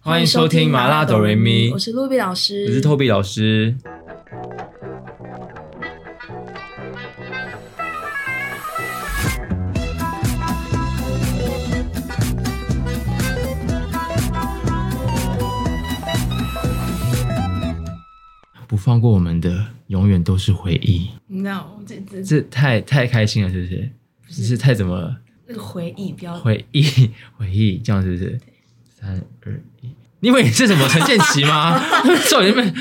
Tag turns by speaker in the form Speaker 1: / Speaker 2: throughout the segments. Speaker 1: 欢迎收听麻辣哆瑞咪
Speaker 2: 我是露比老师，
Speaker 1: 我是 Toby 老师。不放过我们的，永远都是回忆。
Speaker 2: No，这这
Speaker 1: 这太太开心了，是不是？只是太怎么了
Speaker 2: 那个回忆不要，
Speaker 1: 回忆 回忆这样是不是？三二一，你以为你是什么陈建奇 吗？少年们，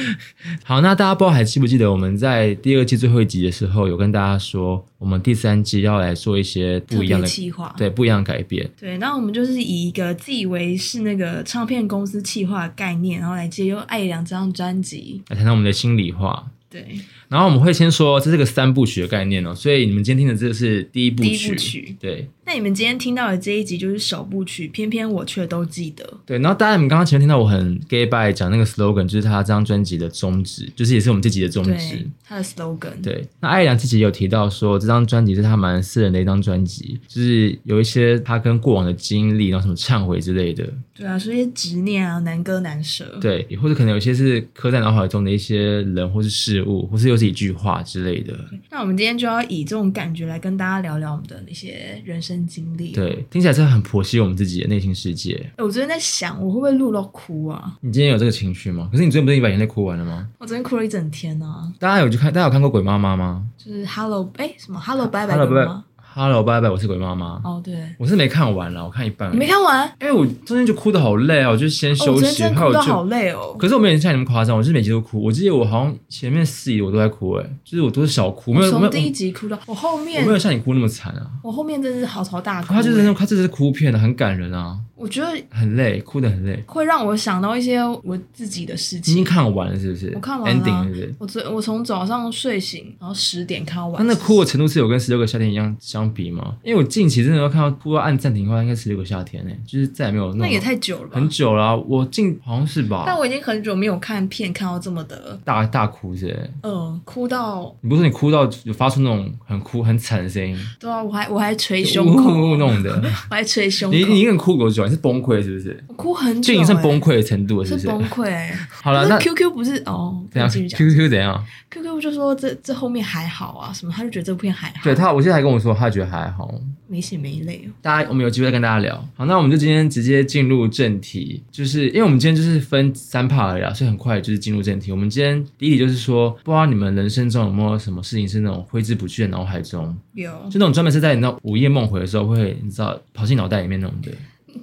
Speaker 1: 好，那大家不知道还记不记得我们在第二季最后一集的时候，有跟大家说，我们第三季要来做一些
Speaker 2: 特
Speaker 1: 不一样
Speaker 2: 别
Speaker 1: 的，
Speaker 2: 企划。
Speaker 1: 对，不一样的改变。
Speaker 2: 对，那我们就是以一个自以为是那个唱片公司企划的概念，然后来借用爱两张专辑。
Speaker 1: 来谈谈我们的心里话。
Speaker 2: 对，
Speaker 1: 然后我们会先说，这是个三部曲的概念哦，所以你们今天听的这是第一部曲，
Speaker 2: 第一部曲
Speaker 1: 对
Speaker 2: 那你们今天听到的这一集就是首部曲，偏偏我却都记得。
Speaker 1: 对。然后大家你们刚刚前面听到我很 gay bye 讲那个 slogan，就是他这张专辑的宗旨，就是也是我们这集的宗旨
Speaker 2: 对。，它的 slogan。
Speaker 1: 对，那艾良自己也有提到说，这张专辑是他蛮私人的一张专辑，就是有一些他跟过往的经历，然后什么忏悔之类的，
Speaker 2: 对啊，说一些执念啊，难割难舍。
Speaker 1: 对，或者可能有些是刻在脑海中的一些人或是事物，或是又是一句话之类的。
Speaker 2: 那我们今天就要以这种感觉来跟大家聊聊我们的那些人生经历。
Speaker 1: 对，听起来是很剖析我们自己的内心世界。
Speaker 2: 哎，我昨天在想，我会不会录到哭啊？
Speaker 1: 你今天有这个情绪吗？可是你最近不是已经把眼泪哭完了吗？
Speaker 2: 我昨天哭了一整天啊，
Speaker 1: 大家有去看，大家有看过《鬼妈妈》吗
Speaker 2: 就是 Hello，哎，什么 Hello 拜拜
Speaker 1: ？Hello 拜
Speaker 2: 的
Speaker 1: 拜
Speaker 2: 吗？
Speaker 1: ，Hello 拜拜，我是鬼妈妈。
Speaker 2: 哦，对，
Speaker 1: 我是没看完了，我看一半而已。
Speaker 2: 你没看完？
Speaker 1: 因为我中间就哭的好累啊，我就先
Speaker 2: 哦
Speaker 1: 休
Speaker 2: 我昨天
Speaker 1: 息，
Speaker 2: 真的
Speaker 1: 还
Speaker 2: 哭
Speaker 1: 有
Speaker 2: 到
Speaker 1: 就
Speaker 2: 好累哦。
Speaker 1: 可是我没有像你们夸张，我就是每集都哭。我记得我好像前面四集我都在哭、欸，哎，就是我都是小哭，没
Speaker 2: 我
Speaker 1: 有没
Speaker 2: 从
Speaker 1: 有
Speaker 2: 第一集哭到我后
Speaker 1: 我
Speaker 2: 面
Speaker 1: 没，有像你哭那么惨啊。
Speaker 2: 我后面真的是嚎啕大哭。欸
Speaker 1: 他就是那种，他这是哭片的，很感人啊，
Speaker 2: 我觉得
Speaker 1: 很累，哭的很累。
Speaker 2: 会让我想到一些我自己的事
Speaker 1: 你已经
Speaker 2: 情。
Speaker 1: 看完了是不是？
Speaker 2: 我看完了
Speaker 1: ending
Speaker 2: 啊
Speaker 1: 是不是？
Speaker 2: 我昨我从早上睡醒，然后十点看到晚
Speaker 1: 他
Speaker 2: 上。
Speaker 1: 那哭的程度是有跟十六个夏天一样相比吗？因为我近期真的要看到哭到按暂停的话，应该十六个夏天呢、欸就是再也没有那
Speaker 2: 那
Speaker 1: 种
Speaker 2: 也太久了吧？
Speaker 1: 哦很久了啊、我近好像是
Speaker 2: 但
Speaker 1: 吧，
Speaker 2: 我已经很久没有看片看到这么的，
Speaker 1: 大大哭是不是
Speaker 2: 嗯、哭到
Speaker 1: 你不是说你哭到有发出那种很哭很惨的声音，
Speaker 2: 对啊，我还我还捶胸
Speaker 1: 呜
Speaker 2: 口，啊
Speaker 1: 呜呜那种的。
Speaker 2: 我还捶胸口，
Speaker 1: 你你一个人哭多久？你是崩溃是不是？
Speaker 2: 我哭很久、
Speaker 1: 就已
Speaker 2: 欸，
Speaker 1: 经算崩溃的程度了，是不是？
Speaker 2: 是崩溃欸、
Speaker 1: 好了，那
Speaker 2: 那 QQ 不是哦，
Speaker 1: 怎
Speaker 2: 我
Speaker 1: 样
Speaker 2: 继续讲
Speaker 1: ？QQ 怎样？
Speaker 2: ，QQ 就说这这后面还好啊，什么他就觉得这部片还好，
Speaker 1: 对他，我现在还跟我说，他觉得还好。
Speaker 2: 没血没泪哦。
Speaker 1: 大家，我们有机会再跟大家聊。好，那我们就今天直接进入正题，就是因为我们今天就是分三 part 而已啦，所以很快就是进入正题。我们今天第一题就是说，不知道你们人生中有没有什么事情是那种挥之不去的脑海中，
Speaker 2: 有
Speaker 1: 就那种专门是在你那午夜梦回的时候会，你知道跑进脑袋里面那种的。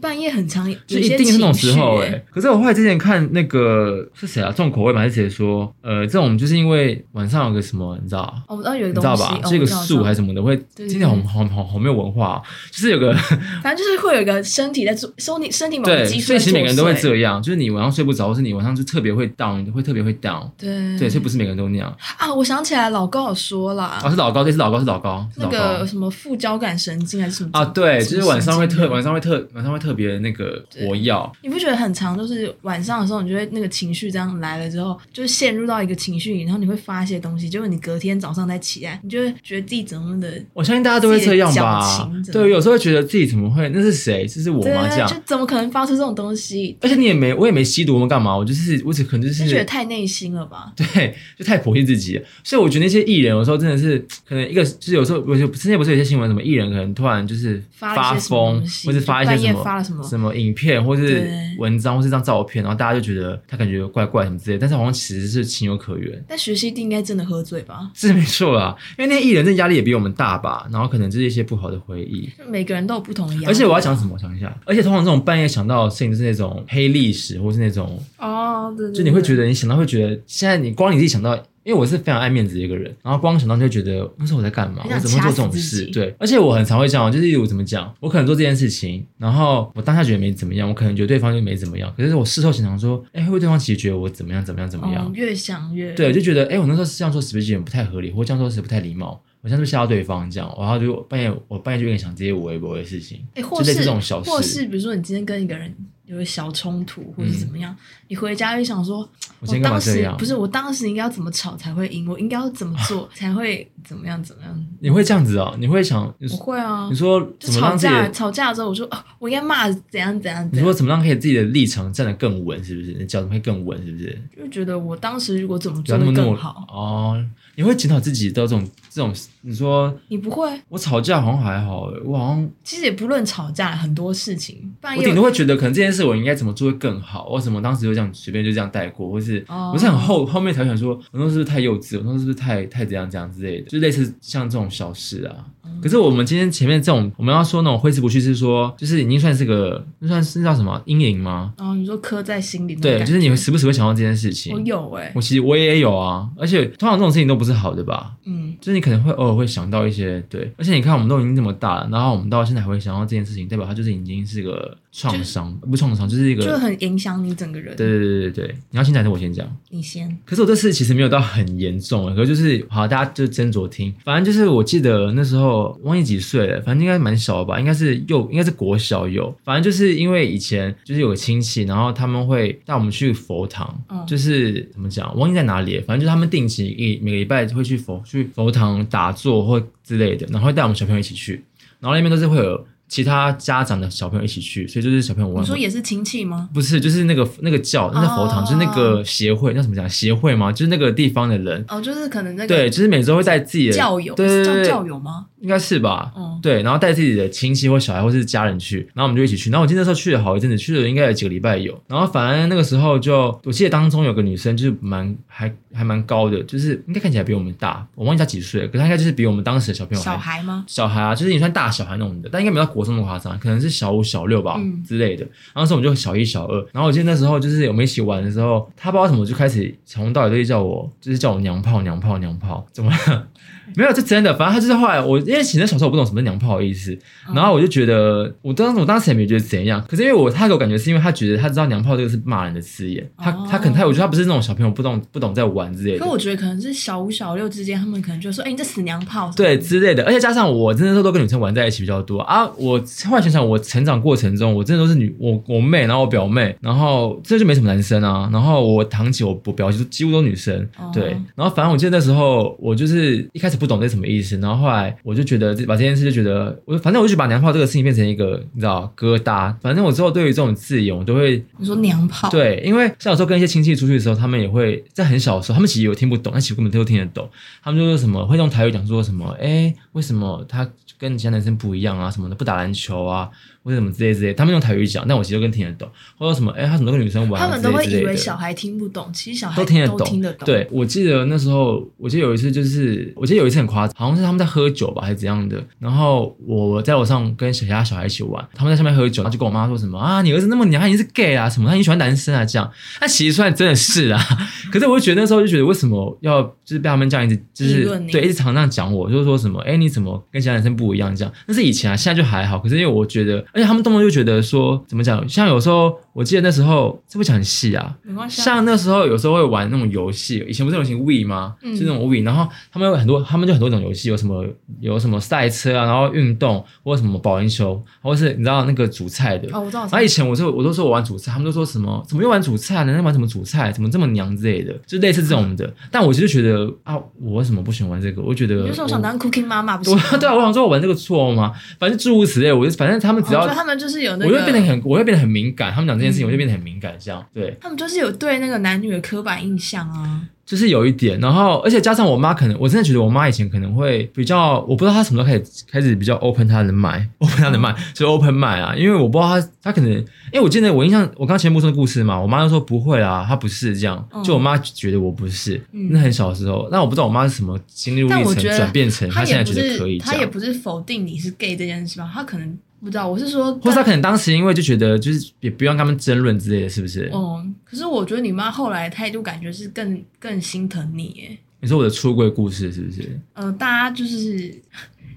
Speaker 2: 半夜很长，
Speaker 1: 就
Speaker 2: 有
Speaker 1: 一
Speaker 2: 些
Speaker 1: 定是那种
Speaker 2: 情
Speaker 1: 时
Speaker 2: 绪、
Speaker 1: 候哎、
Speaker 2: 欸，
Speaker 1: 可是我后来之前看那个是谁啊？重口味嘛还是谁说？呃，这种就是因为晚上有个什么，你知道？
Speaker 2: 哦，我知道有一
Speaker 1: 你
Speaker 2: 个
Speaker 1: 知道
Speaker 2: 东西，
Speaker 1: 吧？
Speaker 2: 哦
Speaker 1: 是一个
Speaker 2: 我知道
Speaker 1: 树还是什
Speaker 2: 我知
Speaker 1: 么的，会
Speaker 2: 对对
Speaker 1: 听起来好好好好没有文化、哦，就是有 个
Speaker 2: 道反正就是会有一个身体在做，身体身体某
Speaker 1: 对，
Speaker 2: 个肌
Speaker 1: 所
Speaker 2: 肤
Speaker 1: 以
Speaker 2: 在
Speaker 1: 其实每个人都会
Speaker 2: 作祟
Speaker 1: 这样，就是你晚上睡不着，或是你晚上就特别会 down，会特别会 down，
Speaker 2: 对
Speaker 1: 对，所以不是每个人都那样。
Speaker 2: 啊，我想起来老高有说啦，
Speaker 1: 啊，是老高，对，是老高，是老高，是
Speaker 2: 那
Speaker 1: 老高。
Speaker 2: 个什么副交感神经还是什么
Speaker 1: 啊，对，就是晚上会特晚
Speaker 2: 上，
Speaker 1: 上会特晚上会特别那个火药，
Speaker 2: 你不觉得很长？就是晚上的时候，你就会那个情绪这样来了之后，就是陷入到一个情绪里，然后你会发一些东西，结果你隔天早上再起来，你就会觉得自己怎么的，
Speaker 1: 我相信大家都会这样
Speaker 2: 自己
Speaker 1: 吧
Speaker 2: 的矫情真。的
Speaker 1: 对，有时候会觉得自己怎么会？那是谁？这是我吗？这
Speaker 2: 对，啊
Speaker 1: 样
Speaker 2: 就，怎么可能发出这种东西？
Speaker 1: 而且你也没，我也没吸毒，我们干嘛？我就是，我只可能就
Speaker 2: 就觉得
Speaker 1: 是
Speaker 2: 太内心了吧？
Speaker 1: 对，就太剖析自己了。所以我觉得那些艺人有时候真的是，可能一个就是有时候，我就之前不是有些新闻，什么艺人可能突然就是
Speaker 2: 发了一些什么
Speaker 1: 疯
Speaker 2: 东，西
Speaker 1: 或是发一些
Speaker 2: 半
Speaker 1: 什
Speaker 2: 夜
Speaker 1: 么
Speaker 2: 发了什么
Speaker 1: 什么影片，或是
Speaker 2: 对
Speaker 1: 文章，或是一张照片，然后大家就觉得他感觉怪怪什么之类，但是好像其实是情有可原。
Speaker 2: 但徐熙娣应该真的喝醉吧？
Speaker 1: 是没错啦，因为那些艺人这压力也比我们大吧，然后可能就是一些不好的回忆。
Speaker 2: 就每个人都有不同的压力。
Speaker 1: 而且我要讲什么？我想一下。而且通常这种半夜想到的事情，就是那种黑历史，或是那种，
Speaker 2: 哦，对对
Speaker 1: 就你会觉
Speaker 2: 得
Speaker 1: 得你想到会觉得，现在你光你自己想到，因为我是非常爱面子的一个人，然后光想到就会觉得那时候我在干嘛，
Speaker 2: 很
Speaker 1: 我
Speaker 2: 想
Speaker 1: 怎么会做这种
Speaker 2: 掐死自
Speaker 1: 事？
Speaker 2: 己
Speaker 1: 对。而且我很常会这样，就是例如怎么讲，我可能做这件事情，然后我当下觉得没怎么样，我可能觉得对方就没怎么样，可是我事后想想说，哎，会不会对方其实觉得我怎么样怎么样怎么样？
Speaker 2: 嗯，越想越
Speaker 1: 对，就觉得哎、诶我那时候这样做是不是有点不太合理，或这样做是不太礼貌？我这样是不是吓到对方这样，然后就半夜我半夜就有点想这些无微不微的事情，
Speaker 2: 哎，
Speaker 1: 就
Speaker 2: 或
Speaker 1: 类似
Speaker 2: 是
Speaker 1: 这种小事，
Speaker 2: 或是比如说你今天跟一个人有个小冲突或者怎么样，你回家就想说，
Speaker 1: 嗯我今天干嘛
Speaker 2: 当
Speaker 1: 这
Speaker 2: 时
Speaker 1: 样？
Speaker 2: 不是我当时应该要怎么吵才会赢，我应该要怎么做 才会怎么样怎么样？
Speaker 1: 你会这样子哦？你会想，你
Speaker 2: 我
Speaker 1: 说
Speaker 2: 会啊
Speaker 1: 你，说
Speaker 2: 就
Speaker 1: 怎么
Speaker 2: 吵
Speaker 1: 让自己
Speaker 2: 架
Speaker 1: 的，
Speaker 2: 吵架的时候，我就啊，我应该骂怎样怎样
Speaker 1: 你
Speaker 2: 怎
Speaker 1: 说
Speaker 2: 样，
Speaker 1: 怎么样可以自己的立场站得更稳？是不是？你脚怎么会更稳？是不是？
Speaker 2: 就觉得我当时如果怎么
Speaker 1: 不
Speaker 2: 做
Speaker 1: 要那么
Speaker 2: 会
Speaker 1: 怒
Speaker 2: 更好。
Speaker 1: 哦。你会检讨自己到这种这种，你说
Speaker 2: 你不会，
Speaker 1: 我吵架好像还好，我好像
Speaker 2: 其实也不论吵架，很多事情，不然
Speaker 1: 我顶
Speaker 2: 也啊有
Speaker 1: 多会觉得，可能这件事我应该怎么做会更好，为什么当时就这样随便就这样带过，或是、
Speaker 2: 哦
Speaker 1: 我是很后后面才想说，嗯我那时候是不是太幼稚，我那时候是不是太太怎样怎样之类的，就类似像这种小事啊。
Speaker 2: 嗯
Speaker 1: 可是我们今天前面这种，我们要说那种挥之不去，是说就是已经算是个，那算是叫什么阴影吗？
Speaker 2: 哦，你说刻在心里那种
Speaker 1: 对，
Speaker 2: 感
Speaker 1: 就
Speaker 2: 觉，
Speaker 1: 是你会时不时会想到这件事情。
Speaker 2: 我有哎、
Speaker 1: 我其实我也有啊，而且通常这种事情都不是好的吧？
Speaker 2: 嗯，
Speaker 1: 就是你可能会偶尔会想到一些对，而且你看我们都已经这么大了，然后我们到现在还会想到这件事情，代表它就是已经是个创伤，不是创伤就是一
Speaker 2: 就
Speaker 1: 个。
Speaker 2: 很影响你整个人。
Speaker 1: 对对对对对，你要先讲还是我先讲？
Speaker 2: 你先，
Speaker 1: 可是我这次其实没有到很严重，可是就是好，大家就斟酌听。反正就是我记得那时候忘记几岁了，反正应该蛮小的吧，应该是幼，应该是国小幼。反正就是因为以前就是有个亲戚，然后他们会带我们去佛堂，
Speaker 2: 嗯
Speaker 1: 就是怎么讲，忘记在哪里了，反正就是他们定期一每个礼拜会去佛去佛堂打坐或之类的，然后会带我们小朋友一起去，然后那边都是会有其他家长的小朋友一起去，所以就是小朋友玩
Speaker 2: 你。说也是亲戚吗？
Speaker 1: 不是，就是那个那个教，那是佛堂，
Speaker 2: 哦
Speaker 1: 就是那个协会，那怎么讲？协会吗？就是那个地方的人，
Speaker 2: 哦，就是可能那
Speaker 1: 对，
Speaker 2: 个
Speaker 1: 就是每周会带自己的
Speaker 2: 教友，
Speaker 1: 对对
Speaker 2: 是叫
Speaker 1: 对，
Speaker 2: 教友吗？
Speaker 1: 应该是吧？
Speaker 2: 嗯
Speaker 1: 对，然后带自己的亲戚或小孩或是家人去，然后我们就一起去。然后我记得那时候去了好一阵子，去了应该有几个礼拜有。然后反正那个时候就，我记得当中有个女生就是蛮还还蛮高的，就是应该看起来比我们大，我忘记她几岁了，可是她应该就是比我们当时的小朋友
Speaker 2: 小
Speaker 1: 还
Speaker 2: 孩吗？
Speaker 1: 小孩啊，就是也算大小孩那种的，但应该没有到国中那么夸张，可能是小五、小六吧、
Speaker 2: 嗯
Speaker 1: 之类的。然后那时候我们就小一、小二，然后我记得那时候就是我们一起玩的时候，他不知道怎么就开始从头到尾都一直叫我，就是叫我娘炮、娘炮、娘炮，怎么了？ 没有，这真的，反正他就是后来我，因为其实小时候我不懂什么是娘炮的意思，
Speaker 2: 嗯
Speaker 1: 然后我就觉得，我当我当时也没觉得怎样，可是因为我他给我感觉是因为他觉得他知道娘炮这个是骂人的字眼，他
Speaker 2: 哦
Speaker 1: 他可能他我觉得他不是那种小朋友不懂不懂在玩之类的
Speaker 2: 可，我觉得可能是小五小六之间，他们可能就说：“哎、你这死娘炮。”
Speaker 1: 对之类的，而且加上我真的是都跟女生玩在一起比较多啊。我后来想想，我成长过程中，我真的都是女我我妹，然后我表妹，然后这就没什么男生啊。然后我堂姐、我我表姐都几乎都女生，
Speaker 2: 哦
Speaker 1: 对。然后反正我记得那时候我就是一开始不懂这什么意思，然后后来我就觉得这把这件事就觉得我反正我就把娘炮这个事情变成一个你知道疙瘩。反正我之后对于这种字眼，我都会
Speaker 2: 你说娘炮，
Speaker 1: 对，因为像有时候跟一些亲戚出去的时候，他们也会在很小的时候，他们其实有听不懂，但其实根本都听得懂。他们就说什么会用台语讲说什么，哎、为什么他跟其他男生不一样啊？什么的，不打篮球啊，或者什么之类之类。他们用台语讲，但我其实都跟听得懂。或者什么，哎、他怎么都跟女生玩、啊？
Speaker 2: 他们都会
Speaker 1: 之类之
Speaker 2: 以
Speaker 1: 类
Speaker 2: 为
Speaker 1: 的
Speaker 2: 小孩听不懂，其实小孩
Speaker 1: 都听得
Speaker 2: 都
Speaker 1: 懂，
Speaker 2: 听得懂。，
Speaker 1: 对，我记得那时候，我记得有一次就是，我记得有一次很夸张，好像是他们在喝酒吧，还是怎样的。然后我在楼上跟小家小孩一起玩，他们在下面喝酒，然后就跟我妈说什么啊，你儿子那么娘，他已经是 gay 啊，什么他已经喜欢男生啊这样。那其实算真的是啊， 可是我就觉得那时候就觉得为什么要就是被他们这样一直就
Speaker 2: 议
Speaker 1: 是
Speaker 2: 论你
Speaker 1: 对一直常常讲我，就是说什么哎、你怎么跟其他男生不一样这样？那是以前啊，现在就还好。可是因为我觉得，而且他们动不动就觉得说怎么讲，像有时候我记得那时候这不讲很细啊，
Speaker 2: 没关系啊。
Speaker 1: 像那时候有时候会玩那种游戏，以前不是流行 We 吗？
Speaker 2: 嗯
Speaker 1: 就那种 We，然后他们有很多，他们就很多种游戏，有什么有什么赛车啊，然后运动或者什么保龄球，或是你知道那个煮菜的。
Speaker 2: 哦，我知道，
Speaker 1: 然后以前我就我都说我玩煮菜，他们都说什么怎么又玩煮菜啊呢？那玩什么煮菜？怎么这么娘之类的，就类似这种的。但我其实觉得啊，我为什么不喜欢玩这个？我觉得
Speaker 2: 你就说我想 当 Cooking 妈妈，不是吗？
Speaker 1: 我对啊，我想说我玩这个错吗？反正诸如此类，我就反正他们
Speaker 2: 哦，
Speaker 1: 只要、
Speaker 2: 就他们嗯就是有那
Speaker 1: 我就
Speaker 2: 个，
Speaker 1: 会变得很，我会变得很敏感。他们讲这件事情，我就变得很敏感，这样对。
Speaker 2: 他们就是有对那个男女的刻板印象啊。
Speaker 1: 就是有一点，然后而且加上我妈，可能我真的觉得我妈以前可能会比较，我不知道她什么时候开始开始比较 open 她的麦，open 她的麦 就是 open 麦啊，因为我不知道她她可能，因为我记得我印象我刚前面不是说故事嘛，我妈就说不会啦，她不是这样，
Speaker 2: 嗯
Speaker 1: 就我妈觉得我不是，
Speaker 2: 嗯
Speaker 1: 那很小的时候，那我不知道我妈是什么心路
Speaker 2: 但
Speaker 1: 历
Speaker 2: 我
Speaker 1: 程
Speaker 2: 觉得
Speaker 1: 转变成她现
Speaker 2: 也
Speaker 1: 在
Speaker 2: 不
Speaker 1: 觉得
Speaker 2: 是
Speaker 1: 可以，这
Speaker 2: 他也
Speaker 1: 样。
Speaker 2: 不是否定你是 gay 这件事吧？他可能不知道，我是说，
Speaker 1: 或者她可能当时因为就觉得就是也不用跟他们争论之类的，是不是？
Speaker 2: 嗯，可是我觉得你妈后来态度感觉是更更心疼你耶。
Speaker 1: 你说我的出柜故事是不是？
Speaker 2: 呃，大家就是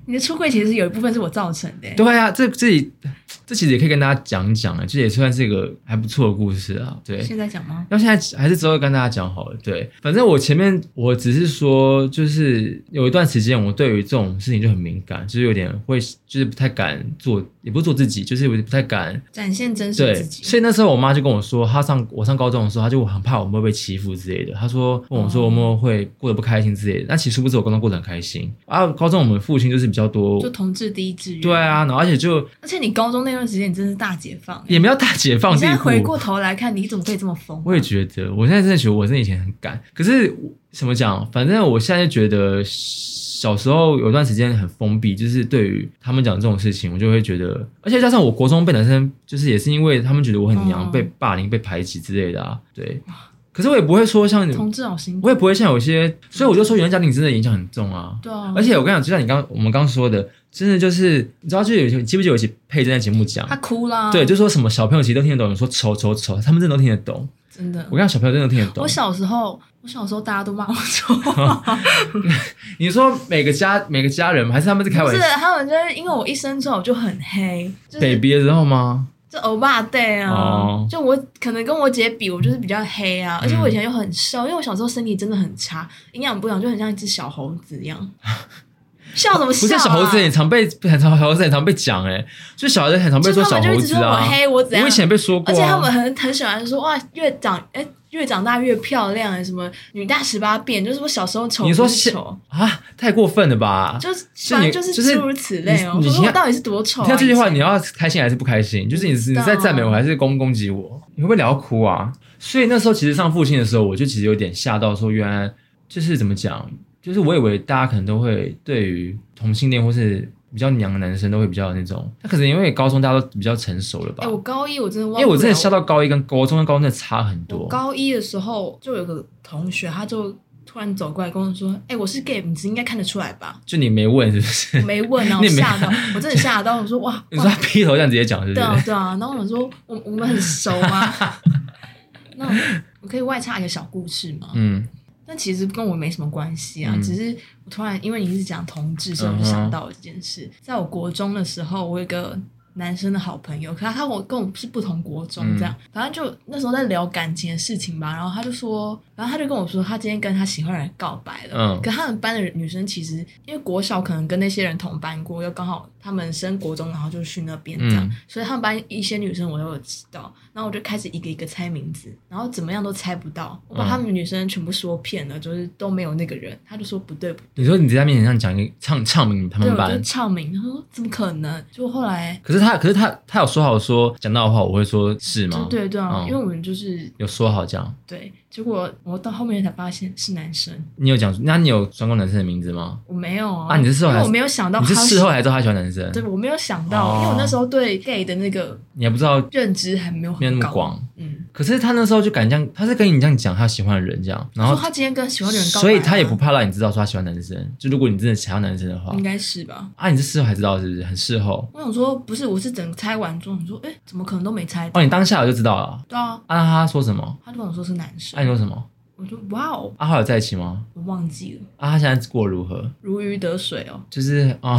Speaker 2: 你的出柜，其实有一部分是我造成的耶。
Speaker 1: 对啊，这自己这其实也可以跟大家讲讲，这也算是一个还不错的故事啊。对，
Speaker 2: 现在讲吗？
Speaker 1: 要现在还是之后跟大家讲好了。对，反正我前面我只是说，就是有一段时间我对于这种事情就很敏感，就是有点会，就是不太敢做，也不是做自己，就是我不太敢。
Speaker 2: 展现真实
Speaker 1: 对，
Speaker 2: 自己，
Speaker 1: 所以那时候我妈就跟我说，她上我上高中的时候，她就很怕我们会被欺负之类的。她说问我说
Speaker 2: 哦
Speaker 1: 我们会过得不开心之类的。那其实不是我高中过得很开心啊，高中我们父亲就是比较多
Speaker 2: 就，同志第一志愿。
Speaker 1: 对，啊，然后而且就
Speaker 2: 而且你高中那段时间，你真是大解放、
Speaker 1: 也没有大解放
Speaker 2: 你
Speaker 1: 地
Speaker 2: 现在回
Speaker 1: 步
Speaker 2: 过头来看，你怎么可以这么疯啊、
Speaker 1: 我也觉得，我现在真的觉得我真的以前很敢，可是我怎么讲？反正我现在就觉得小时候有段时间很封闭，就是对于他们讲这种事情，我就会觉得，而且加上我国中被男生，就是也是因为他们觉得我很娘，
Speaker 2: 哦
Speaker 1: 被霸凌、被排挤之类的啊。对，可是我也不会说像你，
Speaker 2: 同志好辛苦。
Speaker 1: 我也不会像有些，所以我就说原生家庭真的影响很重啊。
Speaker 2: 对啊，
Speaker 1: 而且我跟你讲，就像你刚我们刚说的，真的就是你知道，就有些记不记得有一期佩珍在节目讲
Speaker 2: 他，哭啦。
Speaker 1: 对，就说什么小朋友其实都听得懂，说丑丑丑，他们真的都听得懂。
Speaker 2: 真的
Speaker 1: 我。跟你讲小朋友真的听得懂
Speaker 2: 嗯我。小时候，我小时候大家都骂我 丑，
Speaker 1: 你说每个家每个家人吗还是他们在开
Speaker 2: 不
Speaker 1: 玩
Speaker 2: 是
Speaker 1: 笑
Speaker 2: 他们就是因为我一生之后我就很黑，就是
Speaker 1: ？baby 的时候吗？
Speaker 2: 就欧巴 day 啊，
Speaker 1: 哦嗯
Speaker 2: 就我可能跟我姐比，我就是比较黑啊，而且我以前又很瘦，因为我小时候身体真的很差，营养不良，就很像一只小猴子一 样。笑什么
Speaker 1: 不
Speaker 2: 笑、啊？
Speaker 1: 是小猴子，很常被很常小猴子很常被讲哎、就小孩子很常被说
Speaker 2: 就
Speaker 1: 小
Speaker 2: 他们就
Speaker 1: 猴
Speaker 2: 一直
Speaker 1: 子
Speaker 2: 说我
Speaker 1: 啊。
Speaker 2: 黑，我怎样？
Speaker 1: 我以前被说过、
Speaker 2: 而
Speaker 1: 啊，
Speaker 2: 且他们很很喜欢说哇，越长哎、越长大越漂亮哎，什么女大十八变，就是我小时候丑，
Speaker 1: 你说
Speaker 2: 不是
Speaker 1: 现
Speaker 2: 丑，
Speaker 1: 啊太过分了吧？
Speaker 2: 就是
Speaker 1: 是
Speaker 2: 反正
Speaker 1: 你
Speaker 2: 就是
Speaker 1: 就是
Speaker 2: 诸如此类哦。
Speaker 1: 你
Speaker 2: 我
Speaker 1: 你
Speaker 2: 说我
Speaker 1: 看
Speaker 2: 到底是多丑、
Speaker 1: 你
Speaker 2: 啊？
Speaker 1: 听到这句话，
Speaker 2: 以前
Speaker 1: 你要开心还是不开心？就是你是你
Speaker 2: 不知道啊
Speaker 1: 在赞美我，还是攻攻击我？你会不会聊到哭啊？所以那时候其实上父亲的时候，我就其实有点吓到，说原来就是怎么讲，就是我以为大家可能都会对于同性恋或是比较娘的男生都会比较有那种，那可能因为高中大家都比较成熟了吧
Speaker 2: 哎、？我高一我真的
Speaker 1: 因
Speaker 2: 忘，
Speaker 1: 为我真的吓。到高一跟高中跟高中真的差很
Speaker 2: 我
Speaker 1: 多。
Speaker 2: 高一的时候就有个同学，他就突然走过来跟我说：“哎、我是 gay，你应该看得出来吧
Speaker 1: 就你没问是不？” 是？
Speaker 2: 我没 问啊，
Speaker 1: 你
Speaker 2: 我
Speaker 1: 也没
Speaker 2: 吓到，我真的吓到，我说：“哇，
Speaker 1: 你
Speaker 2: 哇
Speaker 1: 说他劈头这样直接讲是不
Speaker 2: 对
Speaker 1: 是？
Speaker 2: 啊对啊。”然后我想说：“我我们很熟吗？” 那我我可以外插一个小故事吗？
Speaker 1: 嗯，
Speaker 2: 但其实跟我没什么关系啊，
Speaker 1: 嗯
Speaker 2: 只是我突然因为你是讲同志，所以我
Speaker 1: 嗯
Speaker 2: 就想
Speaker 1: 哼
Speaker 2: 到了这件事。在我国中的时候，我有一个男生的好朋友，可他他跟我跟我是不同国中
Speaker 1: 嗯
Speaker 2: 这样，反正就那时候在聊感情的事情吧，然后他就说，然后他就跟我说，他今天跟他喜欢的人告白了。
Speaker 1: 嗯
Speaker 2: 可他们班的女生其实因为国小可能跟那些人同班过，又刚好他们升国中，然后就去那边这样，
Speaker 1: 嗯
Speaker 2: 所以他们班一些女生我都有知道，然后我就开始一个一个猜名字，然后怎么样都猜不到，我把
Speaker 1: 嗯
Speaker 2: 他们女生全部说遍了，就是都没有那个人，他就说不对不
Speaker 1: 你说你在他面前上讲一个唱唱名他
Speaker 2: 对，
Speaker 1: 们
Speaker 2: 我就
Speaker 1: 班，
Speaker 2: 唱名，他说怎么可能？就后来
Speaker 1: 可是他可是他他有说好说讲到的话，我会说是
Speaker 2: 就
Speaker 1: 吗？
Speaker 2: 对对啊，
Speaker 1: 嗯
Speaker 2: 因为我们就是
Speaker 1: 有说好讲，
Speaker 2: 对，结果我到后面才发现是男生，
Speaker 1: 你有讲，那你有专攻男生的名字吗？
Speaker 2: 我没有啊，
Speaker 1: 啊你是事后
Speaker 2: 因为
Speaker 1: 还
Speaker 2: 我没有想到
Speaker 1: 你
Speaker 2: 他
Speaker 1: 是事后才知道他喜欢男生，
Speaker 2: 对，我没有想到，
Speaker 1: 哦
Speaker 2: 因为我那时候对 gay 的那个
Speaker 1: 你还不知道
Speaker 2: 认知还没有
Speaker 1: 没有那
Speaker 2: 很
Speaker 1: 么
Speaker 2: 高，
Speaker 1: 广。
Speaker 2: 嗯，
Speaker 1: 可是他那时候就敢这样，他是跟你这样讲他喜欢的人这样，然
Speaker 2: 然
Speaker 1: 后
Speaker 2: 后他今天跟喜欢的人告白啊，
Speaker 1: 所以他也不怕让你知道说他喜欢男生。就如果你真的想要男生的话
Speaker 2: 应，该是吧。
Speaker 1: 啊，你是事后才知道是不是？很事后
Speaker 2: 我想说，不是，我是整个猜完之后，你说，哎、怎么可能都没猜到？
Speaker 1: 哦，你当下我就知道了。
Speaker 2: 对啊，
Speaker 1: 啊，他说什么？
Speaker 2: 他就跟我说是男生，
Speaker 1: 啊，你说什么？
Speaker 2: 我就哇哦，
Speaker 1: 啊，后来有在一起吗？
Speaker 2: 我忘记了，
Speaker 1: 啊，他现在过得如何？
Speaker 2: 如鱼得水哦，
Speaker 1: 就是哦，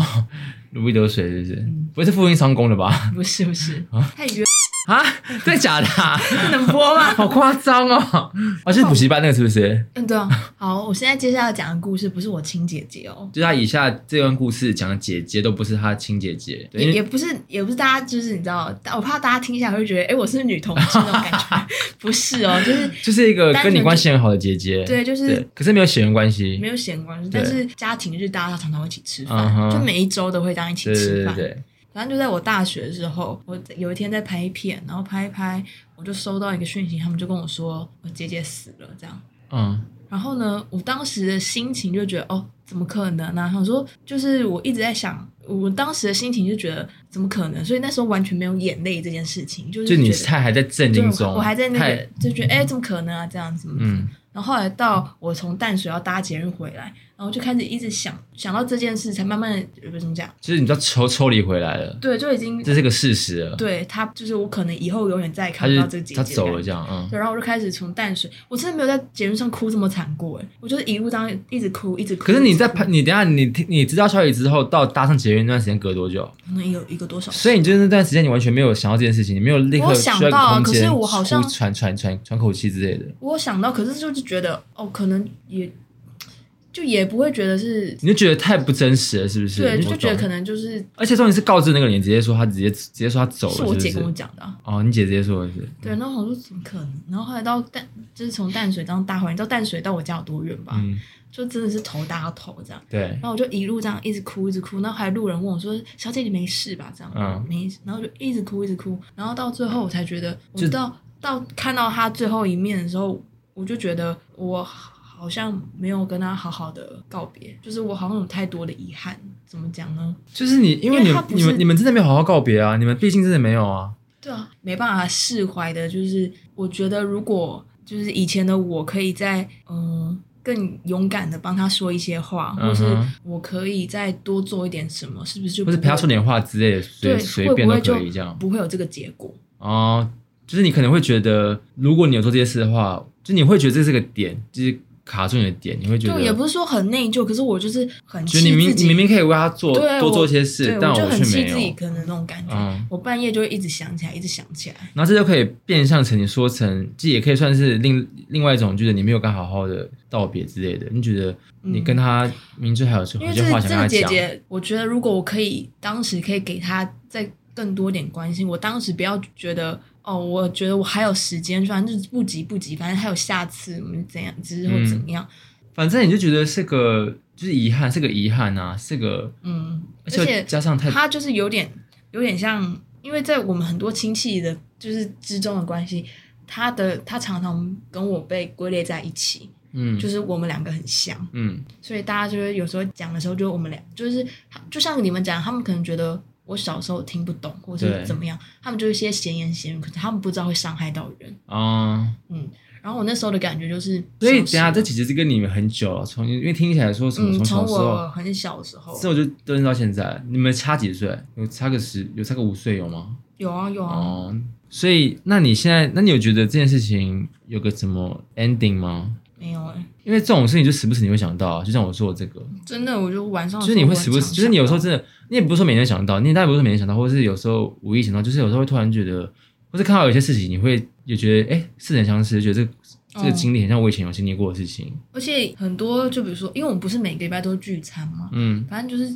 Speaker 1: 如鱼得水是不是
Speaker 2: 嗯？
Speaker 1: 不会是复印伤工了吧？
Speaker 2: 不是不是，太冤，
Speaker 1: 啊， 真的假的啊、
Speaker 2: 这能 播 吗？
Speaker 1: 好夸张 哦！啊，就是补习班那个是不是？
Speaker 2: 嗯，对啊，好，我现在接下来讲的故事不是我亲姐姐哦，
Speaker 1: 就是他以下这段故事讲的姐姐都不是他亲姐姐，对，
Speaker 2: 也
Speaker 1: 因
Speaker 2: 也
Speaker 1: 为
Speaker 2: 不是也不是大家就是你知道，我怕大家听下来会觉得，哎、我是不是女同志那种感觉， 不是哦，就是
Speaker 1: 就是一个
Speaker 2: 单纯
Speaker 1: 跟你关系很好的姐姐，
Speaker 2: 对就是
Speaker 1: 可是没有血缘关系
Speaker 2: 没，有显关系，
Speaker 1: 对
Speaker 2: 但是家庭日大家常常会一起吃
Speaker 1: 嗯
Speaker 2: 饭，
Speaker 1: 哼
Speaker 2: 就每一周都会这样一起
Speaker 1: 对对
Speaker 2: 吃
Speaker 1: 对
Speaker 2: 饭。
Speaker 1: 对，
Speaker 2: 反正就在我大学的时候，我有一天在拍片，然后拍一拍，我就收到一个讯息，他们就跟我说我姐姐死了这样。
Speaker 1: 嗯，
Speaker 2: 然后呢，我当时的心情就觉得哦，怎么可能呢、想说就是我一直在想，我当时的心情就觉得怎么可能？所以那时候完全没有眼泪这件事情，就是
Speaker 1: 就你
Speaker 2: 觉得
Speaker 1: 太还在震
Speaker 2: 对
Speaker 1: 惊
Speaker 2: 嗯我
Speaker 1: 中，
Speaker 2: 我还在那个
Speaker 1: 太，
Speaker 2: 就觉得哎、怎么可能啊这样子。
Speaker 1: 嗯
Speaker 2: 然后后来到我从淡水要搭捷运回来，然后就开始一直想想到这件事，才慢慢的怎么讲？
Speaker 1: 就是你知道抽抽离回来了，
Speaker 2: 对，就已经
Speaker 1: 这是个事实了。
Speaker 2: 对他就是我可能以后永远再也
Speaker 1: 他
Speaker 2: 看
Speaker 1: 就
Speaker 2: 不到这个姐姐
Speaker 1: 他
Speaker 2: 的感觉
Speaker 1: 走了这样，嗯，
Speaker 2: 对，然后我就开始从淡水，我真的没有在节目上哭这么惨过哎，我就是一路当一直哭一直哭。
Speaker 1: 可是你在
Speaker 2: 一直哭
Speaker 1: 拍，你等一下你听你知道消息之后，到搭上捷运那段时间隔多久？
Speaker 2: 可能一个一个多少？
Speaker 1: 所以你就是那段时间你完全没有想到这件事情，你没有立
Speaker 2: 我
Speaker 1: 刻
Speaker 2: 有
Speaker 1: 需
Speaker 2: 想
Speaker 1: 要一个
Speaker 2: 到啊
Speaker 1: 空
Speaker 2: 可
Speaker 1: 间
Speaker 2: 是我好像
Speaker 1: 呼喘喘喘喘口气之类的。
Speaker 2: 我有想到，可是就是觉得哦，可能也就也不会觉得是，
Speaker 1: 你就觉得太不真实了，是不是？
Speaker 2: 对，
Speaker 1: 你
Speaker 2: 就觉得
Speaker 1: 懂
Speaker 2: 可能就是
Speaker 1: 而且重点是告知那个人，直接说他直接直接说他走了，
Speaker 2: 是
Speaker 1: 是
Speaker 2: 我
Speaker 1: 不
Speaker 2: 姐跟我
Speaker 1: 是？
Speaker 2: 讲的、啊。
Speaker 1: 哦，你姐直接说的是，
Speaker 2: 对，然后我说怎么可能？然后后来到淡，就是从淡水到大环，你知道淡水到我家有多远吧？
Speaker 1: 嗯，
Speaker 2: 就真的是头搭头这样。
Speaker 1: 对
Speaker 2: 然，后我就一路这样一直哭一直哭，然后还有路人问我说：“小姐你没事吧？”这样，
Speaker 1: 嗯
Speaker 2: 没事，然后就一直哭一直哭，然后到最后我才觉得，我
Speaker 1: 就
Speaker 2: 到到看到他最后一面的时候，我就觉得我好像没有跟他好好的告别，就是我好像有太多的遗憾，怎么讲呢？
Speaker 1: 就是你，因为
Speaker 2: 因为
Speaker 1: 你
Speaker 2: 他
Speaker 1: 们
Speaker 2: 不是
Speaker 1: 你们你们真的没有好好告别啊，你们毕竟真的没有啊。
Speaker 2: 对啊，没办法释怀的，就是我觉得如果就是以前的我可以在嗯、呃更勇敢的帮他说一些话，或是
Speaker 1: 嗯哼
Speaker 2: 我可以再多做一点什么，是不是就
Speaker 1: 或者
Speaker 2: 不
Speaker 1: 陪他
Speaker 2: 会
Speaker 1: 说点话之类的，随
Speaker 2: 对，
Speaker 1: 随便
Speaker 2: 会
Speaker 1: 都
Speaker 2: 不
Speaker 1: 可
Speaker 2: 会
Speaker 1: 以
Speaker 2: 就
Speaker 1: 这样。
Speaker 2: 不会有这个结果。
Speaker 1: 哦，就是你可能会觉得，如果你有做这些事的话，就你会觉得这是个点，就是卡住你的点，你会觉
Speaker 2: 就
Speaker 1: 得，
Speaker 2: 也不是说很内疚，可是我就是很
Speaker 1: 就
Speaker 2: 气
Speaker 1: 是你明
Speaker 2: 自己，
Speaker 1: 你明明可以为他做
Speaker 2: 对
Speaker 1: 多
Speaker 2: 我
Speaker 1: 做一些事
Speaker 2: 对，
Speaker 1: 但
Speaker 2: 我就很
Speaker 1: 却
Speaker 2: 气
Speaker 1: 没
Speaker 2: 自己，
Speaker 1: 有。
Speaker 2: 可能那种感觉。
Speaker 1: 嗯
Speaker 2: 我半夜就会一直想起来，一直想起来。
Speaker 1: 然后这就可以变相成你说成，这也可以算是另另外一种，就是你没有跟他好好的道别之类的。你觉得你跟他明知还有
Speaker 2: 嗯因
Speaker 1: 有
Speaker 2: 为
Speaker 1: 些
Speaker 2: 这
Speaker 1: 话想
Speaker 2: 这
Speaker 1: 跟
Speaker 2: 个
Speaker 1: 他
Speaker 2: 姐
Speaker 1: 讲，
Speaker 2: 姐，我觉得如果我可以当时可以给她再更多点关心，我当时不要觉得哦，我觉得我还有时间，反正就是不急不急，反正还有下次，我们怎样之后
Speaker 1: 嗯
Speaker 2: 怎么样，
Speaker 1: 反正你就觉得是个就是遗憾，是个遗憾啊，是个
Speaker 2: 嗯，
Speaker 1: 而
Speaker 2: 而
Speaker 1: 且
Speaker 2: 且
Speaker 1: 加上太
Speaker 2: 他就是有点有点像，因为在我们很多亲戚的，就是之中的关系，他的他常常跟我被归类在一起，
Speaker 1: 嗯
Speaker 2: 就是我们两个很像，
Speaker 1: 嗯
Speaker 2: 所以大家就是有时候讲的时候，就我们俩就是就像你们讲，他们可能觉得我小时候听不懂，或
Speaker 1: 对
Speaker 2: 是怎么样，他们就是一些闲言闲语，可是他们不知道会伤害到人，
Speaker 1: 啊、
Speaker 2: 嗯。然后我那时候的感觉就是，
Speaker 1: 所以等
Speaker 2: 小
Speaker 1: 一
Speaker 2: 时
Speaker 1: 下这姐姐是跟你们很久了，从因为听起来说什么
Speaker 2: 嗯，
Speaker 1: 从
Speaker 2: 从
Speaker 1: 小时
Speaker 2: 我
Speaker 1: 候，
Speaker 2: 很小的时候
Speaker 1: 之，后就都认识到现在，你们差几岁？有差个十，有差个五岁有吗？
Speaker 2: 有啊有啊，
Speaker 1: 哦，所以那你现在，那你有觉得这件事情有个什么 ending 吗？
Speaker 2: 没有哎、
Speaker 1: 因为这种事情就时不时你会想到啊，就像我做这个，
Speaker 2: 真的，我就晚上
Speaker 1: 就
Speaker 2: 的
Speaker 1: 是你
Speaker 2: 时候
Speaker 1: 会
Speaker 2: 哦我
Speaker 1: 时不
Speaker 2: 很
Speaker 1: 时，
Speaker 2: 常
Speaker 1: 就是你有时候
Speaker 2: 想
Speaker 1: 真的，你也不是说每天想到，你大概不是每天想到，或者是有时候无意想到，就是有时候会突然觉得，或是看到有些事情，你会也觉得哎，诶似曾相识，觉得这个这个
Speaker 2: 哦
Speaker 1: 经历很像我以前有经历过的事情。
Speaker 2: 而且很多，就比如说，因为我们不是每个礼拜都聚餐嘛，
Speaker 1: 嗯，
Speaker 2: 反正就是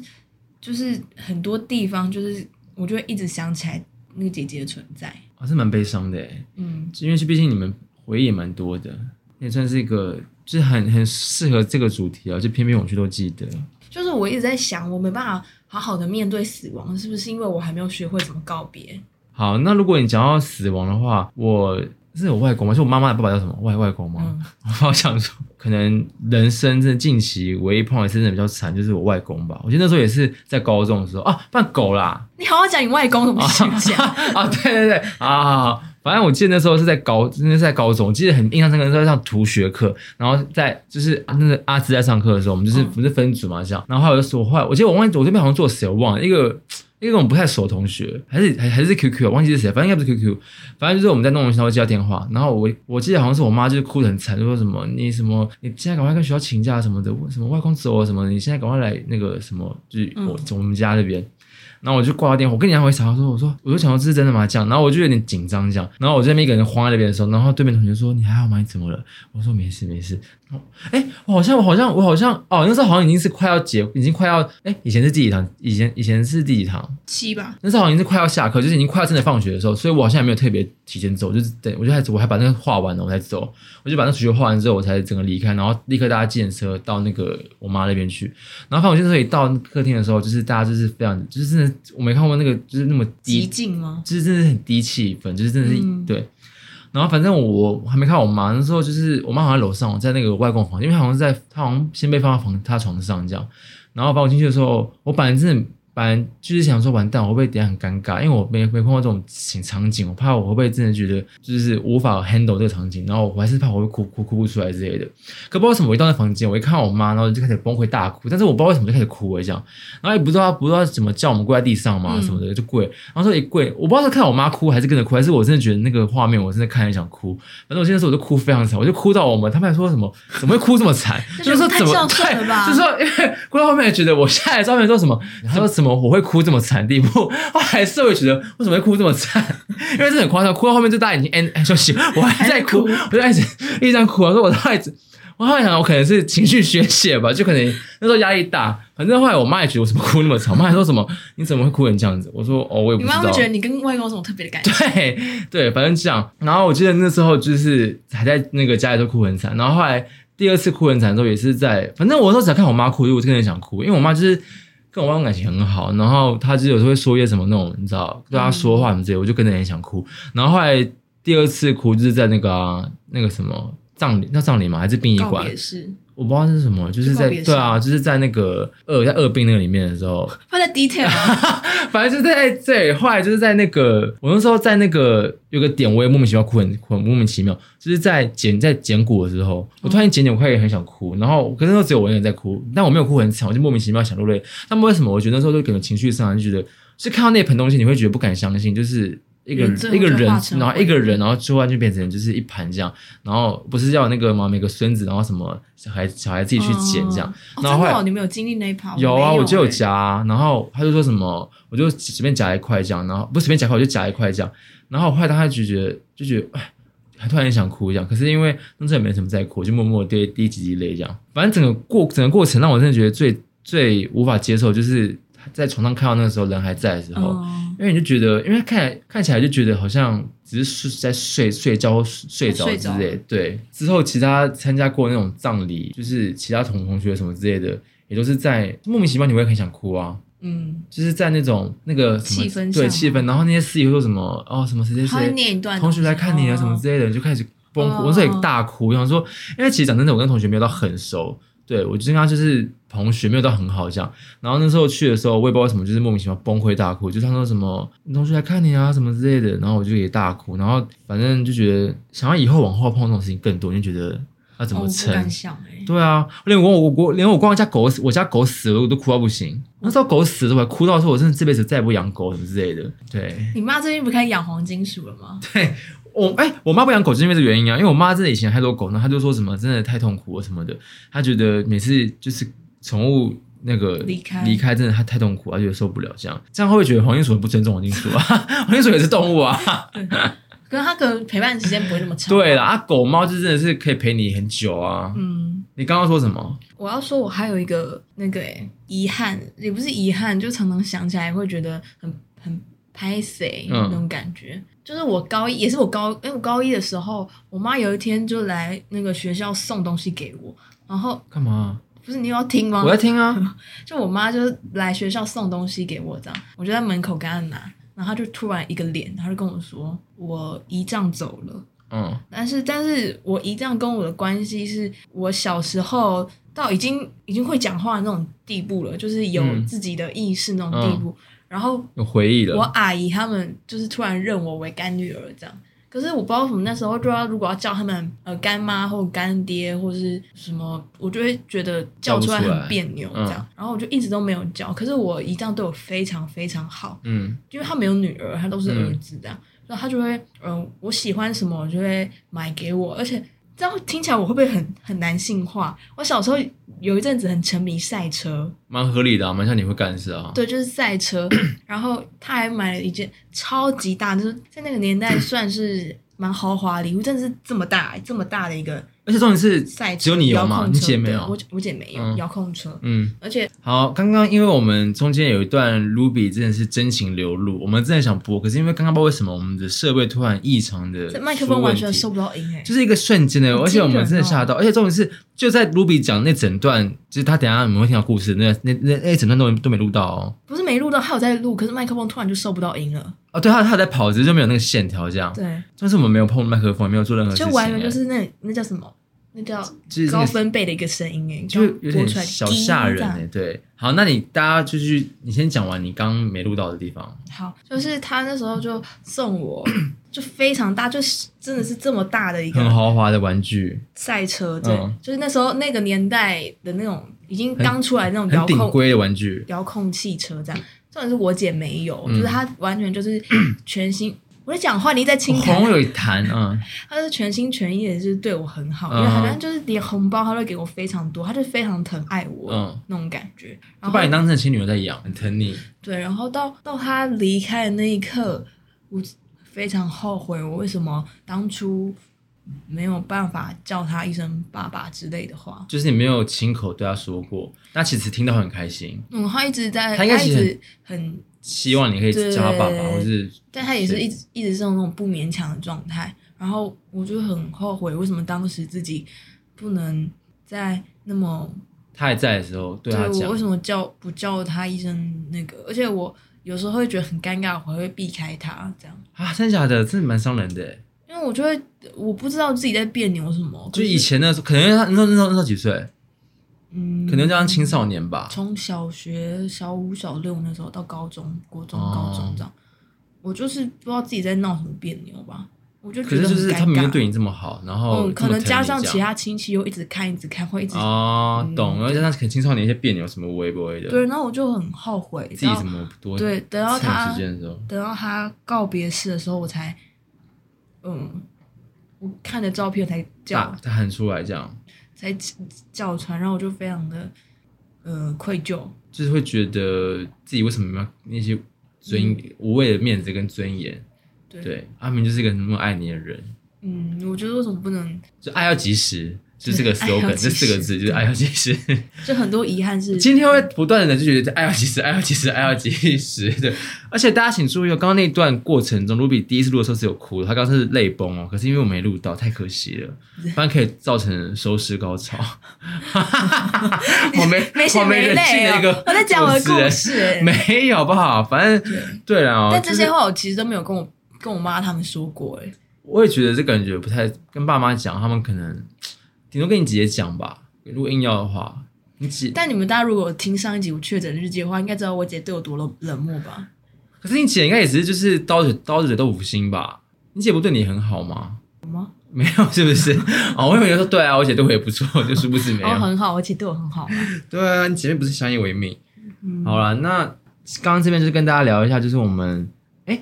Speaker 2: 就是很多地方，就是我就会一直想起来那个姐姐的存在。
Speaker 1: 还、啊是蛮悲伤的诶
Speaker 2: 嗯，
Speaker 1: 因为毕竟你们回忆也蛮多的，也算是一个，就是很很适合这个主题啊，就偏偏我却都记得。
Speaker 2: 就是我一直在想，我没办法好好的面对死亡，是不是因为我还没有学会怎么告别？
Speaker 1: 好，那如果你讲到死亡的话，我是我外公吗？是我妈妈的爸爸叫什么？外外公吗？
Speaker 2: 嗯，
Speaker 1: 我好想说，可能人生真的近期唯一碰到一次真的比较惨，就是我外公吧。我记得那时候也是在高中的时候啊，扮狗啦
Speaker 2: 你好好讲你外公怎么去 讲？
Speaker 1: 啊，对对对啊，好好反正我记得那时候是在高，真的是在高中，我记得很印象深刻，那时候在上图学课，然后在就是那个阿芝在上课的时候，我们就是
Speaker 2: 嗯
Speaker 1: 不是分组嘛，这样，然后还有就说，后来我记得我忘记我这边好像做谁，我忘了一个。一个我们不太熟的同学，还是还还是 QQ，我忘记是谁，反正应该不是 QQ，反正就是我们在弄的时候接到电话，然后我我记得好像是我妈就是哭得很惨，就说什么你什么你现在赶快跟学校请假什么的，什么外公走了什么，你现在赶快来那个什么，就是我
Speaker 2: 嗯
Speaker 1: 从我们家那边。然后我就挂了电话，我跟你讲，我想说，我说，我就想说这是真的吗？这样，然后我就有点紧张，这样，然后我这边一个人慌在那边的时候，然后对面同学说：“你还好吗？你怎么了？”我说：“没事，没事。”哦，哎，我好像，我好像，我好像，哦，那时候好像已经是快要结，已经快要，哎，以前是第几堂？以前以前是第几堂？
Speaker 2: 七吧，
Speaker 1: 那时候好像是快要下课，就是已经快要真的放学的时候，所以我好像也没有特别提前走，就是等我就还我还把那个画完了，我才走，我就把那数学画完之后，我才整个离开，然后立刻大家计程车到那个我妈那边去，然后反正我那时候一到客厅的时候，就是大家就是非常就是真的我没看过那个就是那么
Speaker 2: 极
Speaker 1: 低，
Speaker 2: 静吗？
Speaker 1: 就是真的是很低气氛，就是真的是、
Speaker 2: 嗯
Speaker 1: 对。然后反正我我还没看我妈，那时候就是我妈好像在楼上，在那个外公房，因为好像是在她好像先被放到房她床上这样。然后把我进去的时候，我本来真的本来就是想说，完蛋，我会不会等一下很尴尬？因为我没没碰到这种情场景，我怕我会不会真的觉得就是无法 handle 这个场景，然后我还是怕我会哭哭哭不出来之类的。可不知道为什么，我一到那房间，我一看到我妈，然后就开始崩溃大哭，但是我不知道为什么就开始哭了这样，然后也不知道不知道怎么叫我们跪在地上嘛
Speaker 2: 嗯
Speaker 1: 什么的，就跪，然后说一跪，我不知道是看我妈哭还是跟着哭，还是我真的觉得那个画面我真的看着想哭，反正我现在说我就哭非常惨，我就哭到我们他们还说什么怎么会哭这么 惨，
Speaker 2: 那
Speaker 1: 就是说
Speaker 2: 就太
Speaker 1: 怎么
Speaker 2: 孝顺了吧
Speaker 1: 对就是说因为哭到后面也觉得我下来照片说什么，他说什么我会哭这么惨的地步，后来是会觉得为什么会哭这么惨，因为这很夸张，哭到后面就大家已经 end end 休息，我还在哭，我就一直一直这样哭，啊我说我到底怎。我后来想，我可能是情绪宣泄吧， 就可能那时候压力大。反正后来我妈也觉得我怎么哭那么 惨，我妈还说什么你怎么会哭成这样子？我说哦，我也不知
Speaker 2: 你
Speaker 1: 道。
Speaker 2: 妈会觉 得你跟外公有什么特别的感情？
Speaker 1: 对对，反正这样。然后我记得那时候就是还在那个家里都哭很惨，然后后来第二次哭很惨的时候也是在，反正我那时候只要看我妈哭，我就真的想哭，因为我妈就是跟我外公感情很好，然后她就是有时候会说一些什么那种，你知道，对她说话什么之类，我就跟着很想哭。然后后来第二次哭就是在那个啊、那个什么葬礼，那葬礼吗？还是殡仪
Speaker 2: 告
Speaker 1: 馆
Speaker 2: 别？式，
Speaker 1: 我不知道是什么，就是
Speaker 2: 就告
Speaker 1: 在
Speaker 2: 别式
Speaker 1: 对啊，就是在那个二在二病那个里面的时候，
Speaker 2: 放在 detail 啊，
Speaker 1: 反正就在这里，后来就是在那个，我那时候在那个有个点，我也莫名其妙哭很很莫名其妙，就是在剪在剪骨的时候，我突然剪剪，我快也很想哭，然后可是那时候只有我一个人在哭，但我没有哭很惨，我就莫名其妙想落泪。那么为什么我觉得那时候就可能情绪上来就觉得，是看到那盆东西，你会觉得不敢相信，就是。一个
Speaker 2: 人最后
Speaker 1: 一个
Speaker 2: 就
Speaker 1: 人
Speaker 2: 化，成
Speaker 1: 然后一
Speaker 2: 灰
Speaker 1: 个人，然后突然就变成就是一盘这样，然后不是要有那个吗？每个孙子，然后什么小孩小孩自己去捡这样，
Speaker 2: 哦。
Speaker 1: 然后
Speaker 2: 真
Speaker 1: 后来
Speaker 2: 的哦，你们有经历那一趴？
Speaker 1: 有
Speaker 2: 我
Speaker 1: 啊，
Speaker 2: 没
Speaker 1: 我就有
Speaker 2: 欸
Speaker 1: 夹、啊，然后他就说什么，我就随便夹一块这样，然后不是随便夹一块，我就夹一块这样，然后我后来当他就觉得就觉得，哎，还突然很想哭这样，可是因为那时候也没什么在哭，我就默默地滴滴几滴泪这样。反正整个过整个过程让我真的觉得最最无法接受，就是在床上看到那个时候人还在的时候，
Speaker 2: 嗯，
Speaker 1: 因为你就觉得，因为看起来看起来就觉得好像只是睡在睡睡觉或睡着
Speaker 2: 哦睡
Speaker 1: 之
Speaker 2: 着
Speaker 1: 类的。对，之后其他参加过那种葬礼，就是其他同同学什么之类的，也都是在莫名其妙你会很想哭啊，
Speaker 2: 嗯，
Speaker 1: 就是在那种那个什么
Speaker 2: 气氛
Speaker 1: 对
Speaker 2: 上
Speaker 1: 气氛，
Speaker 2: 吗
Speaker 1: 然后那些司仪会说什么哦什么谁谁
Speaker 2: 他会
Speaker 1: 谁
Speaker 2: 念一段哦
Speaker 1: 同学来看你啊什么
Speaker 2: 类。
Speaker 1: 之类的，你就开始崩
Speaker 2: 哦
Speaker 1: 溃，我这里大哭，我想说，因为其实讲真的，我跟同学没有到很熟，对我就跟他就是同学，没有到很好这样。然后那时候去的时候，我也不知道为什么，就是莫名其妙崩溃大哭，就是他说什么你同学来看你啊什么之类的，然后我就也大哭，然后反正就觉得想要以后往后碰到这种事情更多，你就觉得要怎
Speaker 2: 哦我
Speaker 1: 么
Speaker 2: 不
Speaker 1: 撑？
Speaker 2: 敢想哎、
Speaker 1: 对啊，连我我我连我光我家狗死，我家狗死了我都哭到不行。那时候狗死了，我还哭到说，我真的这辈子再也不养狗什么之类的。对，
Speaker 2: 你妈最近不开始养黄金鼠了 吗？
Speaker 1: 对我哎、我妈不养狗就是因为这个原因啊，因为我妈真的以前太多狗，然后她就说什么真的太痛苦了什么的，她觉得每次就是宠物那个
Speaker 2: 离开
Speaker 1: 离开真的她太痛苦，她觉得受不了这样，这样会不会觉得黄金鼠很不尊重黄金鼠啊？ 黄金鼠也是动物啊，
Speaker 2: 可是它可能陪伴时间不会那么长。
Speaker 1: 对啦，啊狗猫就真的是可以陪你很久啊。
Speaker 2: 嗯，
Speaker 1: 你刚刚说什么？
Speaker 2: 我要说，我还有一个那个哎、遗憾，也不是遗憾，就常常想起来会觉得很很拍谁
Speaker 1: 嗯
Speaker 2: 那种感觉。就是我高一，也是我高，因为我高一的时候，我妈有一天就来那个学校送东西给我，然后
Speaker 1: 干嘛？
Speaker 2: 不是你有要听吗？
Speaker 1: 我在听啊。
Speaker 2: 就我妈就是来学校送东西给我这样，我就在门口跟她拿，然后她就突然一个脸，她就跟我说我姨丈走了，
Speaker 1: 嗯，
Speaker 2: 但是但是我姨丈跟我的关系是我小时候到已经已经会讲话的那种地步了，就是有
Speaker 1: 嗯
Speaker 2: 自己的意识那种地步，然后
Speaker 1: 有回忆
Speaker 2: 我
Speaker 1: 了。
Speaker 2: 阿姨他们就是突然认我为干女儿这样。可是我不知道为什么那时候就要如果要叫他们呃干妈或干爹或是什么，我就会觉得叫出来
Speaker 1: 叫不出来
Speaker 2: 很别扭这样，
Speaker 1: 嗯
Speaker 2: 然后我就一直都没有叫。可是我姨丈对我非常非常好，
Speaker 1: 嗯
Speaker 2: 因为他没有女儿，他都是儿子这样，所以他就会嗯、呃我喜欢什么我就会买给我，而且这样听起来我会不会很很男性化？我小时候有一阵子很沉迷赛车，
Speaker 1: 蛮合理的、啊，蛮像你会干的事啊。
Speaker 2: 对，就是赛 车。然后他还买了一件超级大，就是在那个年代算是蛮豪华的礼物，真的是这么大这么大的一个
Speaker 1: 而且重点是，
Speaker 2: 赛车。
Speaker 1: 只有你有
Speaker 2: 遥
Speaker 1: 吗
Speaker 2: 控
Speaker 1: 你
Speaker 2: 车
Speaker 1: 姐没
Speaker 2: 对
Speaker 1: 有
Speaker 2: 我姐我姐没有
Speaker 1: 嗯
Speaker 2: 遥控车，
Speaker 1: 嗯，
Speaker 2: 而且
Speaker 1: 好，刚刚因为我们中间有一段 Ruby 真的是真情流露，我们真的想播，可是因为刚刚不知道为什么我们的设备突然异常的
Speaker 2: 这麦克风完全收
Speaker 1: 收，
Speaker 2: 不到音哎、
Speaker 1: 就是一个瞬间的，
Speaker 2: 好
Speaker 1: 而且
Speaker 2: 惊
Speaker 1: 我们
Speaker 2: 人
Speaker 1: 真的吓到，而且重点是就在 Ruby 讲那整段，就是他等一下你们会听到故事，那那那那整段都没都没录到哦。
Speaker 2: 不是没录到，还有在录，可是麦克风突然就收不到音了。
Speaker 1: 哦，对，他他有在跑，只是就没有那个线条这样。
Speaker 2: 对，
Speaker 1: 但是我们没有碰麦克风，也没有做任何事
Speaker 2: 所
Speaker 1: 情
Speaker 2: 以
Speaker 1: 欸，
Speaker 2: 完全就是那那叫什么那叫
Speaker 1: 就是那
Speaker 2: 高
Speaker 1: 个
Speaker 2: 分贝的一个声音哎，
Speaker 1: 就是有
Speaker 2: 播
Speaker 1: 点
Speaker 2: 出来
Speaker 1: 小吓人
Speaker 2: 哎
Speaker 1: 哎、。对，好，那你大家就去，你先讲完你刚没录到的地方。
Speaker 2: 好，就是他那时候就送我，就非常大，就是真的是这么大的一
Speaker 1: 很
Speaker 2: 个
Speaker 1: 豪华的玩具，
Speaker 2: 赛车，对，
Speaker 1: 嗯
Speaker 2: 就是那时候那个年代的那种已经刚出来的那种
Speaker 1: 很
Speaker 2: 遥
Speaker 1: 顶
Speaker 2: 控
Speaker 1: 规的玩具，
Speaker 2: 遥控汽车这样。重点是我姐没有，
Speaker 1: 嗯
Speaker 2: 就是她完全就是全心，我在讲话，你在轻
Speaker 1: 哦红
Speaker 2: 谈，
Speaker 1: 有一弹啊，
Speaker 2: 她就是全心全意的，就是对我很好，
Speaker 1: 嗯
Speaker 2: 因为好像就是连红包她都给我非常多，她就非常疼爱我、
Speaker 1: 嗯
Speaker 2: 那种感觉。
Speaker 1: 就
Speaker 2: 然后
Speaker 1: 把你当成亲女儿在养，很疼你。
Speaker 2: 对，然后到到他离开的那一刻，我非常后悔，我为什么当初没有办法叫他一声爸爸之类的话。
Speaker 1: 就是你没有亲口对她说过，那其实听到很开心，
Speaker 2: 嗯，他一直在，
Speaker 1: 他应该
Speaker 2: 一
Speaker 1: 其实
Speaker 2: 直很，
Speaker 1: 希望你可以
Speaker 2: 对
Speaker 1: 叫她爸爸，或是
Speaker 2: 但他也是一直一直是那种不勉强的状态。然后我就很后悔，为什么当时自己不能在那么
Speaker 1: 她还在的时候对她
Speaker 2: 我
Speaker 1: 讲
Speaker 2: 为。什么叫不叫他一声那个？而且我有时候会觉得很尴尬，我还会避开他这样。
Speaker 1: 啊，真的假的？真的蛮伤人的欸。
Speaker 2: 因为我就会我不知道自己在别扭什么，
Speaker 1: 就
Speaker 2: 可是
Speaker 1: 以前那时候，可能她那时候那时候那时候几岁？
Speaker 2: 嗯，
Speaker 1: 可能这样青少年吧。
Speaker 2: 从小学小五、小六那时候到高中、国中、
Speaker 1: 哦
Speaker 2: 高中这样，我就是不知道自己在闹什么别扭吧，我就
Speaker 1: 可
Speaker 2: 觉得
Speaker 1: 是就是
Speaker 2: 很尴
Speaker 1: 他明明
Speaker 2: 尬
Speaker 1: 对你这么好，然后
Speaker 2: 嗯，
Speaker 1: 这么
Speaker 2: 可能
Speaker 1: 疼
Speaker 2: 加
Speaker 1: 你
Speaker 2: 上
Speaker 1: 这样
Speaker 2: 其他亲戚又一直看、一直看，会一直、
Speaker 1: 哦，
Speaker 2: 嗯
Speaker 1: 懂，然后加上可能青少年一些别扭什么微微的，
Speaker 2: 对，然后我就很后悔，
Speaker 1: 自己
Speaker 2: 然后
Speaker 1: 怎么多
Speaker 2: 对，等到
Speaker 1: 趁
Speaker 2: 他
Speaker 1: 时间的时候，
Speaker 2: 等到他告别式的时候，我才嗯，我看着照片才叫
Speaker 1: 大他喊出来这样，
Speaker 2: 才叫出来，然后我就非常的呃愧疚，
Speaker 1: 就是会觉得自己为什么要那些尊
Speaker 2: 嗯
Speaker 1: 无谓的面子跟尊严，
Speaker 2: 对，
Speaker 1: 对，阿明就是一个那么爱你的人，
Speaker 2: 嗯，我觉得为什么不能
Speaker 1: 就爱要及时，就这个
Speaker 2: 对 爱要
Speaker 1: slogan 这
Speaker 2: 及时
Speaker 1: 四个字就是爱要及时。
Speaker 2: 就很多遗憾是，
Speaker 1: 今天会不断的就觉得爱要及时，爱要及时，爱要及时，对。而且大家请注意哦，刚刚那段过程中，卢比第一次录的时候是有哭的，他刚刚是泪崩哦，可是因为我没录到，太可惜 了，不然可以造成收视高潮。 我没
Speaker 2: 没血
Speaker 1: 我没人性
Speaker 2: 泪
Speaker 1: 的
Speaker 2: 啊
Speaker 1: 一个，
Speaker 2: 我在讲我的
Speaker 1: 主持
Speaker 2: 故
Speaker 1: 人
Speaker 2: 事、欸，
Speaker 1: 没有好不好，反正对了、哦，
Speaker 2: 但这
Speaker 1: 就是
Speaker 2: 些话我其实都没有跟我跟我妈他们说过、欸，
Speaker 1: 我也觉得这感觉不太跟爸妈讲，他们可能顶多跟你姐姐讲吧。如果硬要的话，你姐，
Speaker 2: 但你们大家如果有听上一集我确诊日记的话，应该知道我姐对我多冷冷漠吧？
Speaker 1: 可是你姐应该也只是就是刀子刀子豆腐心吧？你姐不对你很好吗？
Speaker 2: 有吗？
Speaker 1: 没有，是不是？哦，我以为说对啊，我姐对我也不错，就殊不知没有。
Speaker 2: 哦，很好，我姐对我很好啊。
Speaker 1: 对啊，你姐妹不是相依为命。
Speaker 2: 嗯
Speaker 1: 好了，那刚刚这边就是跟大家聊一下，就是我们哎、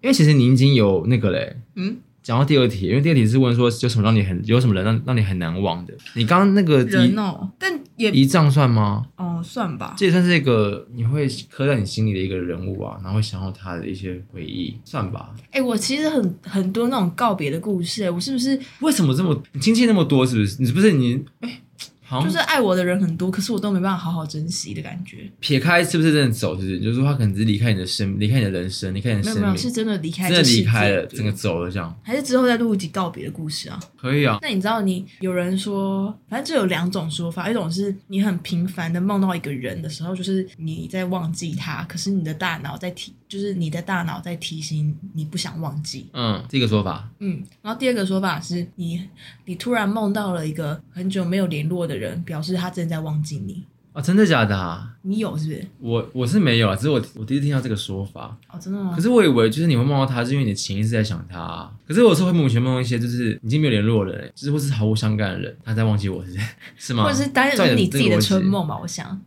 Speaker 1: 因为其实你已经有那个嘞，
Speaker 2: 嗯，
Speaker 1: 讲到第二题，因为第二题是问说有什么让你很有什么人让让你很难忘的？你刚刚那个
Speaker 2: 人
Speaker 1: 遗
Speaker 2: 哦，但也
Speaker 1: 遗葬算吗？
Speaker 2: 哦算吧，
Speaker 1: 这也算是一个你会刻在你心里的一个人物啊，然后会想到他的一些回忆，算吧。
Speaker 2: 哎、我其实很很多那种告别的故事、欸，我是不是
Speaker 1: 为什么这么你亲戚那么多？是不是？你是不是你？哎，好
Speaker 2: 就
Speaker 1: 像
Speaker 2: 是爱我的人很多，可是我都没办法好好珍惜的感觉？
Speaker 1: 撇开是不是真的走？就是你就是说他可能只是离开你的生，离开你的人生，离开你的
Speaker 2: 没有
Speaker 1: 生
Speaker 2: 没有，
Speaker 1: 命，
Speaker 2: 是真的离开
Speaker 1: 真的
Speaker 2: 这世
Speaker 1: 离
Speaker 2: 界
Speaker 1: 开了，
Speaker 2: 对
Speaker 1: 整个走了这样，
Speaker 2: 还是之后再录一集告别的故事啊？
Speaker 1: 可以啊。
Speaker 2: 那你知道你有人说，反正就有两种说法，一种是你很频繁的梦到一个人的时候，就是你在忘记他，可是你的大脑在提，就是你的大脑在提醒你不想忘记。
Speaker 1: 嗯，这个说法，
Speaker 2: 嗯，然后第二个说法是你你突然梦到了一个很久没有联络的人，表示他正在忘记你。
Speaker 1: 啊，真的假的啊？
Speaker 2: 你有是不是？
Speaker 1: 我我是没有啊，只是我我第一次听到这个说法。
Speaker 2: 哦，真的吗
Speaker 1: 可？是我以为就是你会梦到他，是因为你的潜意识在想他啊、可是我有时候会莫名其妙梦到一些就是已经没有联络的人，就是或是毫无相干的人，他在忘记我是谁 是吗？
Speaker 2: 或者是当然
Speaker 1: 照
Speaker 2: 是你
Speaker 1: 这
Speaker 2: 自
Speaker 1: 个
Speaker 2: 己的
Speaker 1: 逻辑
Speaker 2: 春？梦吧？我想，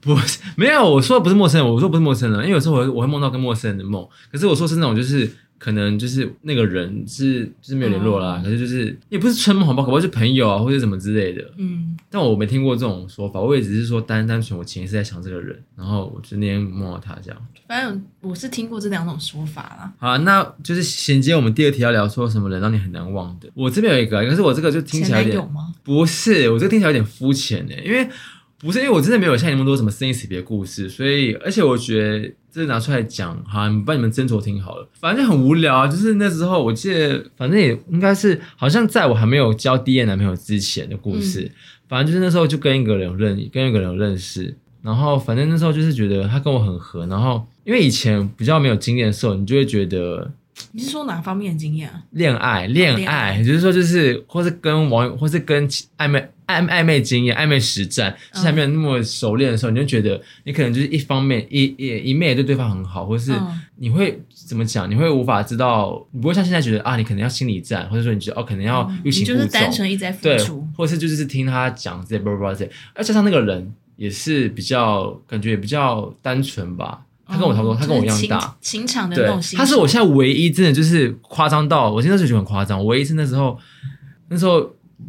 Speaker 1: 不是，没有。我说的不是陌生人，我说不是陌生人，因为有时候我会我会梦到跟陌生人的梦。可是我说是那种就是可能就是那个人是就是没有联络啦、
Speaker 2: 哦
Speaker 1: 可是就是也不是春梦好不好？搞不好是朋友啊或者什么之类的。
Speaker 2: 嗯，
Speaker 1: 但我没听过这种说法，我也只是说单单纯我潜意识在想这个人，然后我就那天梦到他这样。
Speaker 2: 反正我是听过这两种说法啦。
Speaker 1: 好啊，那就是衔接我们第二题要聊说什么人让你很难忘的。我这边有一个，可是我这个就听起来有
Speaker 2: 前男友
Speaker 1: 点
Speaker 2: 吗？
Speaker 1: 不是，我这个听起来有点肤浅呢，因为不是因为我真的没有像你们多什么生离死别故事，所以而且我觉得这拿出来讲，好，你帮你们斟酌听好了，反正就很无聊啊。就是那时候我记得，反正也应该是好像在我还没有交第一任男朋友之前的故事，反正就是那时候就跟一个人有认，跟一个人有认识，然后反正那时候就是觉得他跟我很合，然后因为以前比较没有经验的时候，你就会觉得
Speaker 2: 你是说哪方面的经验啊？
Speaker 1: 恋爱，恋
Speaker 2: 恋
Speaker 1: 爱，
Speaker 2: 爱
Speaker 1: 也就是说，就是或是跟网友，或是跟其暧昧暧暧昧经验、暧昧实
Speaker 2: 嗯
Speaker 1: 战，是还没有那么熟练的时候，你就觉得你可能就是一方面一一一面对对方很好，或是
Speaker 2: 嗯
Speaker 1: 你会怎么讲？你会无法知道，你不会像现在觉得啊，你可能要心理战，或者说你觉得哦，可能要
Speaker 2: 嗯
Speaker 1: 欲
Speaker 2: 你
Speaker 1: 擒
Speaker 2: 就是
Speaker 1: 故纵
Speaker 2: 单，纯一直在付
Speaker 1: 对
Speaker 2: 出，，
Speaker 1: 或是就是听他讲这些叭叭叭这些，而加上那个人也是比较感觉也比较单纯吧，他跟我差不多，
Speaker 2: 嗯
Speaker 1: 他跟我一样
Speaker 2: 就是
Speaker 1: 大，
Speaker 2: 情情场的
Speaker 1: 对
Speaker 2: 那种，心
Speaker 1: 他是
Speaker 2: 情
Speaker 1: 我现在唯一真的就是夸张到，我现在就觉得很夸张。我唯一是那时候，那时候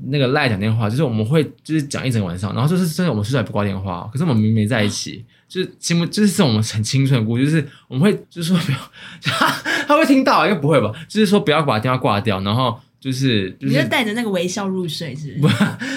Speaker 1: 那个赖讲电话，就是我们会就是讲一整晚上，然后就是真的我们睡觉也不挂电话，可是我们明明没在一起，
Speaker 2: 啊
Speaker 1: 就是青就是这种我们很青春的故事，就是我们会就是说不要， 他他会听到应该不会吧？就是说不要把电话挂掉，然后就是就
Speaker 2: 你就是带着那个微笑入睡，是不是？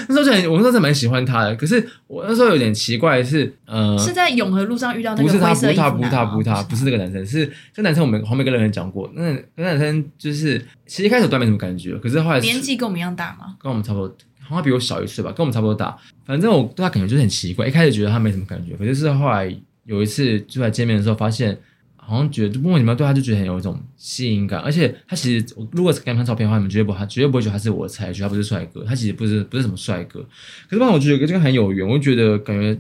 Speaker 1: 那时候就很我那时候是蛮喜欢他的，可是我那时候有点奇怪的是呃
Speaker 2: 是在永和路上遇到哦那
Speaker 1: 不
Speaker 2: 个
Speaker 1: 是他，
Speaker 2: 灰
Speaker 1: 不
Speaker 2: 色
Speaker 1: 是
Speaker 2: 衣服哦
Speaker 1: 他，
Speaker 2: 男
Speaker 1: 不是他，
Speaker 2: 吗
Speaker 1: 不是他，不是那个男生，是这男生我们后面跟任何人讲过，那那男生就是其实一开始我对他没什么感觉，可是后来
Speaker 2: 年纪跟我们一样大吗？
Speaker 1: 跟我们差不多，好像比我小一岁吧，跟我们差不多大。反正我对他感觉就是很奇怪，一开始觉得他没什么感觉，可是是后来有一次出来见面的时候，发现好像觉得就莫名其妙对他就觉得很有一种吸引感，而且他其实我如果看他照片的话，你们绝对不他绝对不会觉得他是我的菜，觉得他不是帅哥，他其实不是不是什么帅哥，可是让我觉得这个很有缘，我就觉得感觉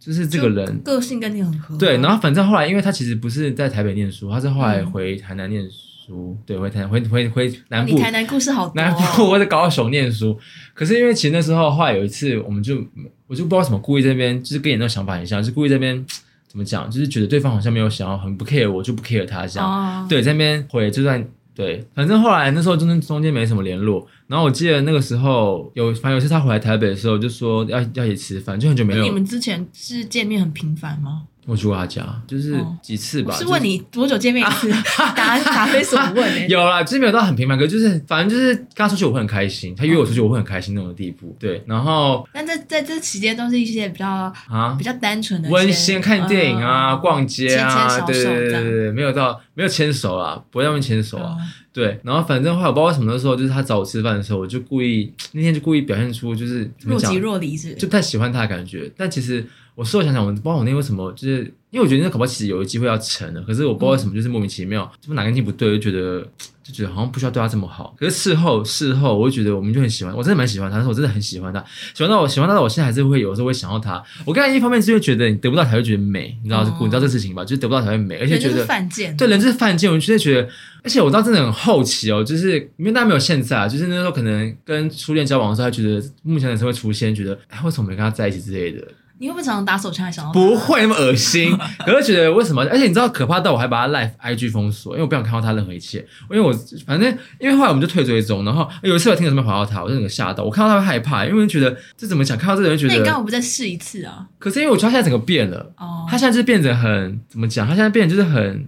Speaker 1: 就是这个
Speaker 2: 就
Speaker 1: 人。
Speaker 2: 个性跟你很合啊，
Speaker 1: 对，然后反正后来，因为他其实不是在台北念书，他是后来回台南念书，对，回台回回回南部
Speaker 2: 嗯你台南故事好多哦，
Speaker 1: 南部或者高雄念书。可是因为其实那时候后来有一次，我们就我就不知道为什么故意这边就是跟你那种想法很像，就故意这边怎么讲，就是觉得对方好像没有想要很不 care 我，就不 care 他这样。
Speaker 2: 哦，
Speaker 1: 对，在那边回这段对，反正后来那时候中间中间没什么联络。然后我记得那个时候有，反正有一次他回来台北的时候，就说要要一起吃饭，就很久没
Speaker 2: 那你
Speaker 1: 有
Speaker 2: 们之前是见面很频繁吗？
Speaker 1: 我去过他家，就是
Speaker 2: 哦
Speaker 1: 几次吧。
Speaker 2: 是
Speaker 1: 就是啊
Speaker 2: 问你多久见面一次？ 答答非所问 欸
Speaker 1: 有啦，就是没有到很频繁，可就是反正就是跟他出去我会很开心，他约我出去
Speaker 2: 哦
Speaker 1: 我会很开心那种地步。对，然后
Speaker 2: 但这在这期间都是一些比较
Speaker 1: 啊
Speaker 2: 比，较单纯的一些
Speaker 1: 温馨看电影啊，
Speaker 2: 嗯
Speaker 1: 逛街啊，
Speaker 2: 牵牵小
Speaker 1: 对
Speaker 2: 手
Speaker 1: 对对
Speaker 2: 这
Speaker 1: 对
Speaker 2: 样
Speaker 1: 对，没有到没有牵手啊，不会让他们牵手啊。
Speaker 2: 哦
Speaker 1: 对，然后反正后来我不知道为什么的时候，就是他找我吃饭的时候，我就故意那天就故意表现出就是怎么
Speaker 2: 若
Speaker 1: 讲
Speaker 2: 即，若离是不。
Speaker 1: 就是不太喜欢他的感觉。但其实我事后想想，我不知道我那天为什么，就是因为我觉得那恐怕其实有机会要成的，可是我不知道为什么，就是莫名其妙，就哪根筋不对，就觉得就觉得好像不需要对他这么好。可是事后事后，我就觉得我们就很喜欢，我真的蛮喜欢他，但是我真的很喜欢他，喜欢到我喜欢到我现在还是会有时候会想到他。我刚才一方面是会觉得你得不到才会觉得美，你知道、
Speaker 2: 哦
Speaker 1: 你知道这事情吧？就是得不到才会美，而且
Speaker 2: 人就
Speaker 1: 觉
Speaker 2: 是
Speaker 1: 得
Speaker 2: 犯贱，
Speaker 1: 对，人就是犯贱，我就觉得，而且我知道真的很好奇哦，就是因为大家没有现在啊，就是那时候可能跟初恋交往的时候，还觉得目前的时候会出现，觉得哎为什么没跟他在一起之类的，
Speaker 2: 你会不会常常打手枪还想到他
Speaker 1: 不？会那么恶 心，可是觉得为什么？而且你知道可怕到我还把他 live IG 封锁，因为我不想看到他任何一切，因为我反正因为后来我们就退追踪，然后哎有一次我听到什么跑到他，我就整个吓到，我看到他会害怕，因为觉得这怎么讲，看到这个人就
Speaker 2: 那
Speaker 1: 觉
Speaker 2: 你干嘛
Speaker 1: 得，
Speaker 2: 不再试一次啊？
Speaker 1: 可是因为我觉得他现在整个变了。
Speaker 2: 哦，
Speaker 1: 他现在就是变得很怎么讲？他现在变得就是很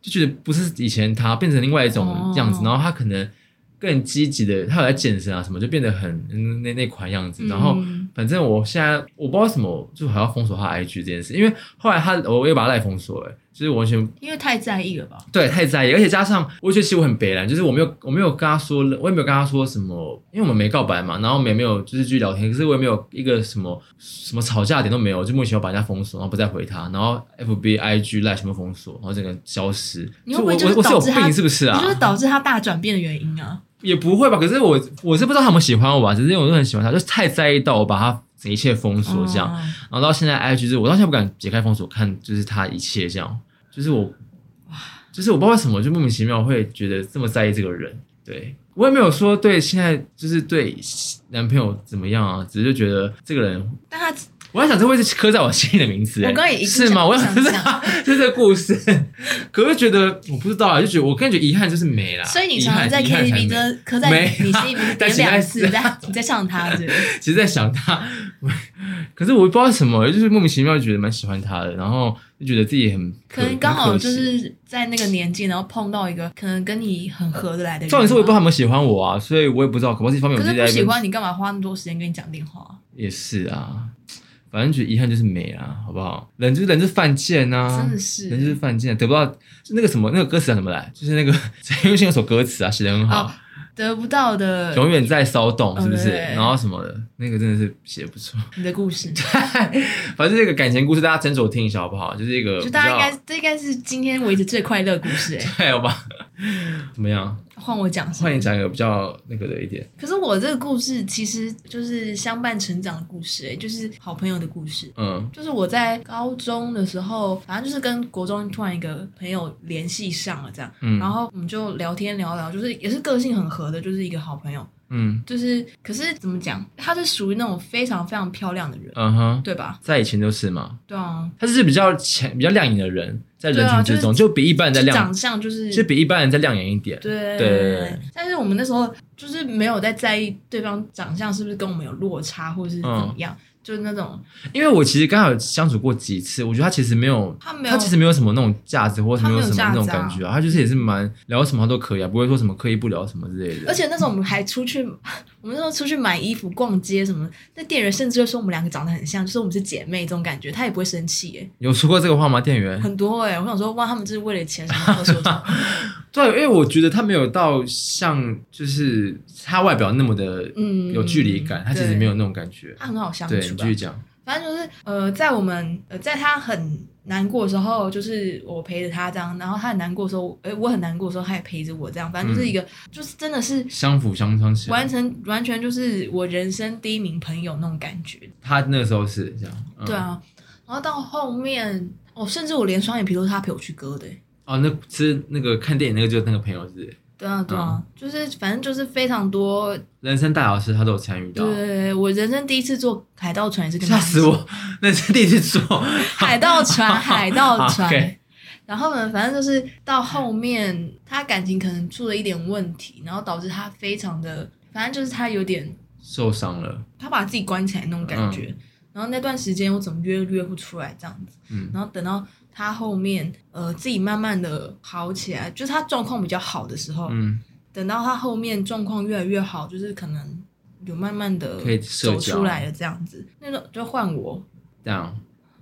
Speaker 1: 就觉得不是以前他，变成另外一种样子。
Speaker 2: 哦
Speaker 1: 然后他可能更积极的，他有在健身啊什么，就变得很嗯那那款样子。然后
Speaker 2: 嗯
Speaker 1: 反正我现在我不知道什么，就还要封锁他的 IG 这件事，因为后来他我又把他赖封锁了、就是完全
Speaker 2: 因为太在意了吧？
Speaker 1: 对，太在意，而且加上我觉得其实我很北蓝，就是我没有我没有跟他说，我也没有跟他说什么，因为我们没告白嘛，然后我们也没有就是继续聊天，可是我也没有一个什么什么吵架点都没有，就莫名其妙把人家封锁，然后不再回他，然后 F B I G 赖全部封锁，然后整个消失。
Speaker 2: 你会不会
Speaker 1: 就我
Speaker 2: 就是
Speaker 1: 我我是有
Speaker 2: 导致他
Speaker 1: 病是不是啊
Speaker 2: 这？就是导致他大转变的原因啊！
Speaker 1: 也不会吧？可是我我是不知道他们喜欢我吧，只是因为我都很喜欢他，就是太在意到我把他整一切封锁这样，
Speaker 2: 嗯
Speaker 1: 然后到现在 IG 就是我到现在不敢解开封锁看，就是他一切这样，就是我，就是我不知道为什么就莫名其妙会觉得这么在意这个人。对我也没有说对现在就是对男朋友怎么样啊，只是就觉得这个人，
Speaker 2: 但他
Speaker 1: 我在想这会是刻在我心里的名字、欸。
Speaker 2: 我刚也一直
Speaker 1: 是
Speaker 2: 想
Speaker 1: 吗？我
Speaker 2: 想
Speaker 1: 想是
Speaker 2: 讲
Speaker 1: 啊，就是 这个故事。可是觉得我不知道啊，就觉得我个人觉得遗憾就是没啦。
Speaker 2: 所以你
Speaker 1: 遗
Speaker 2: 常常
Speaker 1: 憾
Speaker 2: 在
Speaker 1: 遗憾才
Speaker 2: KTV
Speaker 1: 没
Speaker 2: 歌刻在
Speaker 1: 没
Speaker 2: 你你心里 面
Speaker 1: 但
Speaker 2: 有
Speaker 1: 其他
Speaker 2: 两
Speaker 1: 是
Speaker 2: 次，你在你在上他是 不是？
Speaker 1: 其实在想他，可是我不知道为什么，就是莫名其妙觉得蛮喜欢他的，然后就觉得自己很
Speaker 2: 可能刚好
Speaker 1: 很可
Speaker 2: 就
Speaker 1: 惜
Speaker 2: 是在那个年纪，然后碰到一个可能跟你很合得来的人。啊
Speaker 1: 重点是我也不知道他们喜欢我啊，所以我也不知道，可能这方面
Speaker 2: 可
Speaker 1: 我自
Speaker 2: 是
Speaker 1: 己在那
Speaker 2: 不喜
Speaker 1: 边
Speaker 2: 欢你，干嘛花那么多时间跟你讲电话啊？
Speaker 1: 也是啊，反正觉得遗憾就是没啊，好不好？人就是人就是犯贱啊，
Speaker 2: 真的是
Speaker 1: 人就是 犯贱，得不到就那个什么那个歌词叫什么来？就是那个陈奕迅有首歌词啊，写的很好，
Speaker 2: 哦得不到的
Speaker 1: 永远在骚动，是不是？
Speaker 2: 对
Speaker 1: 然后什么的，那个真的是写 得不错。
Speaker 2: 你的故事，
Speaker 1: 反正这个感情故事，大家斟酌听一下好不好？就是一个
Speaker 2: 就
Speaker 1: 比
Speaker 2: 大家应
Speaker 1: 较
Speaker 2: 该这应该是今天为止最快乐的故事 哎、
Speaker 1: 还有吧？怎么样？
Speaker 2: 换我讲是吗
Speaker 1: 换你讲一个比较那个的一点。
Speaker 2: 可是我这个故事其实就是相伴成长的故事、欸，就是好朋友的故事。
Speaker 1: 嗯
Speaker 2: 就是我在高中的时候，反正就是跟国中突然一个朋友联系上了，这样，
Speaker 1: 嗯
Speaker 2: 然后我们就聊天聊聊，就是也是个性很合的，就是一个好朋友。
Speaker 1: 嗯
Speaker 2: 就是可是怎么讲，她是属于那种非常非常漂亮的人，
Speaker 1: 嗯哼，
Speaker 2: 对吧？
Speaker 1: 在以前都是嘛，
Speaker 2: 对啊，
Speaker 1: 他就是比较前比较亮眼的人，在人
Speaker 2: 对啊
Speaker 1: 群之中，就比一般人在
Speaker 2: 就
Speaker 1: 亮
Speaker 2: 长，相就是
Speaker 1: 就比一般人在亮眼一点。
Speaker 2: 对
Speaker 1: 对
Speaker 2: 但是我们那时候就是没有在在意对方长相是不是跟我们有落差，或者
Speaker 1: 嗯
Speaker 2: 是怎么样，就是那种
Speaker 1: 因为我其实刚好相处过几次，我觉得他其实没有，
Speaker 2: 他没有
Speaker 1: 其实没有什么那种架子，或者
Speaker 2: 他
Speaker 1: 没
Speaker 2: 没有
Speaker 1: 什么那种
Speaker 2: 架子啊
Speaker 1: 感觉啊，他就是也是蛮聊什么他都可以啊，不会说什么刻意不聊什么之类的。
Speaker 2: 而且那时候我们还出去， 我们那时候出去买衣服、逛街什么，那店员甚至会说我们两个长得很像，就说我们是姐妹这种感觉，他也不会生气耶，
Speaker 1: 有说过这个话吗？店员？
Speaker 2: 很多哎，我想说哇，他们就是为了钱什么都说这 种
Speaker 1: 对，因为我觉得他没有到像就是他外表那么的
Speaker 2: 嗯
Speaker 1: 有距离感，他其实没有，那种感觉
Speaker 2: 对。他很好相
Speaker 1: 对，
Speaker 2: 处
Speaker 1: 你
Speaker 2: 吧
Speaker 1: 继，续讲。
Speaker 2: 反正就是呃，在我们呃，在他很难过的时候，就是我陪着他这样，然后他很难过的时候，呃，我很难过的时候，他也陪着我这样，反正就是一个、
Speaker 1: 嗯
Speaker 2: 就是真的是
Speaker 1: 相辅相成型，
Speaker 2: 完全完全就是我人生第一名朋友那种感觉，
Speaker 1: 他那时候是这样，嗯、
Speaker 2: 对，啊，然后到后面，哦，甚至我连双眼皮都是他陪我去割的欸。
Speaker 1: 哦，那是那个看电影那个就是那个朋友是
Speaker 2: 对啊，
Speaker 1: 嗯
Speaker 2: 对啊，就是反正就是非常多。
Speaker 1: 人生大小事，他都有参与到，
Speaker 2: 对，我人生第一次坐海盗船也是跟他
Speaker 1: 吓
Speaker 2: 一起
Speaker 1: 死！我， 那是第一次做，
Speaker 2: 海 盗船，海盗船
Speaker 1: OK。
Speaker 2: 然后呢，反正就是到后面，他感情可能出了一点问题，然后导致他非常的，反正就是他有点，
Speaker 1: 受伤了，
Speaker 2: 他把自己关起来那种感觉。然后那段时间我怎么约都约不出来这样子。
Speaker 1: 嗯
Speaker 2: 然后等到他后面，呃，自己慢慢的好起来，就是他状况比较好的时候，
Speaker 1: 嗯，
Speaker 2: 等到他后面状况越来越好，就是可能有慢慢的
Speaker 1: 可以社
Speaker 2: 走
Speaker 1: 交
Speaker 2: 出来了这样子，那种就换我，
Speaker 1: 这样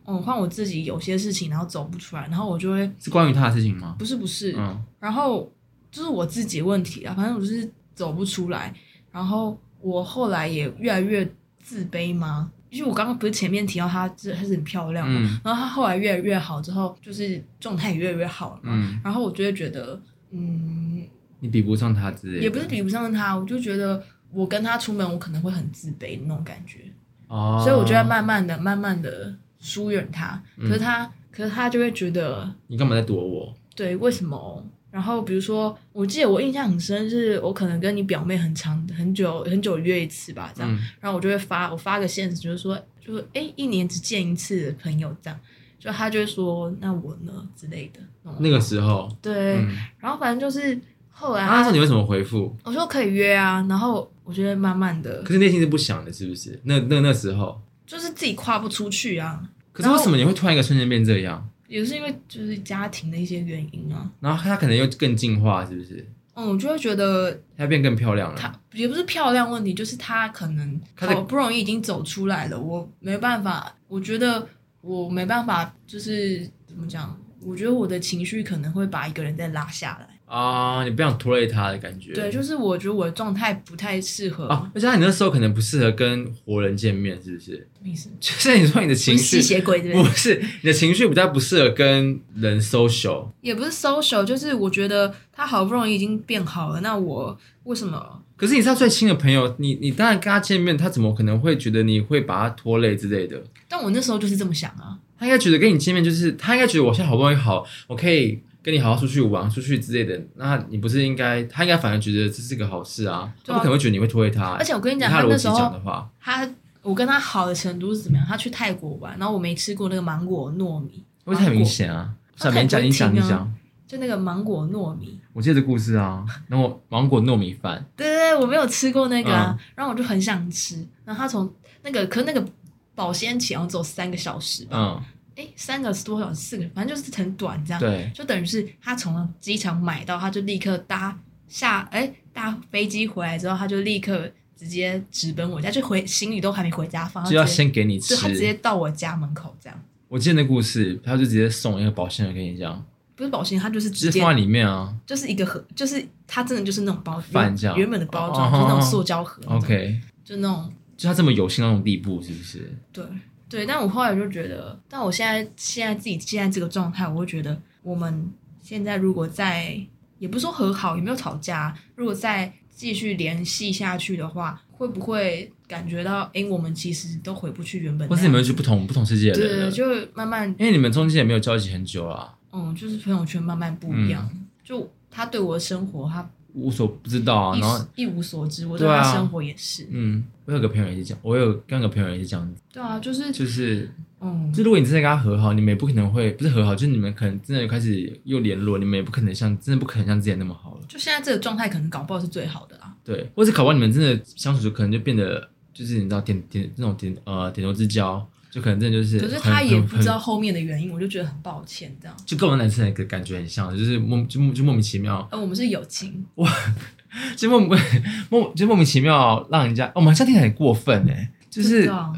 Speaker 2: 嗯，换我自己有些事情然后走不出来，然后我就会
Speaker 1: 是关于他的事情吗？
Speaker 2: 不是不是，
Speaker 1: 嗯
Speaker 2: 然后就是我自己的问题啊，反正我就是走不出来，然后我后来也越来越自卑嘛，因为我刚刚不是前面提到她是她是很漂亮嘛，
Speaker 1: 嗯
Speaker 2: 然后她后来越来越好之后，就是状态也越来越好了嘛，
Speaker 1: 嗯，
Speaker 2: 然后我就会觉得，嗯，
Speaker 1: 你比不上他之类的，
Speaker 2: 也不是比不上他，我就觉得我跟他出门，我可能会很自卑的那种感觉，
Speaker 1: 哦，
Speaker 2: 所以我就在慢慢的、慢慢的疏远他。
Speaker 1: 嗯
Speaker 2: 可是他，可是他就会觉得，
Speaker 1: 你干嘛在躲我？
Speaker 2: 对，为什么？然后比如说，我记得我印象很深，是我可能跟你表妹很长、很久、很久约一次吧，这样。
Speaker 1: 嗯
Speaker 2: 然后我就会发，我发个现实，就是说，就是哎、诶一年只见一次的朋友这样。就他就会说，那我呢之类的那种。
Speaker 1: 那个时候，
Speaker 2: 对，
Speaker 1: 嗯，
Speaker 2: 然后反正就是后来
Speaker 1: 啊那时
Speaker 2: 他
Speaker 1: 候你为什么回复？
Speaker 2: 我说可以约啊，然后我就会慢慢的
Speaker 1: 可，是内心是不想的，是不是？那那那时候，
Speaker 2: 就是自己跨不出去啊，
Speaker 1: 可是为什么你会突然一个瞬间变这样？
Speaker 2: 也是因为就是家庭的一些原因啊。
Speaker 1: 然后他可能又更进化，是不是？
Speaker 2: 嗯，我就会觉得
Speaker 1: 他变更漂亮了。
Speaker 2: 她也不是漂亮问题，就是她可能
Speaker 1: 她在
Speaker 2: 好不容易已经走出来了，我没办法，我觉得我没办法，就是怎么讲？我觉得我的情绪可能会把一个人再拉下来。
Speaker 1: 啊、你不想拖累他的感觉。
Speaker 2: 对，就是我觉得我的状态不太适合。
Speaker 1: 啊，而且他你那时候可能不适合跟活人见面，是不是？
Speaker 2: 什么意思？
Speaker 1: 就是你说你的
Speaker 2: 不
Speaker 1: 情
Speaker 2: 是吸
Speaker 1: 绪
Speaker 2: 血鬼对不
Speaker 1: 不
Speaker 2: 对？
Speaker 1: 是你的情绪比较不适合跟人 social，
Speaker 2: 也不是 social，就是我觉得他好不容易已经变好了，那我为什么
Speaker 1: 可是你是他最亲的朋友，你你当然跟他见面，他怎么可能会觉得你会把他拖累之类的？
Speaker 2: 但我那时候就是这么想啊，
Speaker 1: 他应该觉得跟你见面就是他应该觉得我现在好不容易好，我可以跟你好好出去玩、出去之类的。那你不是应该他应该反而觉得这是个好事啊？他
Speaker 2: 对
Speaker 1: 不
Speaker 2: 啊
Speaker 1: 可能会觉得你会拖累他、
Speaker 2: 而且我跟你
Speaker 1: 以
Speaker 2: 讲，
Speaker 1: 他
Speaker 2: 他
Speaker 1: 的
Speaker 2: 那
Speaker 1: 哎逻
Speaker 2: 时
Speaker 1: 辑
Speaker 2: 候
Speaker 1: 讲的话，
Speaker 2: 他我跟他好的程度是怎么样？他去泰国玩，然后我没吃过那个芒果糯米，
Speaker 1: 会不会太
Speaker 2: 芒
Speaker 1: 明
Speaker 2: 果
Speaker 1: 显啊？
Speaker 2: 他
Speaker 1: 算了，你讲，
Speaker 2: 太
Speaker 1: 你
Speaker 2: 不
Speaker 1: 讲，
Speaker 2: 亲
Speaker 1: 你
Speaker 2: 啊
Speaker 1: 讲。
Speaker 2: 就那个芒果糯米。
Speaker 1: 我记得这故事啊，然后芒果糯米饭，
Speaker 2: 对对对，我没有吃过那个、啊，
Speaker 1: 嗯
Speaker 2: 然后我就很想吃。然后他从那个，可是那个保鲜期好像只有三个小时吧？
Speaker 1: 嗯，
Speaker 2: 哎、三个是多少？四个，反正就是很短这样。
Speaker 1: 对，
Speaker 2: 就等于是他从机场买到，他就立刻搭下，哎、搭飞机回来之后，他就立刻直接直奔我家，就回行李都还没回家放，他
Speaker 1: 就要
Speaker 2: 直接
Speaker 1: 先给你吃
Speaker 2: 对，他。直接到我家门口这样。
Speaker 1: 我记得那故事，他就直接送一个保鲜盒给你这样，
Speaker 2: 不是保鲜，它就是
Speaker 1: 就
Speaker 2: 直
Speaker 1: 是
Speaker 2: 接
Speaker 1: 放在里面啊。
Speaker 2: 就是一个盒，就是它真的就是那种包
Speaker 1: 饭这样
Speaker 2: 原本的包
Speaker 1: 哦
Speaker 2: 装，就是那种塑胶盒那种
Speaker 1: OK，
Speaker 2: 就那种
Speaker 1: 就它这么有心到那种地步，是不是？
Speaker 2: 对对。但我后来就觉得，但我现在现在自己现在这个状态，我会觉得我们现在如果在也不是说和好，也没有吵架，如果再继续联系下去的话，会不会感觉到，诶，我们其实都回不去原本那样，
Speaker 1: 或是你们去不同不同世界的
Speaker 2: 对
Speaker 1: 人
Speaker 2: 对，
Speaker 1: 了？
Speaker 2: 就慢慢
Speaker 1: 因为你们中间也没有交集很久啊，
Speaker 2: 嗯，就是朋友圈慢慢不一样，
Speaker 1: 嗯
Speaker 2: 就他对我的生活，他
Speaker 1: 无所不知道啊。然后，
Speaker 2: 一一无所知，我对
Speaker 1: 对
Speaker 2: 他
Speaker 1: 啊
Speaker 2: 生活也是，
Speaker 1: 嗯，我有个朋友也是这样，我有跟个朋友也是这样子，
Speaker 2: 对啊，就是
Speaker 1: 就是
Speaker 2: 嗯，
Speaker 1: 就如果你真的跟他和好，你们也不可能会不是和好，就是你们可能真的开始又联络，你们也不可能像真的不可能像之前那么好了。
Speaker 2: 就现在这个状态，可能搞不好是最好的啦。
Speaker 1: 对，或是搞不好你们真的相处就可能就变得就是你知道点点那种点呃点头之交，就可能真的就是
Speaker 2: 可
Speaker 1: 很，
Speaker 2: 是他也
Speaker 1: 很
Speaker 2: 不知道，后面的原因，我就觉得很抱歉。这样，
Speaker 1: 很就跟我们男生的感觉很像，就是莫就莫就莫名其妙，
Speaker 2: 呃，我们是友情，
Speaker 1: 就莫名莫就莫名其妙让人家，哦我们这样听起来很过分哎、就
Speaker 2: 不知
Speaker 1: 是
Speaker 2: 道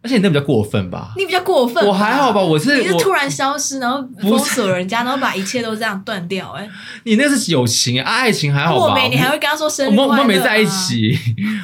Speaker 1: 而且你那比较过分吧，
Speaker 2: 啊你比较过分，
Speaker 1: 我还好吧，？我
Speaker 2: 你
Speaker 1: 是
Speaker 2: 是
Speaker 1: 我
Speaker 2: 突然消失，然后
Speaker 1: 是
Speaker 2: 封锁人家，然后把一切都这样断掉、欸。
Speaker 1: 你那是友情啊，爱情还
Speaker 2: 哎，
Speaker 1: 好吧，
Speaker 2: 我没，你
Speaker 1: 我
Speaker 2: 还会跟他说生
Speaker 1: 我
Speaker 2: 日
Speaker 1: 们
Speaker 2: 快乐、
Speaker 1: 我
Speaker 2: 啊？
Speaker 1: 们没在一。起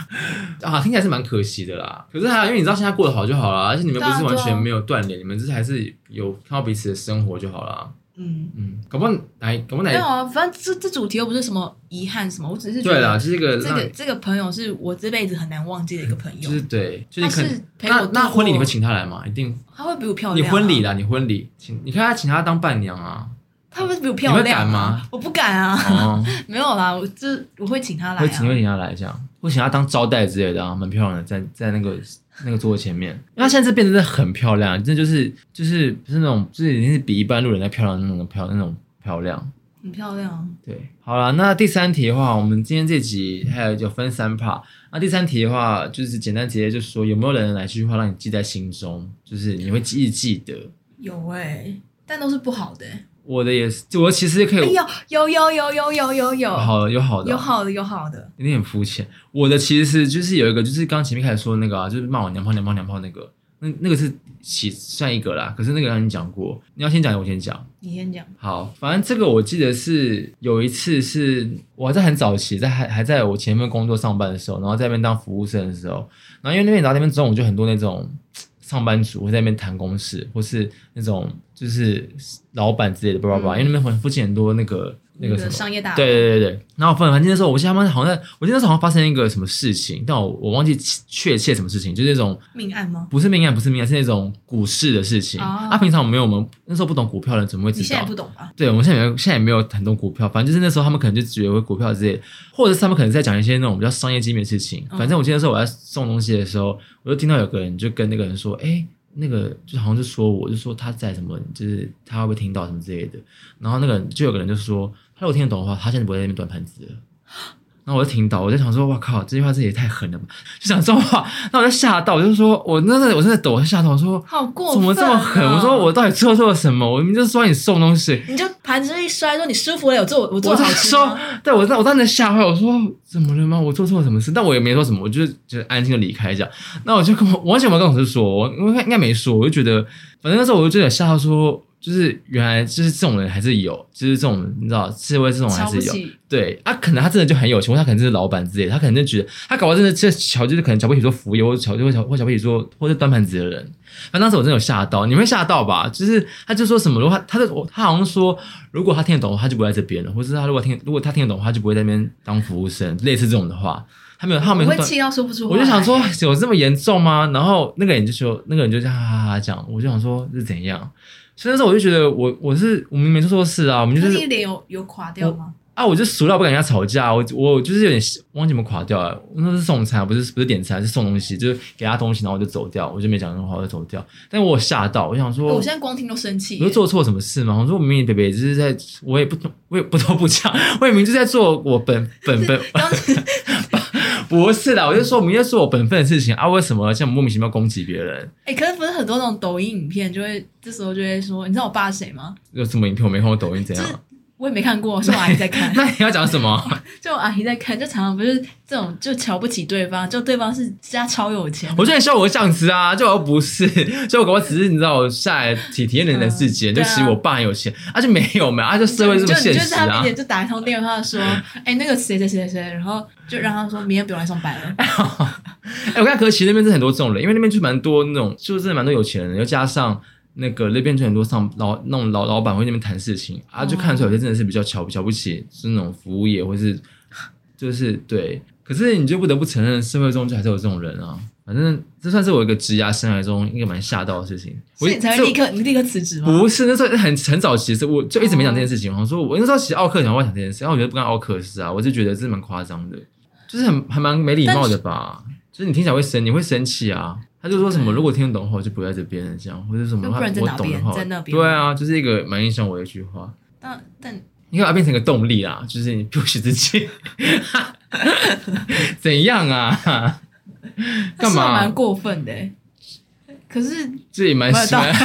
Speaker 1: 啊，听起来是蛮可惜的啦。可是还好因为你知道现在过得好就好啦，而且你们不是
Speaker 2: 对啊
Speaker 1: 完
Speaker 2: 对啊
Speaker 1: 全没有断联，你们就是还是有看到彼此的生活就好啦。
Speaker 2: 嗯，
Speaker 1: 嗯，搞不好来，搞不好
Speaker 2: 没有
Speaker 1: 来，
Speaker 2: 啊，反正这这主题又不是什么遗憾什么，我只是觉
Speaker 1: 对啦，
Speaker 2: 得
Speaker 1: 就是一个
Speaker 2: 这
Speaker 1: 让
Speaker 2: 个这个朋友是我这辈子很难忘记的一个朋友
Speaker 1: 就。是对，就
Speaker 2: 他
Speaker 1: 你可
Speaker 2: 是
Speaker 1: 能
Speaker 2: 陪我
Speaker 1: 那
Speaker 2: 度
Speaker 1: 那婚礼你
Speaker 2: 过哦
Speaker 1: 会请他来吗？一定，
Speaker 2: 她会比我漂
Speaker 1: 你
Speaker 2: 亮、啊
Speaker 1: 婚礼，啦，你婚礼请，你看他请他当伴娘啊，
Speaker 2: 她会比我漂
Speaker 1: 你会
Speaker 2: 亮、
Speaker 1: 敢
Speaker 2: 啊、
Speaker 1: 吗？
Speaker 2: 我不敢啊，
Speaker 1: 哦，
Speaker 2: 没有啦，我就是我会请她来、啊。
Speaker 1: 会请会请他来这样，会请他当招待之类的啊，蛮漂亮的，在在那个那个桌子前面，因为他现在这变得真的很漂亮，真的就是就是不是那种，就是已经是比一般路人在漂亮的那种漂那种漂亮。
Speaker 2: 很漂亮。啊
Speaker 1: 对，好了，那第三题的话，我们今天这集还有就分三 part。那第三题的话，就是简单直接就说有没有人哪句话让你记在心中，就是你会记一记得。
Speaker 2: 有哎、但都是不好的、欸。
Speaker 1: 我的也是，我其实也可
Speaker 2: 哎
Speaker 1: 以，
Speaker 2: 呦，有有有有有有有，
Speaker 1: 好了有好的
Speaker 2: 有
Speaker 1: 啊，
Speaker 2: 好的有好的，
Speaker 1: 有点肤浅。我的其实是就是有一个，就是刚前面开始说的那个啊，就是骂我娘炮娘炮娘炮那个，那那个是其算一个啦。可是那个让你讲过，你要先讲，我先讲。
Speaker 2: 你先讲。
Speaker 1: 好，反正这个我记得是有一次是我还在很早期，在还还在我前面工作上班的时候，然后在那边当服务生的时候，然后因为那边然后那边中午就很多那种嘖上班族会在那边谈公事，或是那种就是老板之类的，叭叭叭，因
Speaker 2: 嗯
Speaker 1: 为那边很附近很多那个那个什么
Speaker 2: 商业大楼
Speaker 1: 对对对对，然后反正那时候，我记得他们好像，我记得那时候好像发生一个什么事情，但我我忘记确切什么事情，就是那种
Speaker 2: 命案吗？
Speaker 1: 不是命案，不是命案，是那种股市的事情。
Speaker 2: 哦
Speaker 1: 啊，平常我们有我们那时候不懂股票的人怎么会
Speaker 2: 你
Speaker 1: 知
Speaker 2: 现在
Speaker 1: 道
Speaker 2: 不？懂吧？
Speaker 1: 对，我们现在也没有现在也没有很懂股票，反正就是那时候他们可能就觉得股票之类的，或者是他们可能在讲一些那种比较商业机密的事情。
Speaker 2: 嗯
Speaker 1: 反正我记得那时候我在送东西的时候，我就听到有个人就跟那个人说：“哎、那个就好像就说我，就说他在什么，就是他会不会听到什么之类的。”然后那个人就有个人就说：“他如果听得懂的话，他现在不会在那边端盘子了。”然后我就听到，我就想说，哇靠，这句话这也太狠了吧！就讲这种话，那我就吓到，我就说，我那那我真的抖，我就吓到，我说
Speaker 2: 好过分、啊
Speaker 1: 怎么这么狠？我说我。到底做错了什么？我明明就说你送东西，
Speaker 2: 你就盘子一摔，说你舒服了，有做我做
Speaker 1: 我
Speaker 2: 得
Speaker 1: 在
Speaker 2: 好吃
Speaker 1: 说
Speaker 2: 吗？，
Speaker 1: 对我当我当时吓坏，我说怎么了吗？我做错了什么事？但我也没说什么，我就是就是安静的离开这样。那我就跟我我完全没有跟我同事说，我我应该应该没说，我就觉得反正那时候我就真的吓到说，就是原来就是这种人还是有，就是这种你知道社会这种人还
Speaker 2: 瞧不
Speaker 1: 是有。
Speaker 2: 起，
Speaker 1: 对啊，可能他真的就很有钱，或他可能就是老板之类的，他可能就觉得他搞不好真的这瞧就是可能瞧不起做服务业，或者瞧就会瞧或瞧不起做或者端盘子的人。反正当时我真的有吓到，你们会吓到吧？就是他就说什么，如果他他就他好像说，如果他听得懂的话，他就不会在这边了，或是他如果听如果他听得懂的话，他就不会在那边当服务生，类似这种的话，他没有他
Speaker 2: 我啊哎
Speaker 1: 没有
Speaker 2: 会
Speaker 1: 断
Speaker 2: 气到说不出话。
Speaker 1: 我就想说，有这么严重吗？然后那个人就说，那个人就这样哈哈哈讲，我就想说是怎样。所以那时候我就觉得我我是我明明就说是啊，我们就
Speaker 2: 那
Speaker 1: 是
Speaker 2: 你脸有有垮掉吗？
Speaker 1: 啊，我就熟到不敢跟人家吵架，我我就是有点忘记怎么垮掉了。我那是送餐，不是不是点餐，是送东西，就是给他东西，然后我就走掉，我就没讲任何话，我就走掉。但我有吓到，我想说，
Speaker 2: 哦我
Speaker 1: 哦我
Speaker 2: 现在光听都生气耶。
Speaker 1: 又做错什么事吗？我说我明明北北就是在，我也不懂，我也不都不讲，我也明明就在做我本本 本，
Speaker 2: 当时
Speaker 1: 不是啦，我就说我明明在做我本分的事情啊，为什么像莫名其妙攻击别人？
Speaker 2: 哎、可是不是很多那种抖音影片就会，这时候就会说，你知道我爸是谁吗？
Speaker 1: 有什么影片我没看过抖音怎
Speaker 2: 就
Speaker 1: 样，
Speaker 2: 是？我也没看过，是我阿姨在看
Speaker 1: 那你要讲什么？
Speaker 2: 就我阿姨在看，就常常不是这种就瞧不起对方，就对方是家超有钱，
Speaker 1: 我就很笑我上司啊，就我又不是， 就我我只是你知道我下来体体验人的事情，
Speaker 2: 嗯
Speaker 1: 就
Speaker 2: 对啊
Speaker 1: 其实我爸很有钱，啊就没有嘛，啊就社会这
Speaker 2: 就
Speaker 1: 么现
Speaker 2: 你就
Speaker 1: 实
Speaker 2: 在他面
Speaker 1: 啊，
Speaker 2: 前就打一通电话说，哎、那个谁谁谁谁，然后就让他说明天不用来上班了。
Speaker 1: 哎、我看可其实那边真的很多这种人，因为那边就蛮多那种，就是真的蛮多有钱人，又加上那个那边就很多上老那种老老板会那边谈事情啊，就看得出来有些真的是比较瞧瞧不起是那种服务业或是就是对，可是你就不得不承认，社会中就还是有这种人啊。反正这算是我一个职涯生涯中应该蛮吓到的事情，我
Speaker 2: 所以你才
Speaker 1: 这
Speaker 2: 会立刻你立刻辞职吗？
Speaker 1: 不是，那时候很很早期的事，我就一直没讲这件事情。我说我那时候其实奥克想要想这件事，但我觉得不干奥克的事啊，我就觉得这蛮夸张的，就是很还蛮没礼貌的吧。就是你听起来会生，你会生气啊。他就说什么
Speaker 2: 对
Speaker 1: 如果听得懂的话，我就不在这边这样，或者什么
Speaker 2: 那不然在
Speaker 1: 我
Speaker 2: 哪
Speaker 1: 懂的
Speaker 2: 边
Speaker 1: 话，
Speaker 2: 在那边
Speaker 1: 对啊，就是一个蛮影响我的一句话。
Speaker 2: 但但
Speaker 1: 你把它变成一个动力啦，就是你 push 自己， 怎样啊？
Speaker 2: 但
Speaker 1: 干
Speaker 2: 是
Speaker 1: 嘛？
Speaker 2: 蛮过分的、欸。可是
Speaker 1: 这也蛮
Speaker 2: 蛮有 道理
Speaker 1: 蛮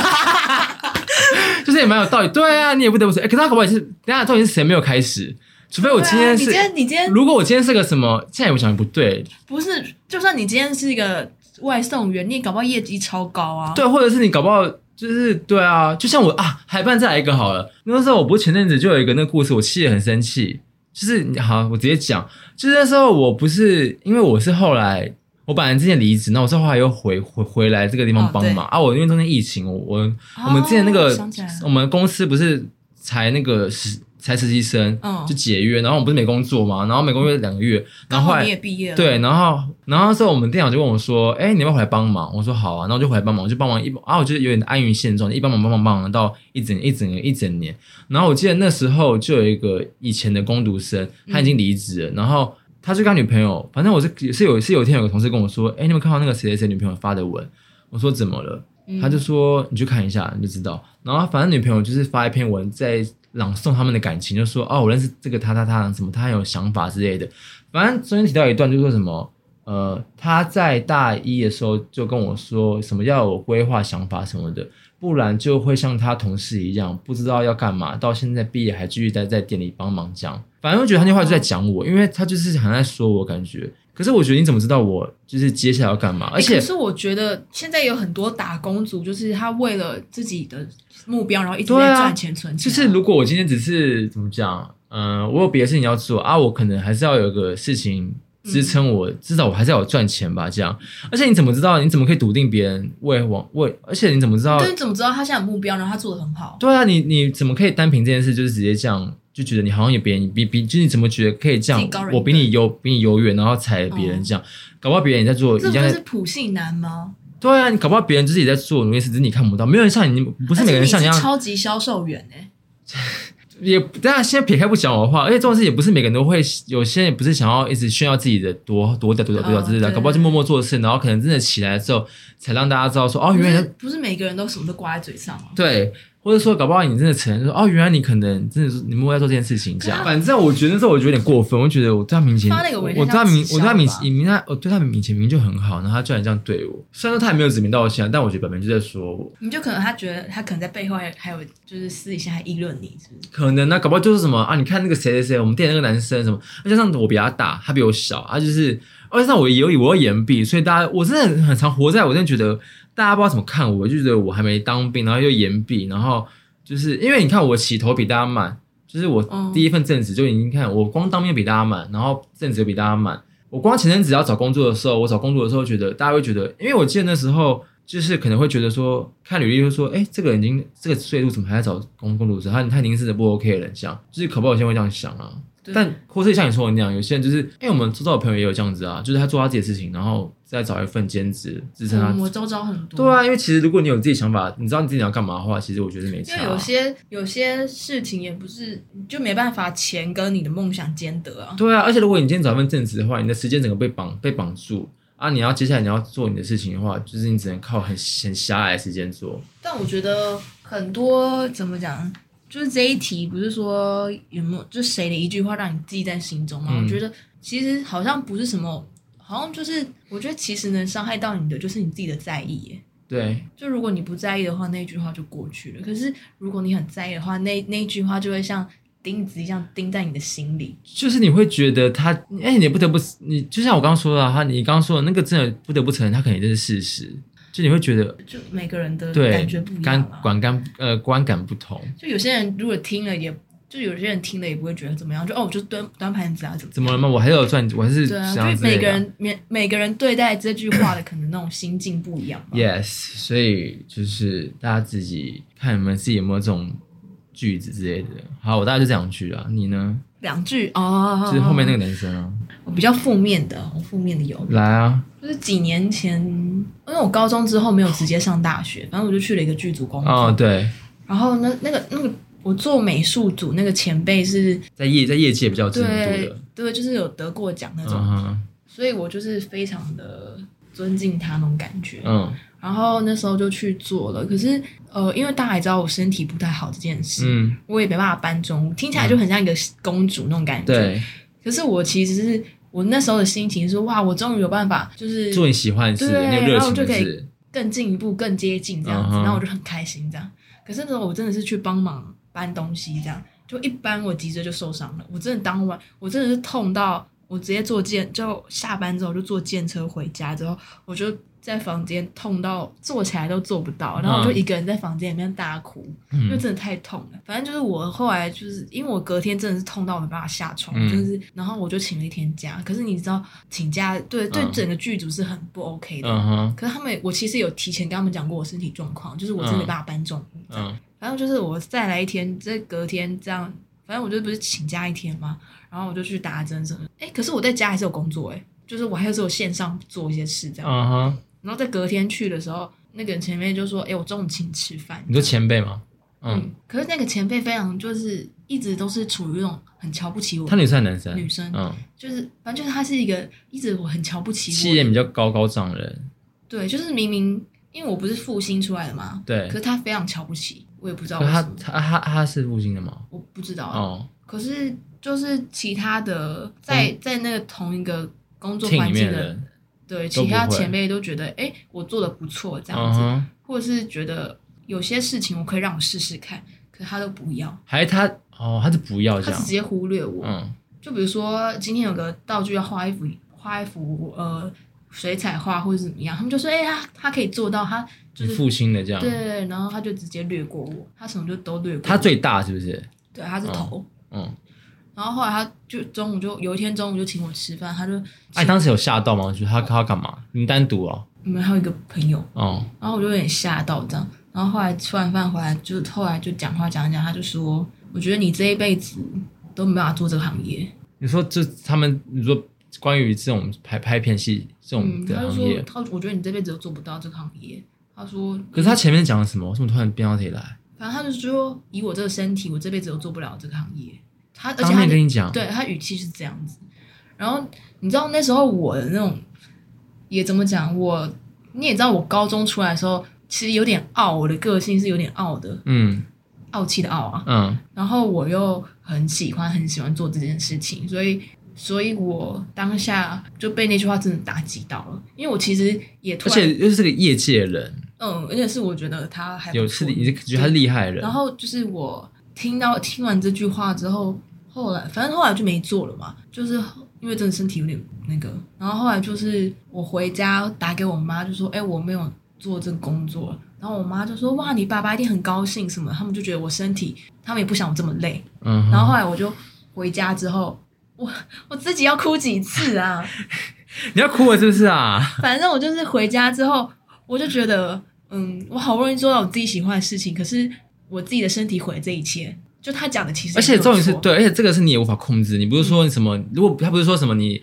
Speaker 1: 就是也蛮有道理。对啊，你也不得不说，哎、可是他搞不好也是，等一下到底是谁没有开始？除非我今天
Speaker 2: 对啊、你
Speaker 1: 是，
Speaker 2: 今天你今天
Speaker 1: 如果我今天是个什么，现在我想不对，
Speaker 2: 不是，就算你今天是一个外送员，你也搞不好业绩超高啊。
Speaker 1: 对，或者是你搞不好就是对啊，就像我啊，海办再来一个好了。那个时候我不是前阵子就有一个那个故事，我气得很生气。就是你好，我直接讲，就是那时候我不是因为我是后来我本来之前离职，那我是后来又回回回来这个地
Speaker 2: 哦
Speaker 1: 方帮
Speaker 2: 对
Speaker 1: 忙、啊。我因为中间疫情，我我
Speaker 2: 哦，
Speaker 1: 我们之前那个
Speaker 2: 想起来了，
Speaker 1: 我们公司不是才那个实才实习生，
Speaker 2: 嗯
Speaker 1: 就解约，然后我们不是没工作嘛，然后没工作两个月，然后后
Speaker 2: 刚好
Speaker 1: 来
Speaker 2: 你也毕业了，
Speaker 1: 对，然后然后那时候我们店长就问我说，哎、你要不要回来帮忙？我说好啊，然后我就回来帮忙，我就帮忙一啊，我就有点安于现状，一帮忙帮忙帮忙到一整一整一整年。然后我记得那时候就有一个以前的工读生，他已经离职了，然后。他就跟他女朋友，反正我是是有是有一天有个同事跟我说，哎、你有没有看到那个谁谁谁女朋友发的文？我说怎么了？
Speaker 2: 嗯，
Speaker 1: 他就说你去看一下你就知道。然后反正女朋友就是发一篇文在朗诵他们的感情，就说哦我认识这个他他他什么，他很有想法之类的。反正中间提到一段就说什么呃他在大一的时候就跟我说什么要有规划想法什么的，不然就会像他同事一样不知道要干嘛，到现在毕业还继续待在店里帮忙这样。反正我觉得他那句话就在讲我，因为他就是很在说我感觉。可是我觉得你怎么知道我就是接下来要干嘛？而
Speaker 2: 欸
Speaker 1: 且
Speaker 2: 可是我觉得现在有很多打工族，就是他为了自己的目标，然后一直
Speaker 1: 对
Speaker 2: 在
Speaker 1: 啊
Speaker 2: 赚钱存
Speaker 1: 就
Speaker 2: 钱啊、
Speaker 1: 是如果我今天只是怎么讲，嗯、我有别的事情要做啊，我可能还是要有个事情支撑
Speaker 2: 嗯
Speaker 1: 我，至少我还是要有赚钱吧，这样。而且你怎么知道？你怎么可以笃定别人为往为？而且你怎么知道
Speaker 2: 但？是你怎么知道他现在有目标，然后他做的很好？
Speaker 1: 对啊，你你怎么可以单凭这件事就是直接这样就觉得你好像也别人比比，就是你怎么觉得可以这
Speaker 2: 自
Speaker 1: 样
Speaker 2: 己高人？一哦
Speaker 1: 我比你优比你优越，然后踩别人这样，搞不好别人也在做
Speaker 2: 这
Speaker 1: 一
Speaker 2: 不
Speaker 1: 样
Speaker 2: 就
Speaker 1: 的
Speaker 2: 是普信男吗？
Speaker 1: 对啊，你搞不好别人自己在做努力，只是你看不到，没有人像你，不
Speaker 2: 不
Speaker 1: 是每个人像
Speaker 2: 你
Speaker 1: 一样
Speaker 2: 是超级销售员哎、
Speaker 1: 也，当然先撇开不讲我的话，而且这种事也不是每个人都会，有些人也不是想要一直炫耀自己的多多屌多屌多屌
Speaker 2: 哦
Speaker 1: 之类的，
Speaker 2: 对
Speaker 1: 搞不好就默默做事，然后可能真的起来之后才让大家知道说，哦，
Speaker 2: 不
Speaker 1: 原
Speaker 2: 是
Speaker 1: 来
Speaker 2: 不是每个人都什么都挂在嘴上啊。
Speaker 1: 对，或者说搞不好你真的承认说，哦，原来你可能真的是你默默在做这件事情，这
Speaker 2: 可
Speaker 1: 样。
Speaker 2: 是他
Speaker 1: 反正我觉得那时候我觉得有点过分，我觉得我对他明前，
Speaker 2: 发那个
Speaker 1: 我
Speaker 2: 文
Speaker 1: 我对他
Speaker 2: 像
Speaker 1: 明
Speaker 2: 直销
Speaker 1: 我对他明
Speaker 2: 吧
Speaker 1: 明明他我对他明前明明就很好，然后他居然这样对我，虽然说他也没有指名道姓啊，但我觉得表面就在说我。
Speaker 2: 你就可能他觉得他可能在背后还还有就是私底下还议论你，是不是？
Speaker 1: 可能呢、搞不好就是什么啊？你看那个谁谁谁，我们店那个男生什么，再加上我比他大，他比我小，他就是，而且上我也有我要言毕，所以大家我真的很常活在我真的觉得大家不知道怎么看我，就觉得我还没当兵，然后又言毕，然后就是因为你看我起头比大家慢，就是
Speaker 2: 嗯
Speaker 1: 我第一份正职就已经看我光当兵比大家慢，然后正职又比大家慢，我光前阵子要找工作的时候，我找工作的时候觉得大家会觉得，因为我记得那时候就是可能会觉得说，看履历会说，哎、这个人已经这个岁数怎么还在找工工作者？他他已经是不 OK 的人，这样就是可不好，有些人会这样想啊。
Speaker 2: 对
Speaker 1: 但或是像你说的那样，有些人就是，因为我们周遭的朋友也有这样子啊，就是他做他自己的事情，然后再找一份兼职支撑他。
Speaker 2: 嗯我周遭很多。
Speaker 1: 对啊，因为其实如果你有自己想法，你知道你自己要干嘛的话，其实我觉得没
Speaker 2: 因
Speaker 1: 差、
Speaker 2: 为
Speaker 1: 啊
Speaker 2: 有。些有些事情也不是就没办法钱跟你的梦想兼得啊。
Speaker 1: 对啊，而且如果你今天找一份正职的话，你的时间整个被绑被绑住啊！你要接下来你要做你的事情的话，就是你只能靠很很狭隘的时间做。
Speaker 2: 但我觉得很多怎么讲，就是这一题不是说有没有，就谁的一句话让你记在心中吗？
Speaker 1: 嗯
Speaker 2: 我觉得其实好像不是什么，好像就是我觉得其实能伤害到你的就是你自己的在意耶。
Speaker 1: 对，
Speaker 2: 就如果你不在意的话，那一句话就过去了。可是如果你很在意的话，那那一句话就会像钉子一样钉在你的心里。
Speaker 1: 就是你会觉得他，哎、你不得不，你就像我刚刚说的啊，他你刚刚说的那个，真的不得不承认，他肯定这是事实。就你会觉得，
Speaker 2: 就每个人的
Speaker 1: 对，
Speaker 2: 嗯感觉不一
Speaker 1: 感
Speaker 2: 样、啊。
Speaker 1: 观感呃观感不同，
Speaker 2: 就有些人如果听了也，就有些人听了也不会觉得怎么样，就哦，我就端端盘子啊，怎么
Speaker 1: 怎么了吗？我还是有赚，我还是
Speaker 2: 对啊，
Speaker 1: 想要
Speaker 2: 就
Speaker 1: 之类
Speaker 2: 每
Speaker 1: 的
Speaker 2: 个人每每个人对待这句话的可能那种心境不一样吧。
Speaker 1: Yes，所以就是大家自己看你们自己有没有这种句子之类的。好，我大概就这两句啊。你呢？
Speaker 2: 两句哦，
Speaker 1: 就是后面那
Speaker 2: 个
Speaker 1: 个男生啊，
Speaker 2: 比较负面的，我负面的有，
Speaker 1: 来啊，
Speaker 2: 就是几年前，因为我高中之后没有直接上大学，反正我就去了一个剧组工作。
Speaker 1: 哦，对，
Speaker 2: 然后呢，那个那个我做美术组那个前辈是
Speaker 1: 在业在业界比较有知名度
Speaker 2: 对
Speaker 1: 的，
Speaker 2: 对，就是有得过奖那种，
Speaker 1: 嗯哼，
Speaker 2: 所以我就是非常的尊敬他那种感觉。
Speaker 1: 嗯
Speaker 2: 然后那时候就去做了，可是呃，因为大家也知道我身体不太好这件事，
Speaker 1: 嗯，
Speaker 2: 我也没办法搬重物，听起来就很像一个公主那种感觉。，
Speaker 1: 嗯对，
Speaker 2: 可是我其实是我那时候的心情是哇，我终于有办法，就是
Speaker 1: 做你喜欢的事，
Speaker 2: 对
Speaker 1: 你有热
Speaker 2: 然后
Speaker 1: 情
Speaker 2: 就
Speaker 1: 的
Speaker 2: 可以
Speaker 1: 事，
Speaker 2: 更进一步、更接近这样子
Speaker 1: 嗯哼
Speaker 2: 然后我就很开心这样。可是那时候我真的是去帮忙搬东西这样，就一搬我脊椎就受伤了，我真的当晚我真的是痛到我直接坐电，就下班之后就坐电车回家之后，我就在房间痛到坐起来都坐不到，然后我就
Speaker 1: 嗯
Speaker 2: 一个人在房间里面大哭，因为
Speaker 1: 嗯
Speaker 2: 真的太痛了。反正就是我后来就是因为我隔天真的是痛到没办法下床，
Speaker 1: 嗯
Speaker 2: 就是然后我就请了一天假。可是你知道请假对对
Speaker 1: 嗯
Speaker 2: 整个剧组是很不 OK 的。
Speaker 1: 嗯哼，
Speaker 2: 可是他们，我其实有提前跟他们讲过我身体状况，就是我真的没办法搬重物。
Speaker 1: 嗯
Speaker 2: 然后就是我再来一天，这隔天这样，反正我就不是请假一天嘛，然后我就去打针什么的。哎，可是我在家还是有工作哎、诶就是我还是有线上做一些事这样。
Speaker 1: 嗯哼，
Speaker 2: 然后在隔天去的时候，那个人前面就说：“哎，我中午请你吃饭。”
Speaker 1: 你说前辈吗？嗯，
Speaker 2: 嗯，可是那个前辈非常就是一直都是处于那种很瞧不起我，
Speaker 1: 他女生还是男生？
Speaker 2: 女生
Speaker 1: 嗯，
Speaker 2: 就是反正就是他是一个一直我很瞧不起
Speaker 1: 气
Speaker 2: 我，
Speaker 1: 焰比较高高涨人，
Speaker 2: 对，就是明明因为我不是复兴出来的嘛，
Speaker 1: 对
Speaker 2: 可是他非常瞧不起，我啊也不知道
Speaker 1: 可
Speaker 2: 为
Speaker 1: 他
Speaker 2: 什么，
Speaker 1: 他他他是复兴的吗？
Speaker 2: 我不知道，
Speaker 1: 哦，
Speaker 2: 可是就是其他的在、在那个同一个工作
Speaker 1: team 嗯里
Speaker 2: 环
Speaker 1: 面
Speaker 2: 境
Speaker 1: 的
Speaker 2: 的
Speaker 1: 人，
Speaker 2: 对
Speaker 1: 都不
Speaker 2: 其他
Speaker 1: 会
Speaker 2: 前辈都觉得哎、诶我做的不错这样
Speaker 1: 嗯
Speaker 2: 子，
Speaker 1: 哼。
Speaker 2: 或者是觉得有些事情我可以让我试试看，可是他都不要，
Speaker 1: 还他哦，他是不要这
Speaker 2: 他
Speaker 1: 样
Speaker 2: 是直，接忽略我，
Speaker 1: 嗯
Speaker 2: 就比如说今天有个道具要画一幅画一幅呃水彩画或者怎么样，他们就说哎、呀，他他可以做到，他就
Speaker 1: 就是复兴的这样。
Speaker 2: 对，然后他就直接略过我，他什么就都略过我。
Speaker 1: 他最大是不是？
Speaker 2: 对他是头，
Speaker 1: 嗯，
Speaker 2: 然后后来他就中午就有一天中午就请我吃饭，他就
Speaker 1: 哎、你当时有吓到吗？就是他他干嘛？你们单独哦，
Speaker 2: 你们还有一个朋友，
Speaker 1: 哦，
Speaker 2: 然后我就有点吓到这样，然后后来吃完饭回来就后来就讲话讲一讲，他就说我觉得你这一辈子都没办法做这个行业，
Speaker 1: 你说这他们，你说关于这种拍拍片戏这种
Speaker 2: 嗯，
Speaker 1: 的
Speaker 2: 他就
Speaker 1: 行
Speaker 2: 说
Speaker 1: 业，
Speaker 2: 他我觉得你这辈子都做不到这个行业，他说
Speaker 1: 可是他前面讲了什么？为什么突然变到这里来？
Speaker 2: 反正他就说，以我这个身体，我这辈子都做不了这个行业。他而且
Speaker 1: 当
Speaker 2: 他
Speaker 1: 面跟你讲，
Speaker 2: 对他语气是这样子。然后你知道那时候我的那种也怎么讲，我你也知道，我高中出来的时候其实有点傲，我的个性是有点傲的，
Speaker 1: 嗯
Speaker 2: 傲气的傲啊。
Speaker 1: 嗯
Speaker 2: 然后我又很喜欢很喜欢做这件事情，所以。所以我当下就被那句话真的打击到了，因为我其实也突
Speaker 1: 而
Speaker 2: 然，
Speaker 1: 且又是个业界人，
Speaker 2: 嗯，而且是我觉得他还不
Speaker 1: 有是
Speaker 2: 错
Speaker 1: 你是觉得他厉害的人
Speaker 2: 然，后就是我听到听完这句话之后，后来反正后来就没做了嘛，就是因为真的身体有点那个。然后后来就是我回家打给我妈，就说：“哎、我没有做这个工作。”然后我妈就说：“哇，你爸爸一定很高兴什么？”他们就觉得我身体，他们也不想我这么累。
Speaker 1: 嗯哼，
Speaker 2: 然后后来我就回家之后，我 我自己要哭几次啊！
Speaker 1: 你要哭了是不是啊？
Speaker 2: 反正我就是回家之后，我就觉得，嗯，我好不容易做到我自己喜欢的事情，可是我自己的身体毁了这一切。就嗯他讲的其实也
Speaker 1: 而且
Speaker 2: 没有
Speaker 1: 重点是
Speaker 2: 错，
Speaker 1: 对，而且这个是你也无法控制。你不是说什么，如果他不是说什么你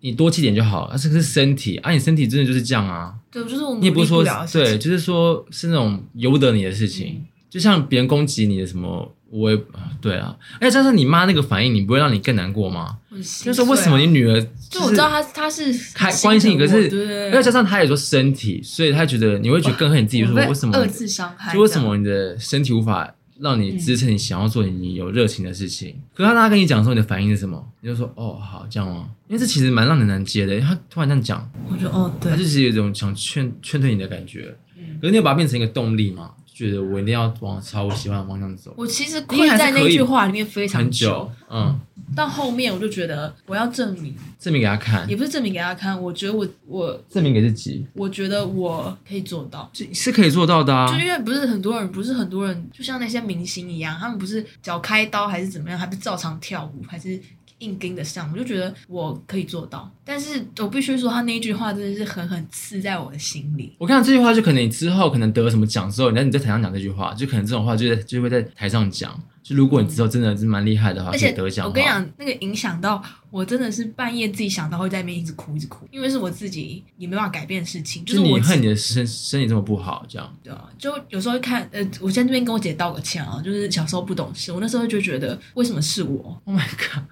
Speaker 1: 你多吃点就好，啊，这个是身体啊，你身体真的就是这样啊。
Speaker 2: 对，就是我
Speaker 1: 你也
Speaker 2: 努
Speaker 1: 不
Speaker 2: 嗯力
Speaker 1: 是说
Speaker 2: 了的事
Speaker 1: 对，
Speaker 2: 情，
Speaker 1: 就是说是那种由不得你的事情，
Speaker 2: 嗯
Speaker 1: 就像别人攻击你的什么，我也啊对啊。而且加上你妈那个反应，你不会让你更难过吗？
Speaker 2: 很心
Speaker 1: 就
Speaker 2: 碎啊
Speaker 1: 是为什么你？女儿就
Speaker 2: 就我
Speaker 1: 是
Speaker 2: 知道他他是
Speaker 1: 开
Speaker 2: 很
Speaker 1: 关心你，
Speaker 2: 疼
Speaker 1: 可
Speaker 2: 我
Speaker 1: 是
Speaker 2: 对，
Speaker 1: 而且加上她也说身体，所以她觉得你会觉得更恨你自己，
Speaker 2: 我
Speaker 1: 就说
Speaker 2: 被
Speaker 1: 为什么
Speaker 2: 二次伤害？
Speaker 1: 就为什？么你的身体无法让你
Speaker 2: 嗯
Speaker 1: 支撑你想要做你有热情的事情？可是他跟你讲的时候，你的反应是什么？你就说哦，好，这样吗？因为这其实蛮让人难接的。因为他突然这样讲，
Speaker 2: 我觉得哦，
Speaker 1: 他
Speaker 2: 对
Speaker 1: 就，是有一种想劝劝退你的感觉。
Speaker 2: 嗯
Speaker 1: 可是你有把它变成一个动力嘛？觉得我一定要往朝我喜欢的方向走，
Speaker 2: 我其实困在那句话里面非常
Speaker 1: 很久，嗯，
Speaker 2: 到后面我就觉得我要证明，
Speaker 1: 证明给他看
Speaker 2: 也，不是证明给他看，我觉得我我
Speaker 1: 证明给自己，
Speaker 2: 我觉得我可以做到。
Speaker 1: 这是可以做到的啊
Speaker 2: 就。因为不是很多人，不是很多人，就像那些明星一样，他们不是脚开刀还是怎么样，还不是照常跳舞，还是硬跟得上。我就觉得我可以做到，但是我必须说，他那一句话真的是狠狠刺在我的心里。
Speaker 1: 我看到这句话，就可能你之后可能得什么奖之后，然后你在台上讲这句话，就可能这种话就在就会在台上讲。就如果你之后真的是蛮厉害的话，
Speaker 2: 而且
Speaker 1: 可以啊得奖。
Speaker 2: 我跟你，讲，那个影响到我真的是半夜自己想到会在那边一直哭一直哭，因为是我自己也没办法改变的事情，
Speaker 1: 就是是你
Speaker 2: 我自
Speaker 1: 恨
Speaker 2: 己
Speaker 1: 你的身身体这么不好，这样
Speaker 2: 的，就有时候会看呃，我先这边跟我姐道个歉啊，就是小时候不懂事，我那时候就觉得为什么是我，
Speaker 1: ，Oh my god！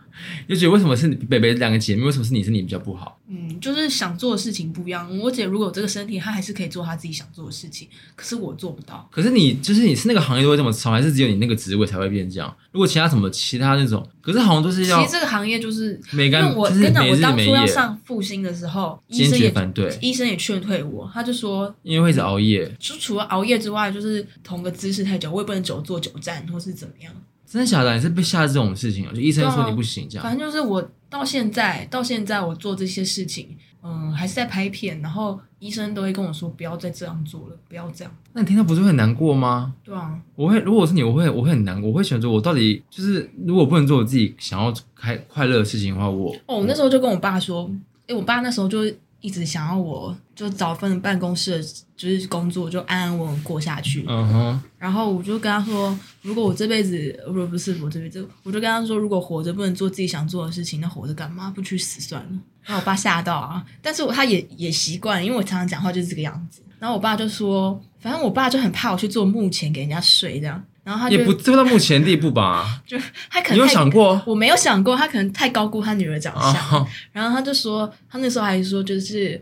Speaker 1: 就觉得为什么是你北北两个姐妹，为什么是你是你比较不好？
Speaker 2: 嗯，就是想做的事情不一样。我姐如果有这个身体，她还是可以做她自己想做的事情，可是我做不到。
Speaker 1: 可是你就是你是那个行业都会这么超，还是只有你那个职位才会变这样？如果其他什么其他那种，可是好像都是
Speaker 2: 其
Speaker 1: 要
Speaker 2: 实这个行业就是，
Speaker 1: 每
Speaker 2: 因
Speaker 1: 个
Speaker 2: 为
Speaker 1: 人
Speaker 2: 我
Speaker 1: 就是
Speaker 2: 跟你讲，
Speaker 1: 没
Speaker 2: 我
Speaker 1: 日
Speaker 2: 当
Speaker 1: 没
Speaker 2: 初要
Speaker 1: 夜，
Speaker 2: 上复兴的时候，医
Speaker 1: 坚
Speaker 2: 生
Speaker 1: 决
Speaker 2: 也
Speaker 1: 反对，
Speaker 2: 医生也劝退我，他就说，
Speaker 1: 因为会一直熬夜。
Speaker 2: 就除了熬夜之外，就是同个姿势太久，我也不能久坐久站或是怎么样。
Speaker 1: 真的假的？你是被吓这种事情啊？就医生说你不行这样，
Speaker 2: 反正就是我到现在，到现在我做这些事情，嗯，还是在拍片，然后医生都会跟我说不要再这样做了，不要这样。
Speaker 1: 那你听到不是会很难过吗？
Speaker 2: 对啊，
Speaker 1: 我会，如果是你，我会，我会很难过，我会选择我到底就是，如果不能做我自己想要开快乐的事情的话，我
Speaker 2: 哦，我那时候就跟我爸说，诶，我爸那时候就一直想要我就找份办公室的，就是工作就安安稳稳过下去。
Speaker 1: 嗯哼，
Speaker 2: 然后我就跟他说，如果我这辈子呃不不是我这辈子，我就跟他说，如果活着不能做自己想做的事情，那活着干嘛？不去死算了。然后我爸吓到啊，但是我他也也习惯，因为我常常讲话就是这个样子。然后我爸就说，反正我爸就很怕我去做幕前给人家睡这样，然后他就
Speaker 1: 也不做到目前的地步吧？
Speaker 2: 就他 可能
Speaker 1: 你有
Speaker 2: 太
Speaker 1: 想过？
Speaker 2: 我没有想过，他可能太高估他女儿长相。
Speaker 1: 啊，
Speaker 2: 然后他就说，他那时候还说，就是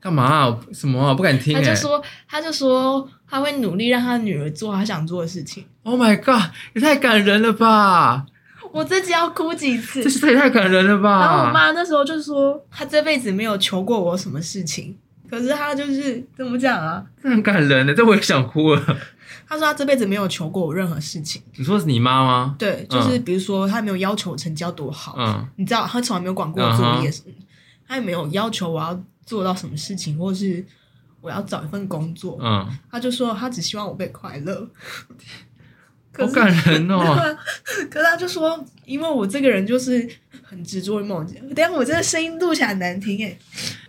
Speaker 1: 干嘛啊？什么啊？我不敢听
Speaker 2: 他就
Speaker 1: 哎
Speaker 2: 说，他就说他会努力让他女儿做他想做的 事情。
Speaker 1: ！Oh my god，也太感人了吧！
Speaker 2: 我自己要哭几次
Speaker 1: 这。是啊这也太感人了吧！
Speaker 2: 然后我妈那时候就说，她这辈子没有求过我什么事情，可是她就是怎么讲啊？
Speaker 1: 这很感人的，欸这我也想哭了。
Speaker 2: 她说她这辈子没有求过我任何事情。
Speaker 1: 你说是你妈吗？
Speaker 2: 对，就是比如说她没有要求我成绩要多好，
Speaker 1: 嗯，
Speaker 2: 你知道，她从来没有管过我作业什么，她也没有要求我要做到什么事情，或是我要找一份工作。
Speaker 1: 嗯，
Speaker 2: 她就说她只希望我被快乐。可
Speaker 1: 好
Speaker 2: 是
Speaker 1: 感人哦！
Speaker 2: 可是他就说，因为我这个人就是很执着于某件。等一下我这个声音录起来很难听哎，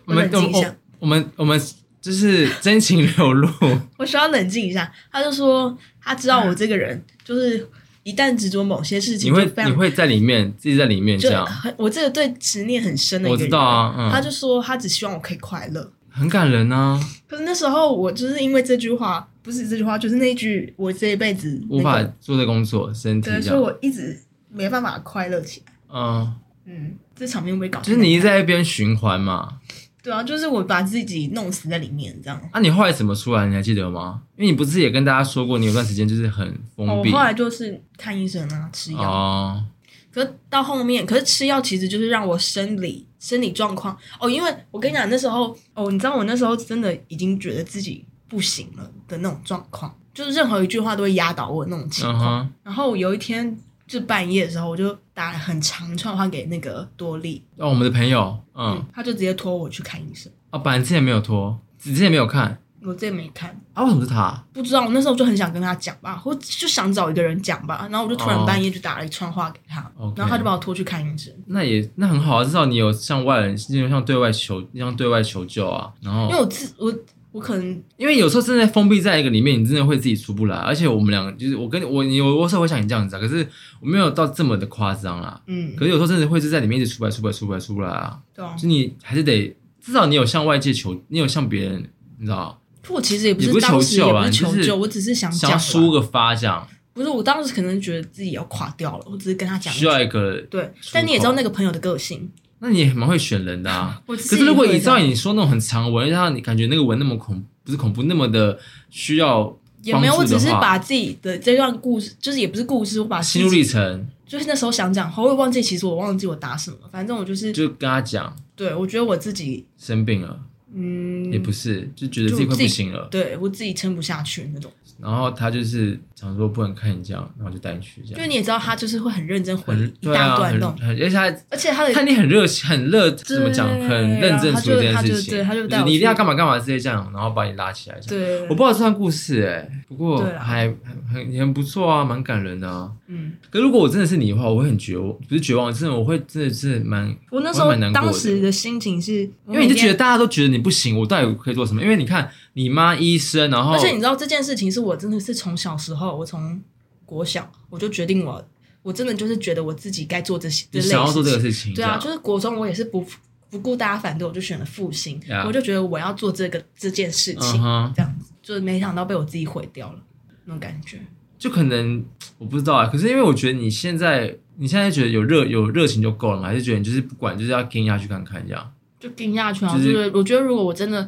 Speaker 1: 我
Speaker 2: 我
Speaker 1: 们
Speaker 2: 冷
Speaker 1: 我
Speaker 2: 静一
Speaker 1: 们
Speaker 2: 下，
Speaker 1: 我们我们就是真情流 露，
Speaker 2: 我需要冷静一下。他就说，他知道我这个人就是一旦执着某些事
Speaker 1: 你
Speaker 2: 情，
Speaker 1: 会
Speaker 2: 就非
Speaker 1: 你
Speaker 2: 常
Speaker 1: 会在里面自己在里面
Speaker 2: 就
Speaker 1: 这样，
Speaker 2: 很我这个对执念很深的一
Speaker 1: 我
Speaker 2: 个
Speaker 1: 知
Speaker 2: 人。
Speaker 1: 道啊，嗯，
Speaker 2: 他就说，他只希望我可以快乐。
Speaker 1: 很感人啊，
Speaker 2: 可是那时候我就是因为这句话，不是这句话，就是那句我这一辈子、那
Speaker 1: 无法
Speaker 2: 个
Speaker 1: 做这工作，身体
Speaker 2: 对，
Speaker 1: 这
Speaker 2: 所
Speaker 1: 样，
Speaker 2: 以我一直没办法快乐起来。
Speaker 1: 嗯，
Speaker 2: 嗯，这场面会不会搞
Speaker 1: 就是你一直在一边循环嘛。
Speaker 2: 对啊，就是我把自己弄死在里面这样。
Speaker 1: 那、啊你后来怎么出来？你还记得吗？因为你不是也跟大家说过，你有段时间就是很
Speaker 2: 哦
Speaker 1: 封
Speaker 2: 我
Speaker 1: 闭
Speaker 2: 后来就是看医生啊，吃药。
Speaker 1: 哦，
Speaker 2: 可是到后面，可是吃药其实就是让我生理生理状况哦，因为我跟你讲那时候哦，你知道我那时候真的已经觉得自己不行了的那种状况，就是任何一句话都会压倒我的那种情
Speaker 1: 嗯
Speaker 2: 况。
Speaker 1: 哼，
Speaker 2: 然后有一天就半夜的时候，我就打了很长一串话给那个多利，
Speaker 1: 哦，我们的朋友，嗯，，
Speaker 2: 他就直接拖我去看医生，
Speaker 1: 啊，本来之前没有拖，之前没有看，
Speaker 2: 我自己没看，
Speaker 1: 啊，为什么是他、
Speaker 2: 不知道，我那时候就很想跟他讲吧，或就想找一个人讲吧，然后我就突然
Speaker 1: 哦
Speaker 2: 半夜就打了一串话给他
Speaker 1: OK 哦
Speaker 2: 然后他就把我拖去看医生，
Speaker 1: 那也那很好啊，至少你有向外人，就像对外求，像对外求救啊。然后
Speaker 2: 因为，我自我我可能
Speaker 1: 因为有时候真的封闭在一个里面，你真的会自己出不来。而且我们两个就是我跟我你我我是会像你这样子啊，可是我没有到这么的夸张啦。
Speaker 2: 嗯
Speaker 1: 可，是有时候真的会是在里面一直出不来、出不来、出不来、出不来啊！
Speaker 2: 对啊，
Speaker 1: 就你还是得至少你有向外界求，你有向别人，你知道，
Speaker 2: 就我其实也不
Speaker 1: 也
Speaker 2: 是
Speaker 1: 不是
Speaker 2: 当
Speaker 1: 求
Speaker 2: 时也
Speaker 1: 救
Speaker 2: 不
Speaker 1: 啊
Speaker 2: 是
Speaker 1: 你就
Speaker 2: 求
Speaker 1: 是
Speaker 2: 救，我只是想
Speaker 1: 想要
Speaker 2: 讲
Speaker 1: 抒
Speaker 2: 吧，
Speaker 1: 个发这样，
Speaker 2: 不是我当时可能觉得自己要垮掉了，我只是跟他讲一
Speaker 1: 需
Speaker 2: 句，
Speaker 1: 要一个。
Speaker 2: 对，
Speaker 1: 出
Speaker 2: 但你也知道
Speaker 1: 口
Speaker 2: 那个朋友的个性，
Speaker 1: 那你也蛮会选人的啊。
Speaker 2: 我可
Speaker 1: 可是如果你照你说那种很长的文，让你感觉那个文那么恐，不是恐怖，那么的需要
Speaker 2: 也没有，我
Speaker 1: 帮助
Speaker 2: 只
Speaker 1: 的
Speaker 2: 是
Speaker 1: 话
Speaker 2: 把自己的这段故事，就是也不是故事，我把
Speaker 1: 心路
Speaker 2: 自己
Speaker 1: 历程，
Speaker 2: 就是那时候想讲，后我也忘记，其实我忘记我答什么，反正我就是
Speaker 1: 就跟他讲
Speaker 2: 对我觉得我自己
Speaker 1: 生病了，
Speaker 2: 嗯，
Speaker 1: 也不是，就觉得自己快不行了，
Speaker 2: 对我自己撑不下去那种。
Speaker 1: 然后他就是想说不能看你这样，然后就带你去这
Speaker 2: 因
Speaker 1: 样
Speaker 2: 为。你也知道，他就是会很认真回
Speaker 1: 很
Speaker 2: 一
Speaker 1: 对
Speaker 2: 大
Speaker 1: 啊，
Speaker 2: 段
Speaker 1: 很
Speaker 2: 那种，
Speaker 1: 很，而且他
Speaker 2: 而且他的
Speaker 1: 看你很热情，很热，怎么讲，
Speaker 2: 对
Speaker 1: 很认真
Speaker 2: 然后
Speaker 1: 处理这件
Speaker 2: 他就
Speaker 1: 事情，
Speaker 2: 他就对他就是带我
Speaker 1: 你一定
Speaker 2: 去
Speaker 1: 要干嘛干嘛之类这样，然后把你拉起来这样。
Speaker 2: 对，
Speaker 1: 我不知道这段故事哎、不过
Speaker 2: 对啦啊
Speaker 1: 还很很很不错啊，蛮感人的啊。
Speaker 2: 嗯，
Speaker 1: 可如果我真的是你的话，我会很绝望，不是绝望，真的我会真的是蛮，
Speaker 2: 我那时
Speaker 1: 我
Speaker 2: 候
Speaker 1: 还蛮难过的
Speaker 2: 当时的心情是，因
Speaker 1: 因为你就觉得。大家都觉得你不行，我到底可以做什么？因为你看你妈医生，然后
Speaker 2: 而且你知道这件事情是我真的是从小时候，我从国小我就决定我，我真的就是觉得我自己该做这些，
Speaker 1: 你
Speaker 2: 类
Speaker 1: 想要做这
Speaker 2: 事
Speaker 1: 个
Speaker 2: 情
Speaker 1: 事情，
Speaker 2: 对啊，
Speaker 1: 这
Speaker 2: 就
Speaker 1: 样
Speaker 2: 是国中我也是不不顾大家反对，我就选了复兴
Speaker 1: Yeah
Speaker 2: 我就觉得我要做这个这件事
Speaker 1: 嗯
Speaker 2: 情
Speaker 1: 哼，
Speaker 2: 这样子，就是没想到被我自己毁掉了那种感觉。
Speaker 1: 就可能我不知道啊。可是因为我觉得你现在，你现在觉得有热有热情就够了嘛？还是觉得你就是不管，就是要跟下去看看这样？
Speaker 2: 就盯下去啊！
Speaker 1: 就
Speaker 2: 就是是我觉得，如果我真的，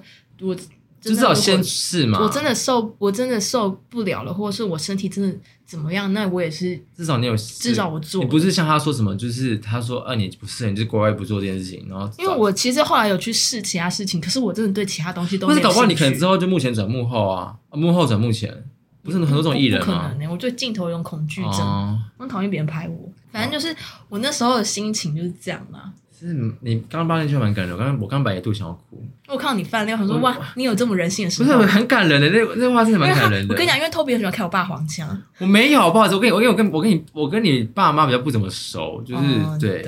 Speaker 2: 我
Speaker 1: 就
Speaker 2: 就
Speaker 1: 至少先试嘛。
Speaker 2: 我真的受，我真的受不了了，或者是我身体真的怎么样，那我也是
Speaker 1: 至少你有试
Speaker 2: 至少我做
Speaker 1: 你
Speaker 2: 了。
Speaker 1: 不是像他说什么，就是他说啊你不是，你就是乖乖不做这件事情，然后
Speaker 2: 因为我其实后来有去试其他事情，可是我真的对其他东西都
Speaker 1: 不
Speaker 2: 没
Speaker 1: 是
Speaker 2: 有
Speaker 1: 搞不好你可能
Speaker 2: 兴趣
Speaker 1: 之后就幕前转幕后啊，啊幕后转幕前，不是很多种艺人
Speaker 2: 不可
Speaker 1: 吗
Speaker 2: 能？呢、我对镜头有种恐惧症，
Speaker 1: 哦，
Speaker 2: 我很讨厌别人拍我。反正就是我那时候的心情就是这样啦。
Speaker 1: 是你刚刚八年就蛮感人，我刚刚我刚白也度想要哭，
Speaker 2: 我看到你犯了，我想说
Speaker 1: 我
Speaker 2: 哇，你有这么人性的时
Speaker 1: 不是
Speaker 2: 候。
Speaker 1: 很感人的，那那话真的
Speaker 2: 因
Speaker 1: 蛮
Speaker 2: 为他
Speaker 1: 感人，的。
Speaker 2: 嗯我跟你讲，因为 Toby 很喜欢开我爸黄腔，
Speaker 1: 我没有，不好意思，我跟你我跟我跟我跟你我跟你爸妈比较不怎么熟，就是、
Speaker 2: 哦
Speaker 1: 对。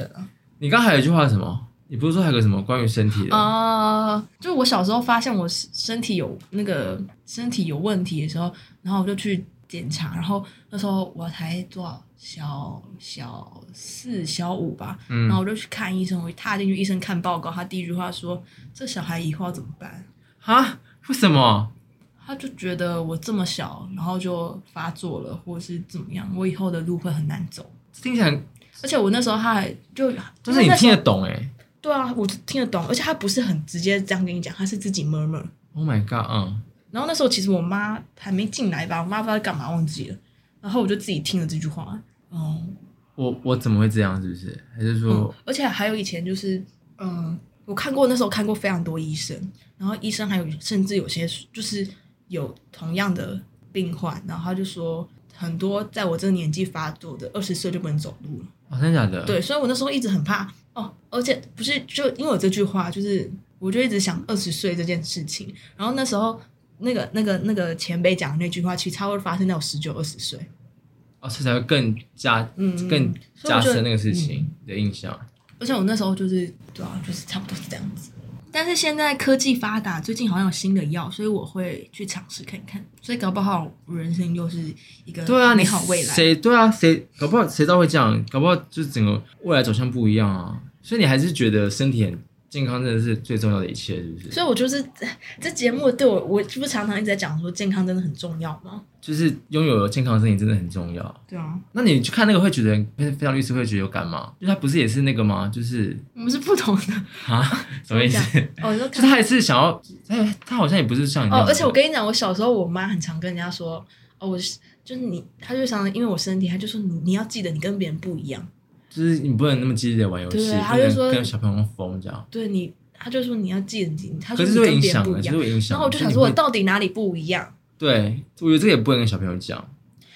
Speaker 1: 你刚刚还有一句话是什么？你不是说还有个什么关于身体的？
Speaker 2: 啊、就我小时候发现我身身体有那个身体有问题的时候，然后我就去检查，然后那时候我才多少小小四小五吧，
Speaker 1: 嗯
Speaker 2: 然后我就去看医生，我一踏进去医生看报告，他第一句话说这小孩以后要怎么办？
Speaker 1: 啊？为什么？
Speaker 2: 他就觉得我这么小，然后就发作了，或是怎么样，我以后的路会很难走。
Speaker 1: 听起来
Speaker 2: 而且我那时候他还就
Speaker 1: 就
Speaker 2: 因
Speaker 1: 是
Speaker 2: 为
Speaker 1: 你
Speaker 2: 那时
Speaker 1: 听
Speaker 2: 候
Speaker 1: 得懂哎、
Speaker 2: 对啊，我听得懂，而且他不是很直接这样跟你讲，他是自己 murmur。
Speaker 1: Oh my god，嗯，
Speaker 2: 然后那时候其实我妈还没进来吧，我妈不知道在干嘛忘记了，然后我就自己听了这句话，哦、
Speaker 1: 我我怎么会这样？是不是？还是
Speaker 2: 嗯
Speaker 1: 说，
Speaker 2: 而且还有以前就是，嗯，我看过那时候看过非常多医生，然后医生还有甚至有些就是有同样的病患，然后他就说很多在我这个年纪发作的，二十岁就不能走路了，
Speaker 1: 哦，真的假的？，
Speaker 2: 对，所以我那时候一直很怕哦，而且不是就因为我这句话，就是我就一直想二十岁这件事情。然后那时候那个那个那个前辈讲的那句话，其实差不多发生在我十九二十岁。
Speaker 1: 哦，所以才会更加、
Speaker 2: 嗯嗯
Speaker 1: 更
Speaker 2: 所以
Speaker 1: 加
Speaker 2: 我觉得嗯
Speaker 1: 深那个事情的印象。
Speaker 2: 而且我那时候就是对啊，就是差不多是这样子。但是现在科技发达，最近好像有新的药，所以我会去尝试看看。所以搞不好我人生又是一个
Speaker 1: 对啊，
Speaker 2: 美
Speaker 1: 你
Speaker 2: 好未来。
Speaker 1: 谁对啊？谁搞不好谁知道会这样？搞不好就是整个未来走向不一样啊。所以你还是觉得身体很健康真的是最重要的一切，是不是？
Speaker 2: 所以我就是这这节目对我，我是不是常常一直在讲说健康真的很重要吗？
Speaker 1: 就是拥有健康的身体真的很重要。
Speaker 2: 对啊，
Speaker 1: 那你去看那个会觉得非非常律师会觉得有感吗？就他不是也是那个吗？就是
Speaker 2: 我们是不 同的。
Speaker 1: 啊，什么意思？
Speaker 2: 哦，你说
Speaker 1: 就他也是想要，他他好像也不是像你那
Speaker 2: 哦
Speaker 1: 样，
Speaker 2: 而且我跟你讲，我小时候我妈很常跟人家说，哦，我是就是你，她就想因为我身体，她就说你你要记得你跟别人不一样，
Speaker 1: 就是你不能那么激烈地玩游戏，
Speaker 2: 对他
Speaker 1: 不
Speaker 2: 就
Speaker 1: 能
Speaker 2: 说
Speaker 1: 跟小朋友疯这样，
Speaker 2: 对你，她就说你要记得你，她
Speaker 1: 可
Speaker 2: 说
Speaker 1: 是
Speaker 2: 你
Speaker 1: 就会
Speaker 2: 跟
Speaker 1: 影
Speaker 2: 别人
Speaker 1: 响
Speaker 2: 不
Speaker 1: 了，
Speaker 2: 一
Speaker 1: 就
Speaker 2: 样
Speaker 1: 是。会影响。
Speaker 2: 然后我就
Speaker 1: 所以
Speaker 2: 想
Speaker 1: 你
Speaker 2: 说，我
Speaker 1: 不
Speaker 2: 到底哪里不一样？
Speaker 1: 对，我觉得这个也不能跟小朋友讲，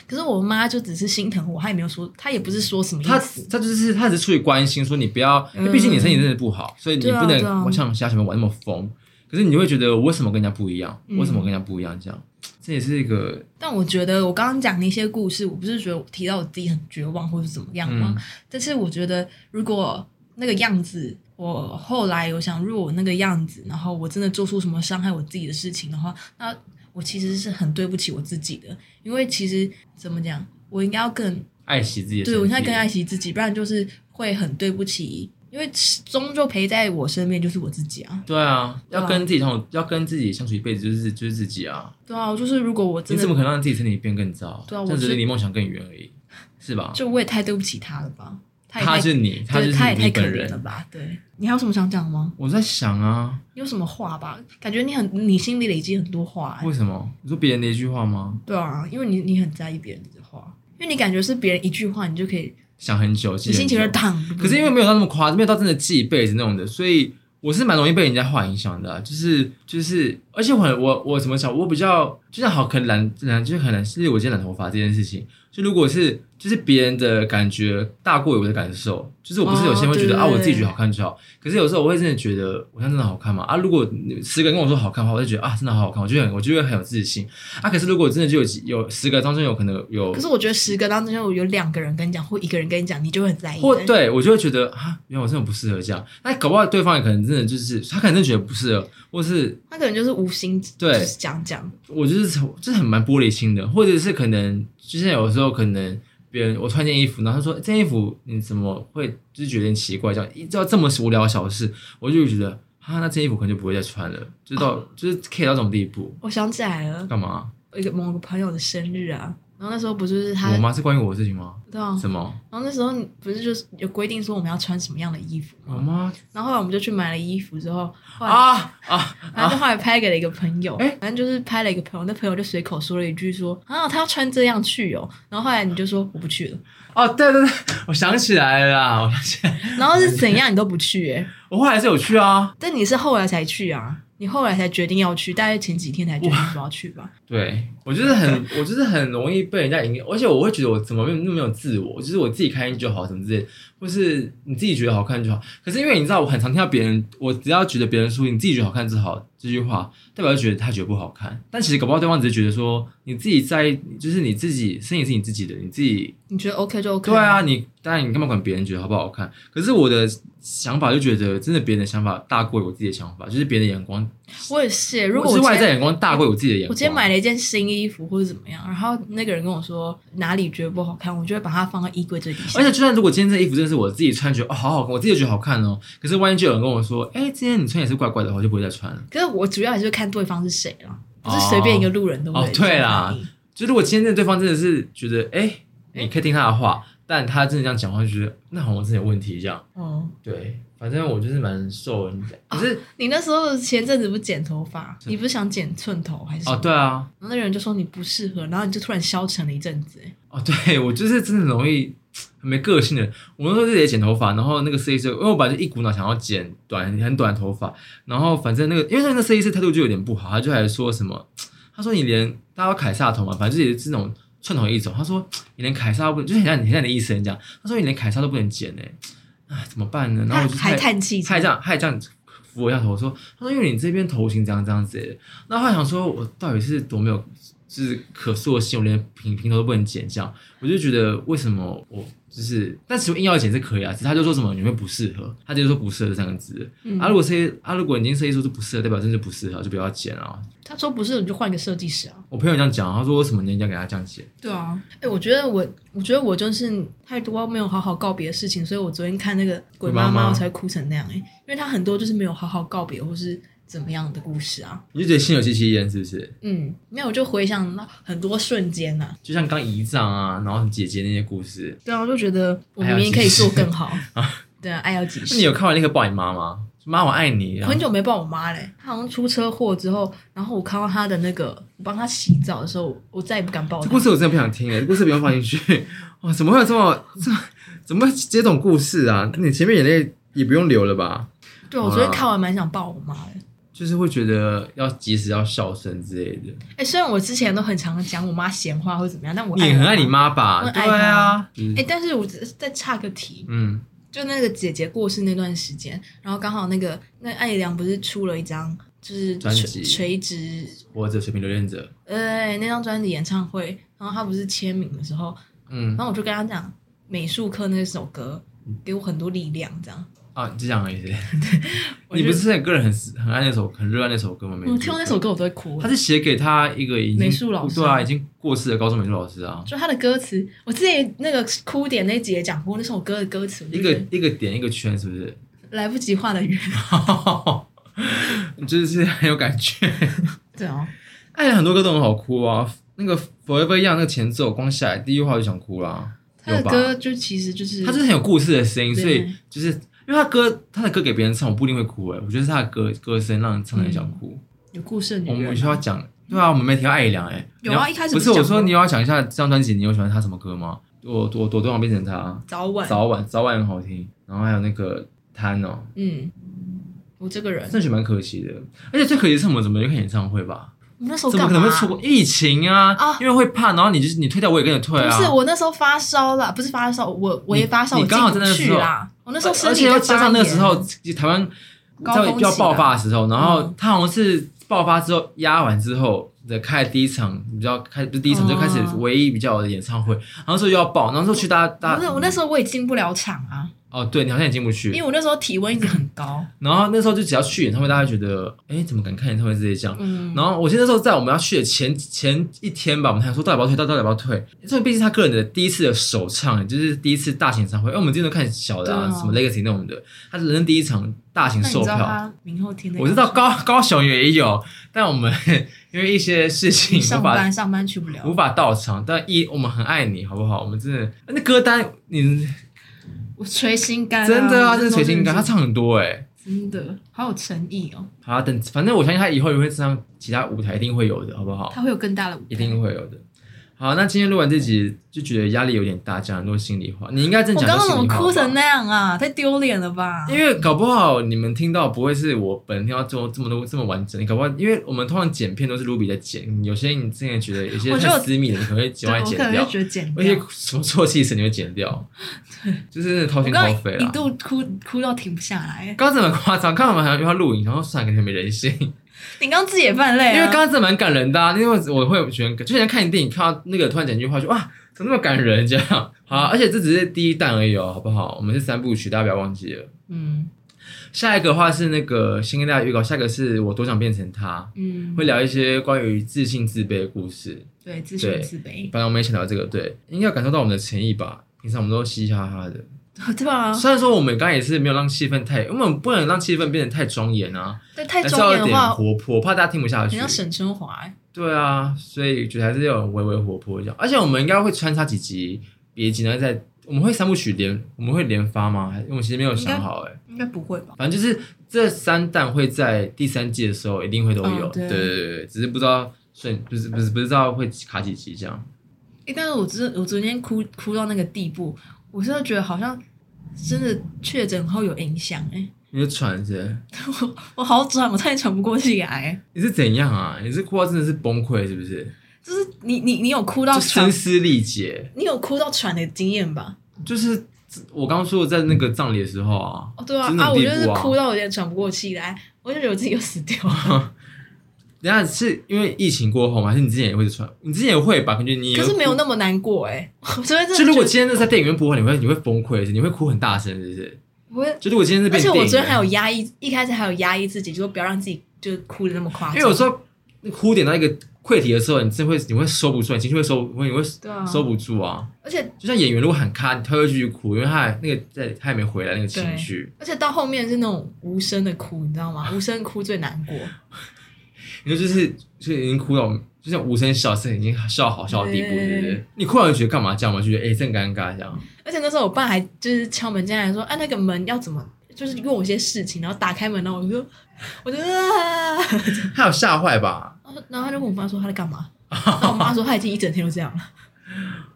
Speaker 2: 可是我妈就只是心疼我，她也没有说，她也不是说什么
Speaker 1: 他
Speaker 2: 意思。
Speaker 1: 他就是他只是出于关心，说你不要，因为
Speaker 2: 嗯
Speaker 1: 毕竟你身体真的不好，所以你
Speaker 2: 对啊
Speaker 1: 不
Speaker 2: 对
Speaker 1: 能
Speaker 2: 啊
Speaker 1: 像其他小朋友玩那么疯。可是你会觉得我为什么跟人家不一样？
Speaker 2: 嗯
Speaker 1: 为什么跟人家不一样？这样，这也是一个
Speaker 2: 但我觉得我刚刚讲那些故事，我不是觉得我提到我自己很绝望或是怎么样吗？
Speaker 1: 嗯
Speaker 2: 但是我觉得如果那个样子，我后来有想，如果我那个样子，然后我真的做出什么伤害我自己的事情的话，那我其实是很对不起我自己的，因为其实怎么讲，我应该要更
Speaker 1: 爱惜自己的身体。
Speaker 2: 对我应该更爱惜自己，不然就是会很对不起，因为终究陪在我身边就是我自己啊。
Speaker 1: 对啊，
Speaker 2: 对啊
Speaker 1: 要跟自己相处，要跟自己相处一辈子，就是就是自己啊。
Speaker 2: 对啊，就是如果我
Speaker 1: 你
Speaker 2: 真
Speaker 1: 怎么
Speaker 2: 的，
Speaker 1: 可能让自己身体变更糟？
Speaker 2: 对啊
Speaker 1: 这
Speaker 2: 我
Speaker 1: 只是
Speaker 2: 是
Speaker 1: 离梦想更远而已，是吧？
Speaker 2: 就我也太对不起他了吧？他也
Speaker 1: 他
Speaker 2: 太
Speaker 1: 是你，他就
Speaker 2: 对，他
Speaker 1: 是
Speaker 2: 也
Speaker 1: 你
Speaker 2: 太可
Speaker 1: 本
Speaker 2: 怜了
Speaker 1: 人。
Speaker 2: 吧？对你还有什么想讲的吗？
Speaker 1: 我在想啊，
Speaker 2: 有什么话吧？感觉你很，你心里累积很多话、欸
Speaker 1: 为什么？你说别人的一句话吗？
Speaker 2: 对啊，因为你你很在意别人的话，因为你感觉是别人一句话，你就可以，
Speaker 1: 想很久，记
Speaker 2: 你
Speaker 1: 很
Speaker 2: 心情
Speaker 1: 久
Speaker 2: 就躺。
Speaker 1: 可是因为没有到那么夸张，没有到真的记一辈子那种的，所以我是蛮容易被人家话影响的啊、就是就是，而且我很我我怎么讲，我比较就像好可能染染就是很染，是我今天染头发这件事情，就如果是就是别人的感觉大过于我的感受，就是我不是有些人会觉得、
Speaker 2: 哦对
Speaker 1: 啊我
Speaker 2: 对
Speaker 1: 自己觉得
Speaker 2: 对
Speaker 1: 好看就好，可是有时候我会真的觉得我像真的好看嘛啊，如果十个人跟我说好看的话，我就觉得啊真的好好看，我就很我就会很有自信啊，可是如果真的就有几有十个当中有可能有
Speaker 2: 可是我觉得十个当中有有两个人跟你讲，或一个人跟你讲，你就会很在意。
Speaker 1: 或对我就会觉得啊，原来我真的不适合这样。那搞不好对方也可能真的就是他可能真的觉得不适合，或是
Speaker 2: 他可能就是无心，
Speaker 1: 对
Speaker 2: 就是讲讲。
Speaker 1: 我就是就是很蛮玻璃心的，或者是可能就像有时候可能别人我穿件衣服，然后他说、欸这件衣服你怎么会就是觉得有点奇怪，这样一知道这么无聊的小事，我就会觉得啊，那这件衣服可能就不会再穿了，就到、
Speaker 2: 哦
Speaker 1: 就是 care 到这种地步，
Speaker 2: 我想起来了，
Speaker 1: 干嘛？
Speaker 2: 一个某个朋友的生日啊，然后那时候不就是他
Speaker 1: 我，妈是关于我的事情吗？
Speaker 2: 对啊，
Speaker 1: 什么？
Speaker 2: 然后那时候你不是就是有规定说我们要穿什么样的衣服
Speaker 1: 我
Speaker 2: 吗？
Speaker 1: 妈
Speaker 2: 然后后来我们就去买了衣服之后，后来、
Speaker 1: 啊啊！
Speaker 2: 反正后来拍给了一个朋友，
Speaker 1: 哎
Speaker 2: 反正就是拍了一个朋友，那朋友就随口说了一句说啊，他要穿这样去哦，然后后来你就说我不去了，
Speaker 1: 哦，对对对，我想起来了啦，我想起来，
Speaker 2: 然后是怎样你都不去哎、
Speaker 1: 我后来是有去啊，
Speaker 2: 但你是后来才去啊，你后来才决定要去，大概前几天才决定说要去吧。
Speaker 1: 对我就是很， 我就是很容易被人家影响，而且我会觉得我怎么没有那么没有自我，就是我自己开心就好，什么之类，或是你自己觉得好看就好。可是因为你知道，我很常听到别人，我只要觉得别人说你自己觉得好看就好这句话，代表就觉得他觉得不好看。但其实搞不好对方只是觉得说你自己在意，就是你自己身体是你自己的，你自己
Speaker 2: 你觉得 OK 就 OK，
Speaker 1: 对啊，，你当然你干嘛管别人觉得好不好看？可是我的想法就觉得，真的别人的想法大过于我自己的想法，就是别人的眼光，
Speaker 2: 我也是耶。如果
Speaker 1: 我
Speaker 2: 我
Speaker 1: 是外
Speaker 2: 今
Speaker 1: 在
Speaker 2: 天
Speaker 1: 眼光大过于我自己的眼光。
Speaker 2: 我今天买了一件新衣服或者怎么样，然后那个人跟我说哪里觉得不好看，我就会把它放到衣柜最底下
Speaker 1: 而。且，就算如果今天这衣服真的是我自己穿，觉得哦好好看，我自己觉得好看哦。可是万一就有人跟我说，哎、今天你穿也是怪怪的，我就不会再穿了。
Speaker 2: 可是我主要还是看对方是谁啦，不
Speaker 1: 哦
Speaker 2: 是随便一个路人都会
Speaker 1: 哦对啦
Speaker 2: 这样反应
Speaker 1: 就如果今天真的对方真的是觉得，哎、
Speaker 2: 哎
Speaker 1: 你可以听他的话，但他真的这样讲话，就觉得那好像真的有问题这样。
Speaker 2: 哦，
Speaker 1: 对，反正我就是蛮受人家，可是
Speaker 2: 你那时候前阵子不是剪头发，你不是想剪寸头还是什
Speaker 1: 哦
Speaker 2: 么？
Speaker 1: 对啊，
Speaker 2: 然后那个人就说你不适合，然后你就突然消沉了一阵子。哎
Speaker 1: 哦对 我就是真的很容易。很没个性的，我那时候自己也剪头发，然后那个设计师，因为我本来就一股脑想要剪短很短的头发，然后反正那个，因为那个设计师态度就有点不好，他就还说什么，他说你连大家都凯撒头嘛，反正就是这种寸头一种。他说你连凯撒都不就是很像你很像你的意思，人家他说你连凯撒都不能剪呢、哎，怎么办呢？然后
Speaker 2: 他
Speaker 1: 我就
Speaker 2: 还
Speaker 1: 太
Speaker 2: 叹气，
Speaker 1: 他还这样，他还这样扶我一下头，说：“他说因为你这边头型这样这样子。”欸那他想说，我到底是多没有就是可塑性，我连平平头都不能剪这样，我就觉得为什么我就是，但其实硬要剪是可以啊，只是他就说什么你会不适合，他就说不适合这三个字。
Speaker 2: 嗯
Speaker 1: 啊，如果设计啊，如果你已经设计出是不适合，代表真的不适合，就不要剪啊。
Speaker 2: 他说不是，你就换个设计师啊。
Speaker 1: 我朋友这样讲，他说为什么人家给他这样剪？
Speaker 2: 对啊，哎、我觉得我，我觉得我就是太多没有好好告别的事情，所以我昨天看那个《鬼妈
Speaker 1: 鬼妈
Speaker 2: 妈
Speaker 1: 妈》
Speaker 2: 我才会哭成那样、哎，因为他很多就是没有好好告别或是怎么样的故事啊。
Speaker 1: 你就觉得心有戚戚焉是不是？
Speaker 2: 嗯，没有，我就回想到很多瞬间呐、啊。
Speaker 1: 就像刚姨丈啊，然后姐姐那些故事。
Speaker 2: 对啊，我就觉得我明明可以做更好。对啊，爱要及
Speaker 1: 那 你
Speaker 2: 时
Speaker 1: 有。看完那个抱你妈吗？妈，我爱你。然后
Speaker 2: 很久没抱我妈嘞，她好像出车祸之后，然后我看到她的那个，我帮她洗澡的时候，我再也不敢抱
Speaker 1: 这
Speaker 2: 她
Speaker 1: 故。事我真的不想听了，这欸故事不用放进去。哇，怎么会有这么这怎么会这种故事啊？你前面眼泪也不用流了吧？
Speaker 2: 对，我昨天看完蛮想抱我妈的。
Speaker 1: 就是会觉得要及时要笑声之类的。
Speaker 2: 哎、虽然我之前都很常讲我妈闲话或者怎么样，但我
Speaker 1: 你也
Speaker 2: 我
Speaker 1: 很爱你。妈吧？
Speaker 2: 我
Speaker 1: 对
Speaker 2: 爱她
Speaker 1: 啊，嗯
Speaker 2: 哎、但是我只是再岔个题，
Speaker 1: 嗯，
Speaker 2: 就那个姐姐过世那段时间，然后刚好那个那艾怡良不是出了一张就是
Speaker 1: 专
Speaker 2: 垂
Speaker 1: 辑
Speaker 2: 垂直
Speaker 1: 活着水平留恋者，
Speaker 2: 呃那张专辑演唱会，然后她不是签名的时候，
Speaker 1: 嗯
Speaker 2: 然后我就跟她讲美术课那首歌给我很多力量，这样。
Speaker 1: 啊，就这样而 已。
Speaker 2: 我
Speaker 1: 你
Speaker 2: 就
Speaker 1: 不是很个人很很爱那首很热爱那首歌吗？
Speaker 2: 我嗯听到那首，歌我都会哭
Speaker 1: 他。是写给他一个已经
Speaker 2: 美术老师
Speaker 1: 对啊，已经过世的高中美术老师啊。
Speaker 2: 就她的歌词，我之前那个哭点那集也讲过，那首歌的歌词，我
Speaker 1: 一
Speaker 2: 就
Speaker 1: 个
Speaker 2: 觉得
Speaker 1: 一个点一个圈，是不是？
Speaker 2: 来不及画的圆。
Speaker 1: 就是很有感觉。
Speaker 2: 对哦，
Speaker 1: 爱哎人很多歌都很好哭啊，那个 Forever Young 那个前奏光下来第一句话就想哭啦，
Speaker 2: 她
Speaker 1: 有
Speaker 2: 的
Speaker 1: 吧？
Speaker 2: 歌就其实就是
Speaker 1: 他就是很有故事的声音，
Speaker 2: 对
Speaker 1: 所以就是因为他歌他的歌给别人唱，我不一定会哭哎、我觉得是他的歌歌声让人唱的很想哭。
Speaker 2: 有故事的
Speaker 1: 我
Speaker 2: 女
Speaker 1: 们
Speaker 2: 人
Speaker 1: 需要
Speaker 2: 啊。
Speaker 1: 讲，对啊，我们没提到艾怡良哎、
Speaker 2: 有啊
Speaker 1: 你要
Speaker 2: 一开始
Speaker 1: 不
Speaker 2: 不
Speaker 1: 是
Speaker 2: 是讲
Speaker 1: 我
Speaker 2: 吗
Speaker 1: 说你有要讲一下这张专辑，你有喜欢他什么歌吗？我我我多想变成他，
Speaker 2: 早晚，
Speaker 1: 早晚早晚很好听，然后还有那个贪哦，
Speaker 2: 嗯，我这个人，
Speaker 1: 那就蛮可惜的。而且最可惜是我们怎么去看演唱会吧？
Speaker 2: 你那时候
Speaker 1: 怎么
Speaker 2: 哦干
Speaker 1: 可
Speaker 2: 嘛
Speaker 1: 能会出国？疫情啊，
Speaker 2: 啊
Speaker 1: 因为会怕，然后你就是你退掉，我也跟着退啊。
Speaker 2: 不是我那时候发烧了，不是发烧，我我也发烧，
Speaker 1: 你
Speaker 2: 我
Speaker 1: 你刚好在
Speaker 2: 进
Speaker 1: 那
Speaker 2: 不
Speaker 1: 时
Speaker 2: 去
Speaker 1: 候
Speaker 2: 啦。我那时候身
Speaker 1: 而
Speaker 2: 体
Speaker 1: 且
Speaker 2: 在
Speaker 1: 又加上那个
Speaker 2: 发炎
Speaker 1: 时候台湾
Speaker 2: 高
Speaker 1: 在
Speaker 2: 峰期
Speaker 1: 要爆发的时候，然后
Speaker 2: 嗯
Speaker 1: 他好像是爆发之后压完之后的开第一场比较开不是第一场
Speaker 2: 哦
Speaker 1: 就开始唯一比较好的演唱会，然后说又要爆，然后说去大家大
Speaker 2: 不是我那时候我也进不了场啊，
Speaker 1: 哦对你好像也进不去
Speaker 2: 因为，我那时候体温一直很高。
Speaker 1: 然后那时候就只要去演唱会，大家觉得哎怎么敢看演唱会直接这样。
Speaker 2: 嗯，
Speaker 1: 然后我记 得那时候在我们要去的前前一天吧，我们还说到底要不要退，到底要不要退。因为毕竟他个人的第一次的首唱，就是第一次大型演唱会，因为我们之前都看小的啊，
Speaker 2: 对啊
Speaker 1: 什么 Legacy 那种的，他人生第一场大型
Speaker 2: 那
Speaker 1: 售
Speaker 2: 你知道
Speaker 1: 票。
Speaker 2: 他明后天的？
Speaker 1: 我知道高高雄也有，但我们因为一些事情
Speaker 2: 上
Speaker 1: 无法
Speaker 2: 班上班去不了
Speaker 1: 无，法到场。但一我们很爱你，好不好？我们真的那歌单，你
Speaker 2: 我捶心肝啊，
Speaker 1: 真的啊，
Speaker 2: 我
Speaker 1: 真的
Speaker 2: 那时候
Speaker 1: 随心感，他
Speaker 2: 是
Speaker 1: 唱很多哎、
Speaker 2: 真的好有诚意哦，
Speaker 1: 好，啊等反正我相信他以后也会上其他舞台，一定会有的，好不好？
Speaker 2: 他会有更大的舞台
Speaker 1: 一定会有的。好，那今天录完这集就觉得压力有点大，讲很多心里话。你应该真
Speaker 2: 我
Speaker 1: 的
Speaker 2: 刚
Speaker 1: 讲很
Speaker 2: 刚
Speaker 1: 多
Speaker 2: 怎
Speaker 1: 心
Speaker 2: 么
Speaker 1: 里话吧。
Speaker 2: 哭成那样啊？太丢脸了吧！
Speaker 1: 因为搞不好你们听到不会是我本人要做这么多这么完整，搞不好因为我们通常剪片都是 Ruby 在剪，有些你之前觉得有些
Speaker 2: 我觉得
Speaker 1: 太
Speaker 2: 我
Speaker 1: 私密的，你可能会剪
Speaker 2: 对
Speaker 1: 外
Speaker 2: 我
Speaker 1: 剪
Speaker 2: 可能
Speaker 1: 掉
Speaker 2: 就，觉得剪
Speaker 1: 而且
Speaker 2: 掉。
Speaker 1: 什么错气声你会剪掉， 就是真的掏
Speaker 2: 我
Speaker 1: 心
Speaker 2: 刚
Speaker 1: 掏
Speaker 2: 刚
Speaker 1: 肺
Speaker 2: 一
Speaker 1: 啦。
Speaker 2: 度哭哭到停不下来，
Speaker 1: 刚刚真的很夸张，刚刚我们还要录影，然后算了，感觉没人性，
Speaker 2: 你刚刚自己也犯累、啊，
Speaker 1: 因为刚刚真的蛮感人的、啊，因为我会觉得，就像看电影看到那个突然讲一句话，就哇，怎么那么感人这样？ 好啊，而且这只是第一弹而已哦，好不好？我们是三部曲，大家不要忘记了。
Speaker 2: 嗯
Speaker 1: 下一个的话是那个，先跟大家预告，下一个是我多想变成他，
Speaker 2: 嗯
Speaker 1: 会聊一些关于自信自卑的故事。
Speaker 2: 对自
Speaker 1: 对
Speaker 2: 寻自卑，
Speaker 1: 反正我们也想聊这个，对，应该感受到我们的诚意吧。平常我们都嘻嘻哈哈的，
Speaker 2: 对啊吧？
Speaker 1: 虽然说我们刚刚也是没有让气氛太，因为我们不能让气氛变得太庄严啊，
Speaker 2: 对，太
Speaker 1: 还是
Speaker 2: 庄
Speaker 1: 要
Speaker 2: 严
Speaker 1: 有
Speaker 2: 的
Speaker 1: 点
Speaker 2: 话，
Speaker 1: 活泼，怕大家听不下
Speaker 2: 很
Speaker 1: 去。
Speaker 2: 像沈春华、欸。
Speaker 1: 对啊，所以觉得还是要有微微活泼这样。而且我们应该会穿插几集别集，然后再我们会三部曲连，我们会连发吗？还我们其实没有想好哎、
Speaker 2: 应该不会吧？
Speaker 1: 反正就是这三弹会在第三季的时候一定会都有，
Speaker 2: 嗯
Speaker 1: 对
Speaker 2: 对
Speaker 1: 对对对，只是不知道顺不是不是不知道会卡几集这样。
Speaker 2: 哎、但是我昨我昨天哭哭到那个地步，我真的觉得好像真的确诊后有影响哎、
Speaker 1: 你就喘着，
Speaker 2: 我好喘，我差点喘不过气来、欸。
Speaker 1: 你是怎样啊？你是哭到真的是崩溃是不是？
Speaker 2: 就是你你你有哭到
Speaker 1: 就
Speaker 2: 喘
Speaker 1: 声，嘶力竭，
Speaker 2: 你有哭到喘的经验吧？
Speaker 1: 就是我刚说的在那个葬礼的时候啊，
Speaker 2: 哦，对啊
Speaker 1: 就，那
Speaker 2: 啊，
Speaker 1: 种
Speaker 2: 我
Speaker 1: 地
Speaker 2: 就
Speaker 1: 步
Speaker 2: 是
Speaker 1: 啊
Speaker 2: 哭到有点喘不过气来，我就觉得我自己又死掉了。
Speaker 1: 等一下是因为疫情过后吗？还是你之前也会喘？你之前也会吧？感觉你也
Speaker 2: 可是没有
Speaker 1: 哭
Speaker 2: 那么难过 哎、我昨天真的哦
Speaker 1: 就如果
Speaker 2: 觉
Speaker 1: 今天那在电影院播，你会你会崩溃，是不是你会哭很大声，是不是？
Speaker 2: 得我会，
Speaker 1: 就如果今天是
Speaker 2: 而
Speaker 1: 变
Speaker 2: 且
Speaker 1: 电
Speaker 2: 我
Speaker 1: 影
Speaker 2: 昨天
Speaker 1: 院啊
Speaker 2: 还有压抑，一开始还有压抑自己，就不要让自己就哭的那么夸张。
Speaker 1: 因为有时候你哭点到一个溃体的时候，你真会你会收不住，你情绪会收，会你会
Speaker 2: 对啊
Speaker 1: 收不住啊。
Speaker 2: 而且
Speaker 1: 就像演员如果喊卡，他会继续哭，因为他还那个在他还没回来那个情绪，
Speaker 2: 而且到后面是那种无声的哭，你知道 吗？无声哭最难过。
Speaker 1: 你说就是就已经哭到就像无声笑声已经笑好笑的地步，
Speaker 2: 对
Speaker 1: 对不对？你哭完就觉得干嘛这样嘛？就觉得哎、真尴尬这样。
Speaker 2: 而且那时候我爸还就是敲门进来说：“啊，那个门要怎么？”就是问我一些事情，然后打开门，然后我就， 我就啊，
Speaker 1: 他有吓坏吧？
Speaker 2: 然后他就问我妈说他在干嘛，然后我妈说他已经一整天都这样了。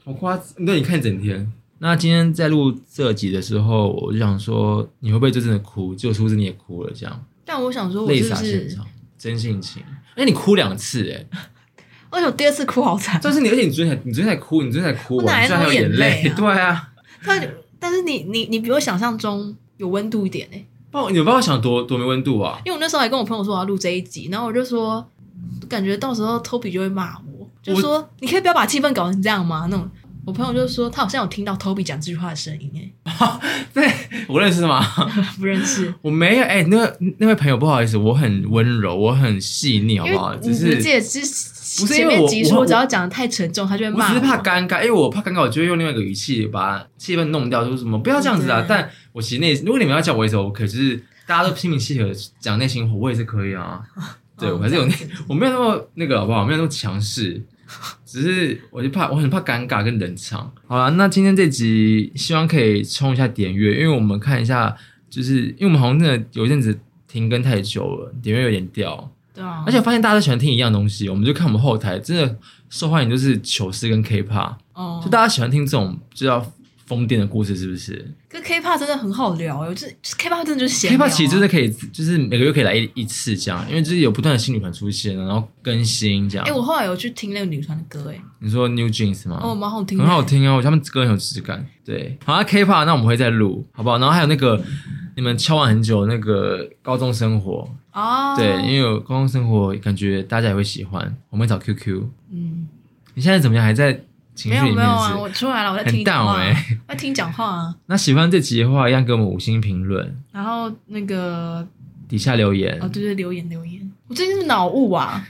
Speaker 1: 好夸张，对，你看一整天。那今天在录这集的时候，我就想说，你会不会就真的哭？结果殊不知你也哭了，这样
Speaker 2: 但我想说，我
Speaker 1: 泪
Speaker 2: 是不
Speaker 1: 洒现
Speaker 2: 是？
Speaker 1: 场，真性情。哎，你哭两次哎、
Speaker 2: 而且我第二次哭好惨。
Speaker 1: 但是你，而且你昨天才，你昨天才哭，你昨天才哭
Speaker 2: 我哪
Speaker 1: 完，
Speaker 2: 来
Speaker 1: 你居然还有
Speaker 2: 那么
Speaker 1: 眼
Speaker 2: 眼
Speaker 1: 泪，
Speaker 2: 泪啊
Speaker 1: 对啊，
Speaker 2: 但但是你你你比我想象中有温度一点哎、
Speaker 1: 不然我，你不知道想多多没温度啊！
Speaker 2: 因为我那时候还跟我朋友说我要录这一集，然后我就说，感觉到时候 Toby 就会骂我，就说你可以不要把气氛搞成这样吗？那种，我朋友就说他好像有听到 Toby 讲这句话的声音 哎、
Speaker 1: 对，我认识 吗？
Speaker 2: 不认识，
Speaker 1: 我没有，哎、那个那位朋友，不好意思，我很温柔，我很细腻，好
Speaker 2: 因
Speaker 1: 不
Speaker 2: 为
Speaker 1: 好？
Speaker 2: 你
Speaker 1: 只
Speaker 2: 你
Speaker 1: 是
Speaker 2: 自己也是
Speaker 1: 不是因
Speaker 2: 前
Speaker 1: 为我
Speaker 2: 面几
Speaker 1: 我
Speaker 2: 说
Speaker 1: 我
Speaker 2: 我只要讲的太沉重，他就会
Speaker 1: 我只
Speaker 2: 骂
Speaker 1: 是怕尴尬，因为我怕尴尬，我就会用另外一个语气把气氛弄掉，就是什么不要这样子啊
Speaker 2: 对。
Speaker 1: 但我其实内，如果你们要叫我也是 OK，就是大家都心平气和讲内心话，我也是可以啊。对，
Speaker 2: 哦
Speaker 1: 我还是有内
Speaker 2: 这样子，
Speaker 1: 我没有那么那个好不好？没有那么强势，只是我就怕，我很怕尴尬跟冷场。好了，那今天这集希望可以冲一下点阅，因为我们看一下，就是因为我们好像真的有一阵子停更太久了，点阅有点掉。
Speaker 2: 对啊，
Speaker 1: 而且我发现大家都喜欢听一样东西，我们就看我们后台真的受欢迎就是糗事跟 K-pop，
Speaker 2: 哦
Speaker 1: 就，大家喜欢听这种就要疯癫的故事，是不是
Speaker 2: 可是 K-pop 真的很好聊欸，我就是就是 K-pop 真的就是闲聊啊
Speaker 1: ？K-pop 其实真的可以，就是每个月可以来一一次这样，因为就是有不断的新女团出现，然后更新这样。
Speaker 2: 哎、我后来有去听那个女团的歌，哎，
Speaker 1: 你说 New Jeans 吗？
Speaker 2: 哦，蛮好听的，
Speaker 1: 啊很好听哦，他们歌很有质感。对，好，那 K-pop 那我们会再录，好不好？然后还有那个你们敲完很久那个高中生活，
Speaker 2: 啊。
Speaker 1: 对，因为有高中生活，感觉大家也会喜欢。我们会找 QQ，
Speaker 2: 嗯，
Speaker 1: 你现在怎么样？还在情
Speaker 2: 没
Speaker 1: 绪
Speaker 2: 有
Speaker 1: 里面是
Speaker 2: 没有啊，
Speaker 1: 不
Speaker 2: 我
Speaker 1: 是？
Speaker 2: 出来了，我在听
Speaker 1: 很
Speaker 2: 你讲
Speaker 1: 淡
Speaker 2: 话，
Speaker 1: 哎、
Speaker 2: 我在听你讲话啊。
Speaker 1: 那喜欢这集的话，一样给我们五星评论，
Speaker 2: 然后那个
Speaker 1: 底下留言。
Speaker 2: 哦，对对，留言留言，我最近是不是脑雾啊，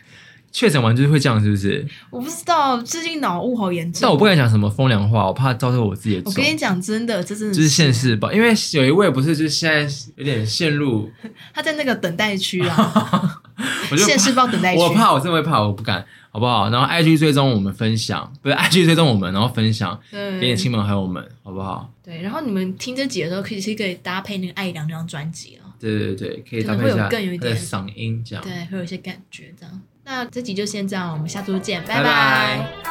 Speaker 1: 确诊完就是会这样，是不是？
Speaker 2: 我不知道最近脑雾好严重。
Speaker 1: 但我不敢讲什么风凉话，我怕到时候我自己的
Speaker 2: 我
Speaker 1: 走
Speaker 2: 跟。你讲，真的，这真的
Speaker 1: 就是现世报，因为有一位不是，就是现在有点陷入，
Speaker 2: 他在那个等待区啊，
Speaker 1: 我就
Speaker 2: 现世报等待区。
Speaker 1: 我怕，我真的会怕，我不敢，好不好？然后 IG 追踪我们分享，不是 IG 追踪我们，然后分享给你
Speaker 2: 对
Speaker 1: 的亲朋好友们，好不好？
Speaker 2: 对，然后你们听这集的时候，可以是可以搭配那个《爱良》这张专辑啊，
Speaker 1: 对对对，可以搭
Speaker 2: 可能
Speaker 1: 配
Speaker 2: 会
Speaker 1: 一
Speaker 2: 有
Speaker 1: 下
Speaker 2: 更有一
Speaker 1: 他的
Speaker 2: 点
Speaker 1: 嗓音这样。
Speaker 2: 对，会有一些感觉这样。那这集就先这样，我们下周见，
Speaker 1: 拜拜
Speaker 2: 拜拜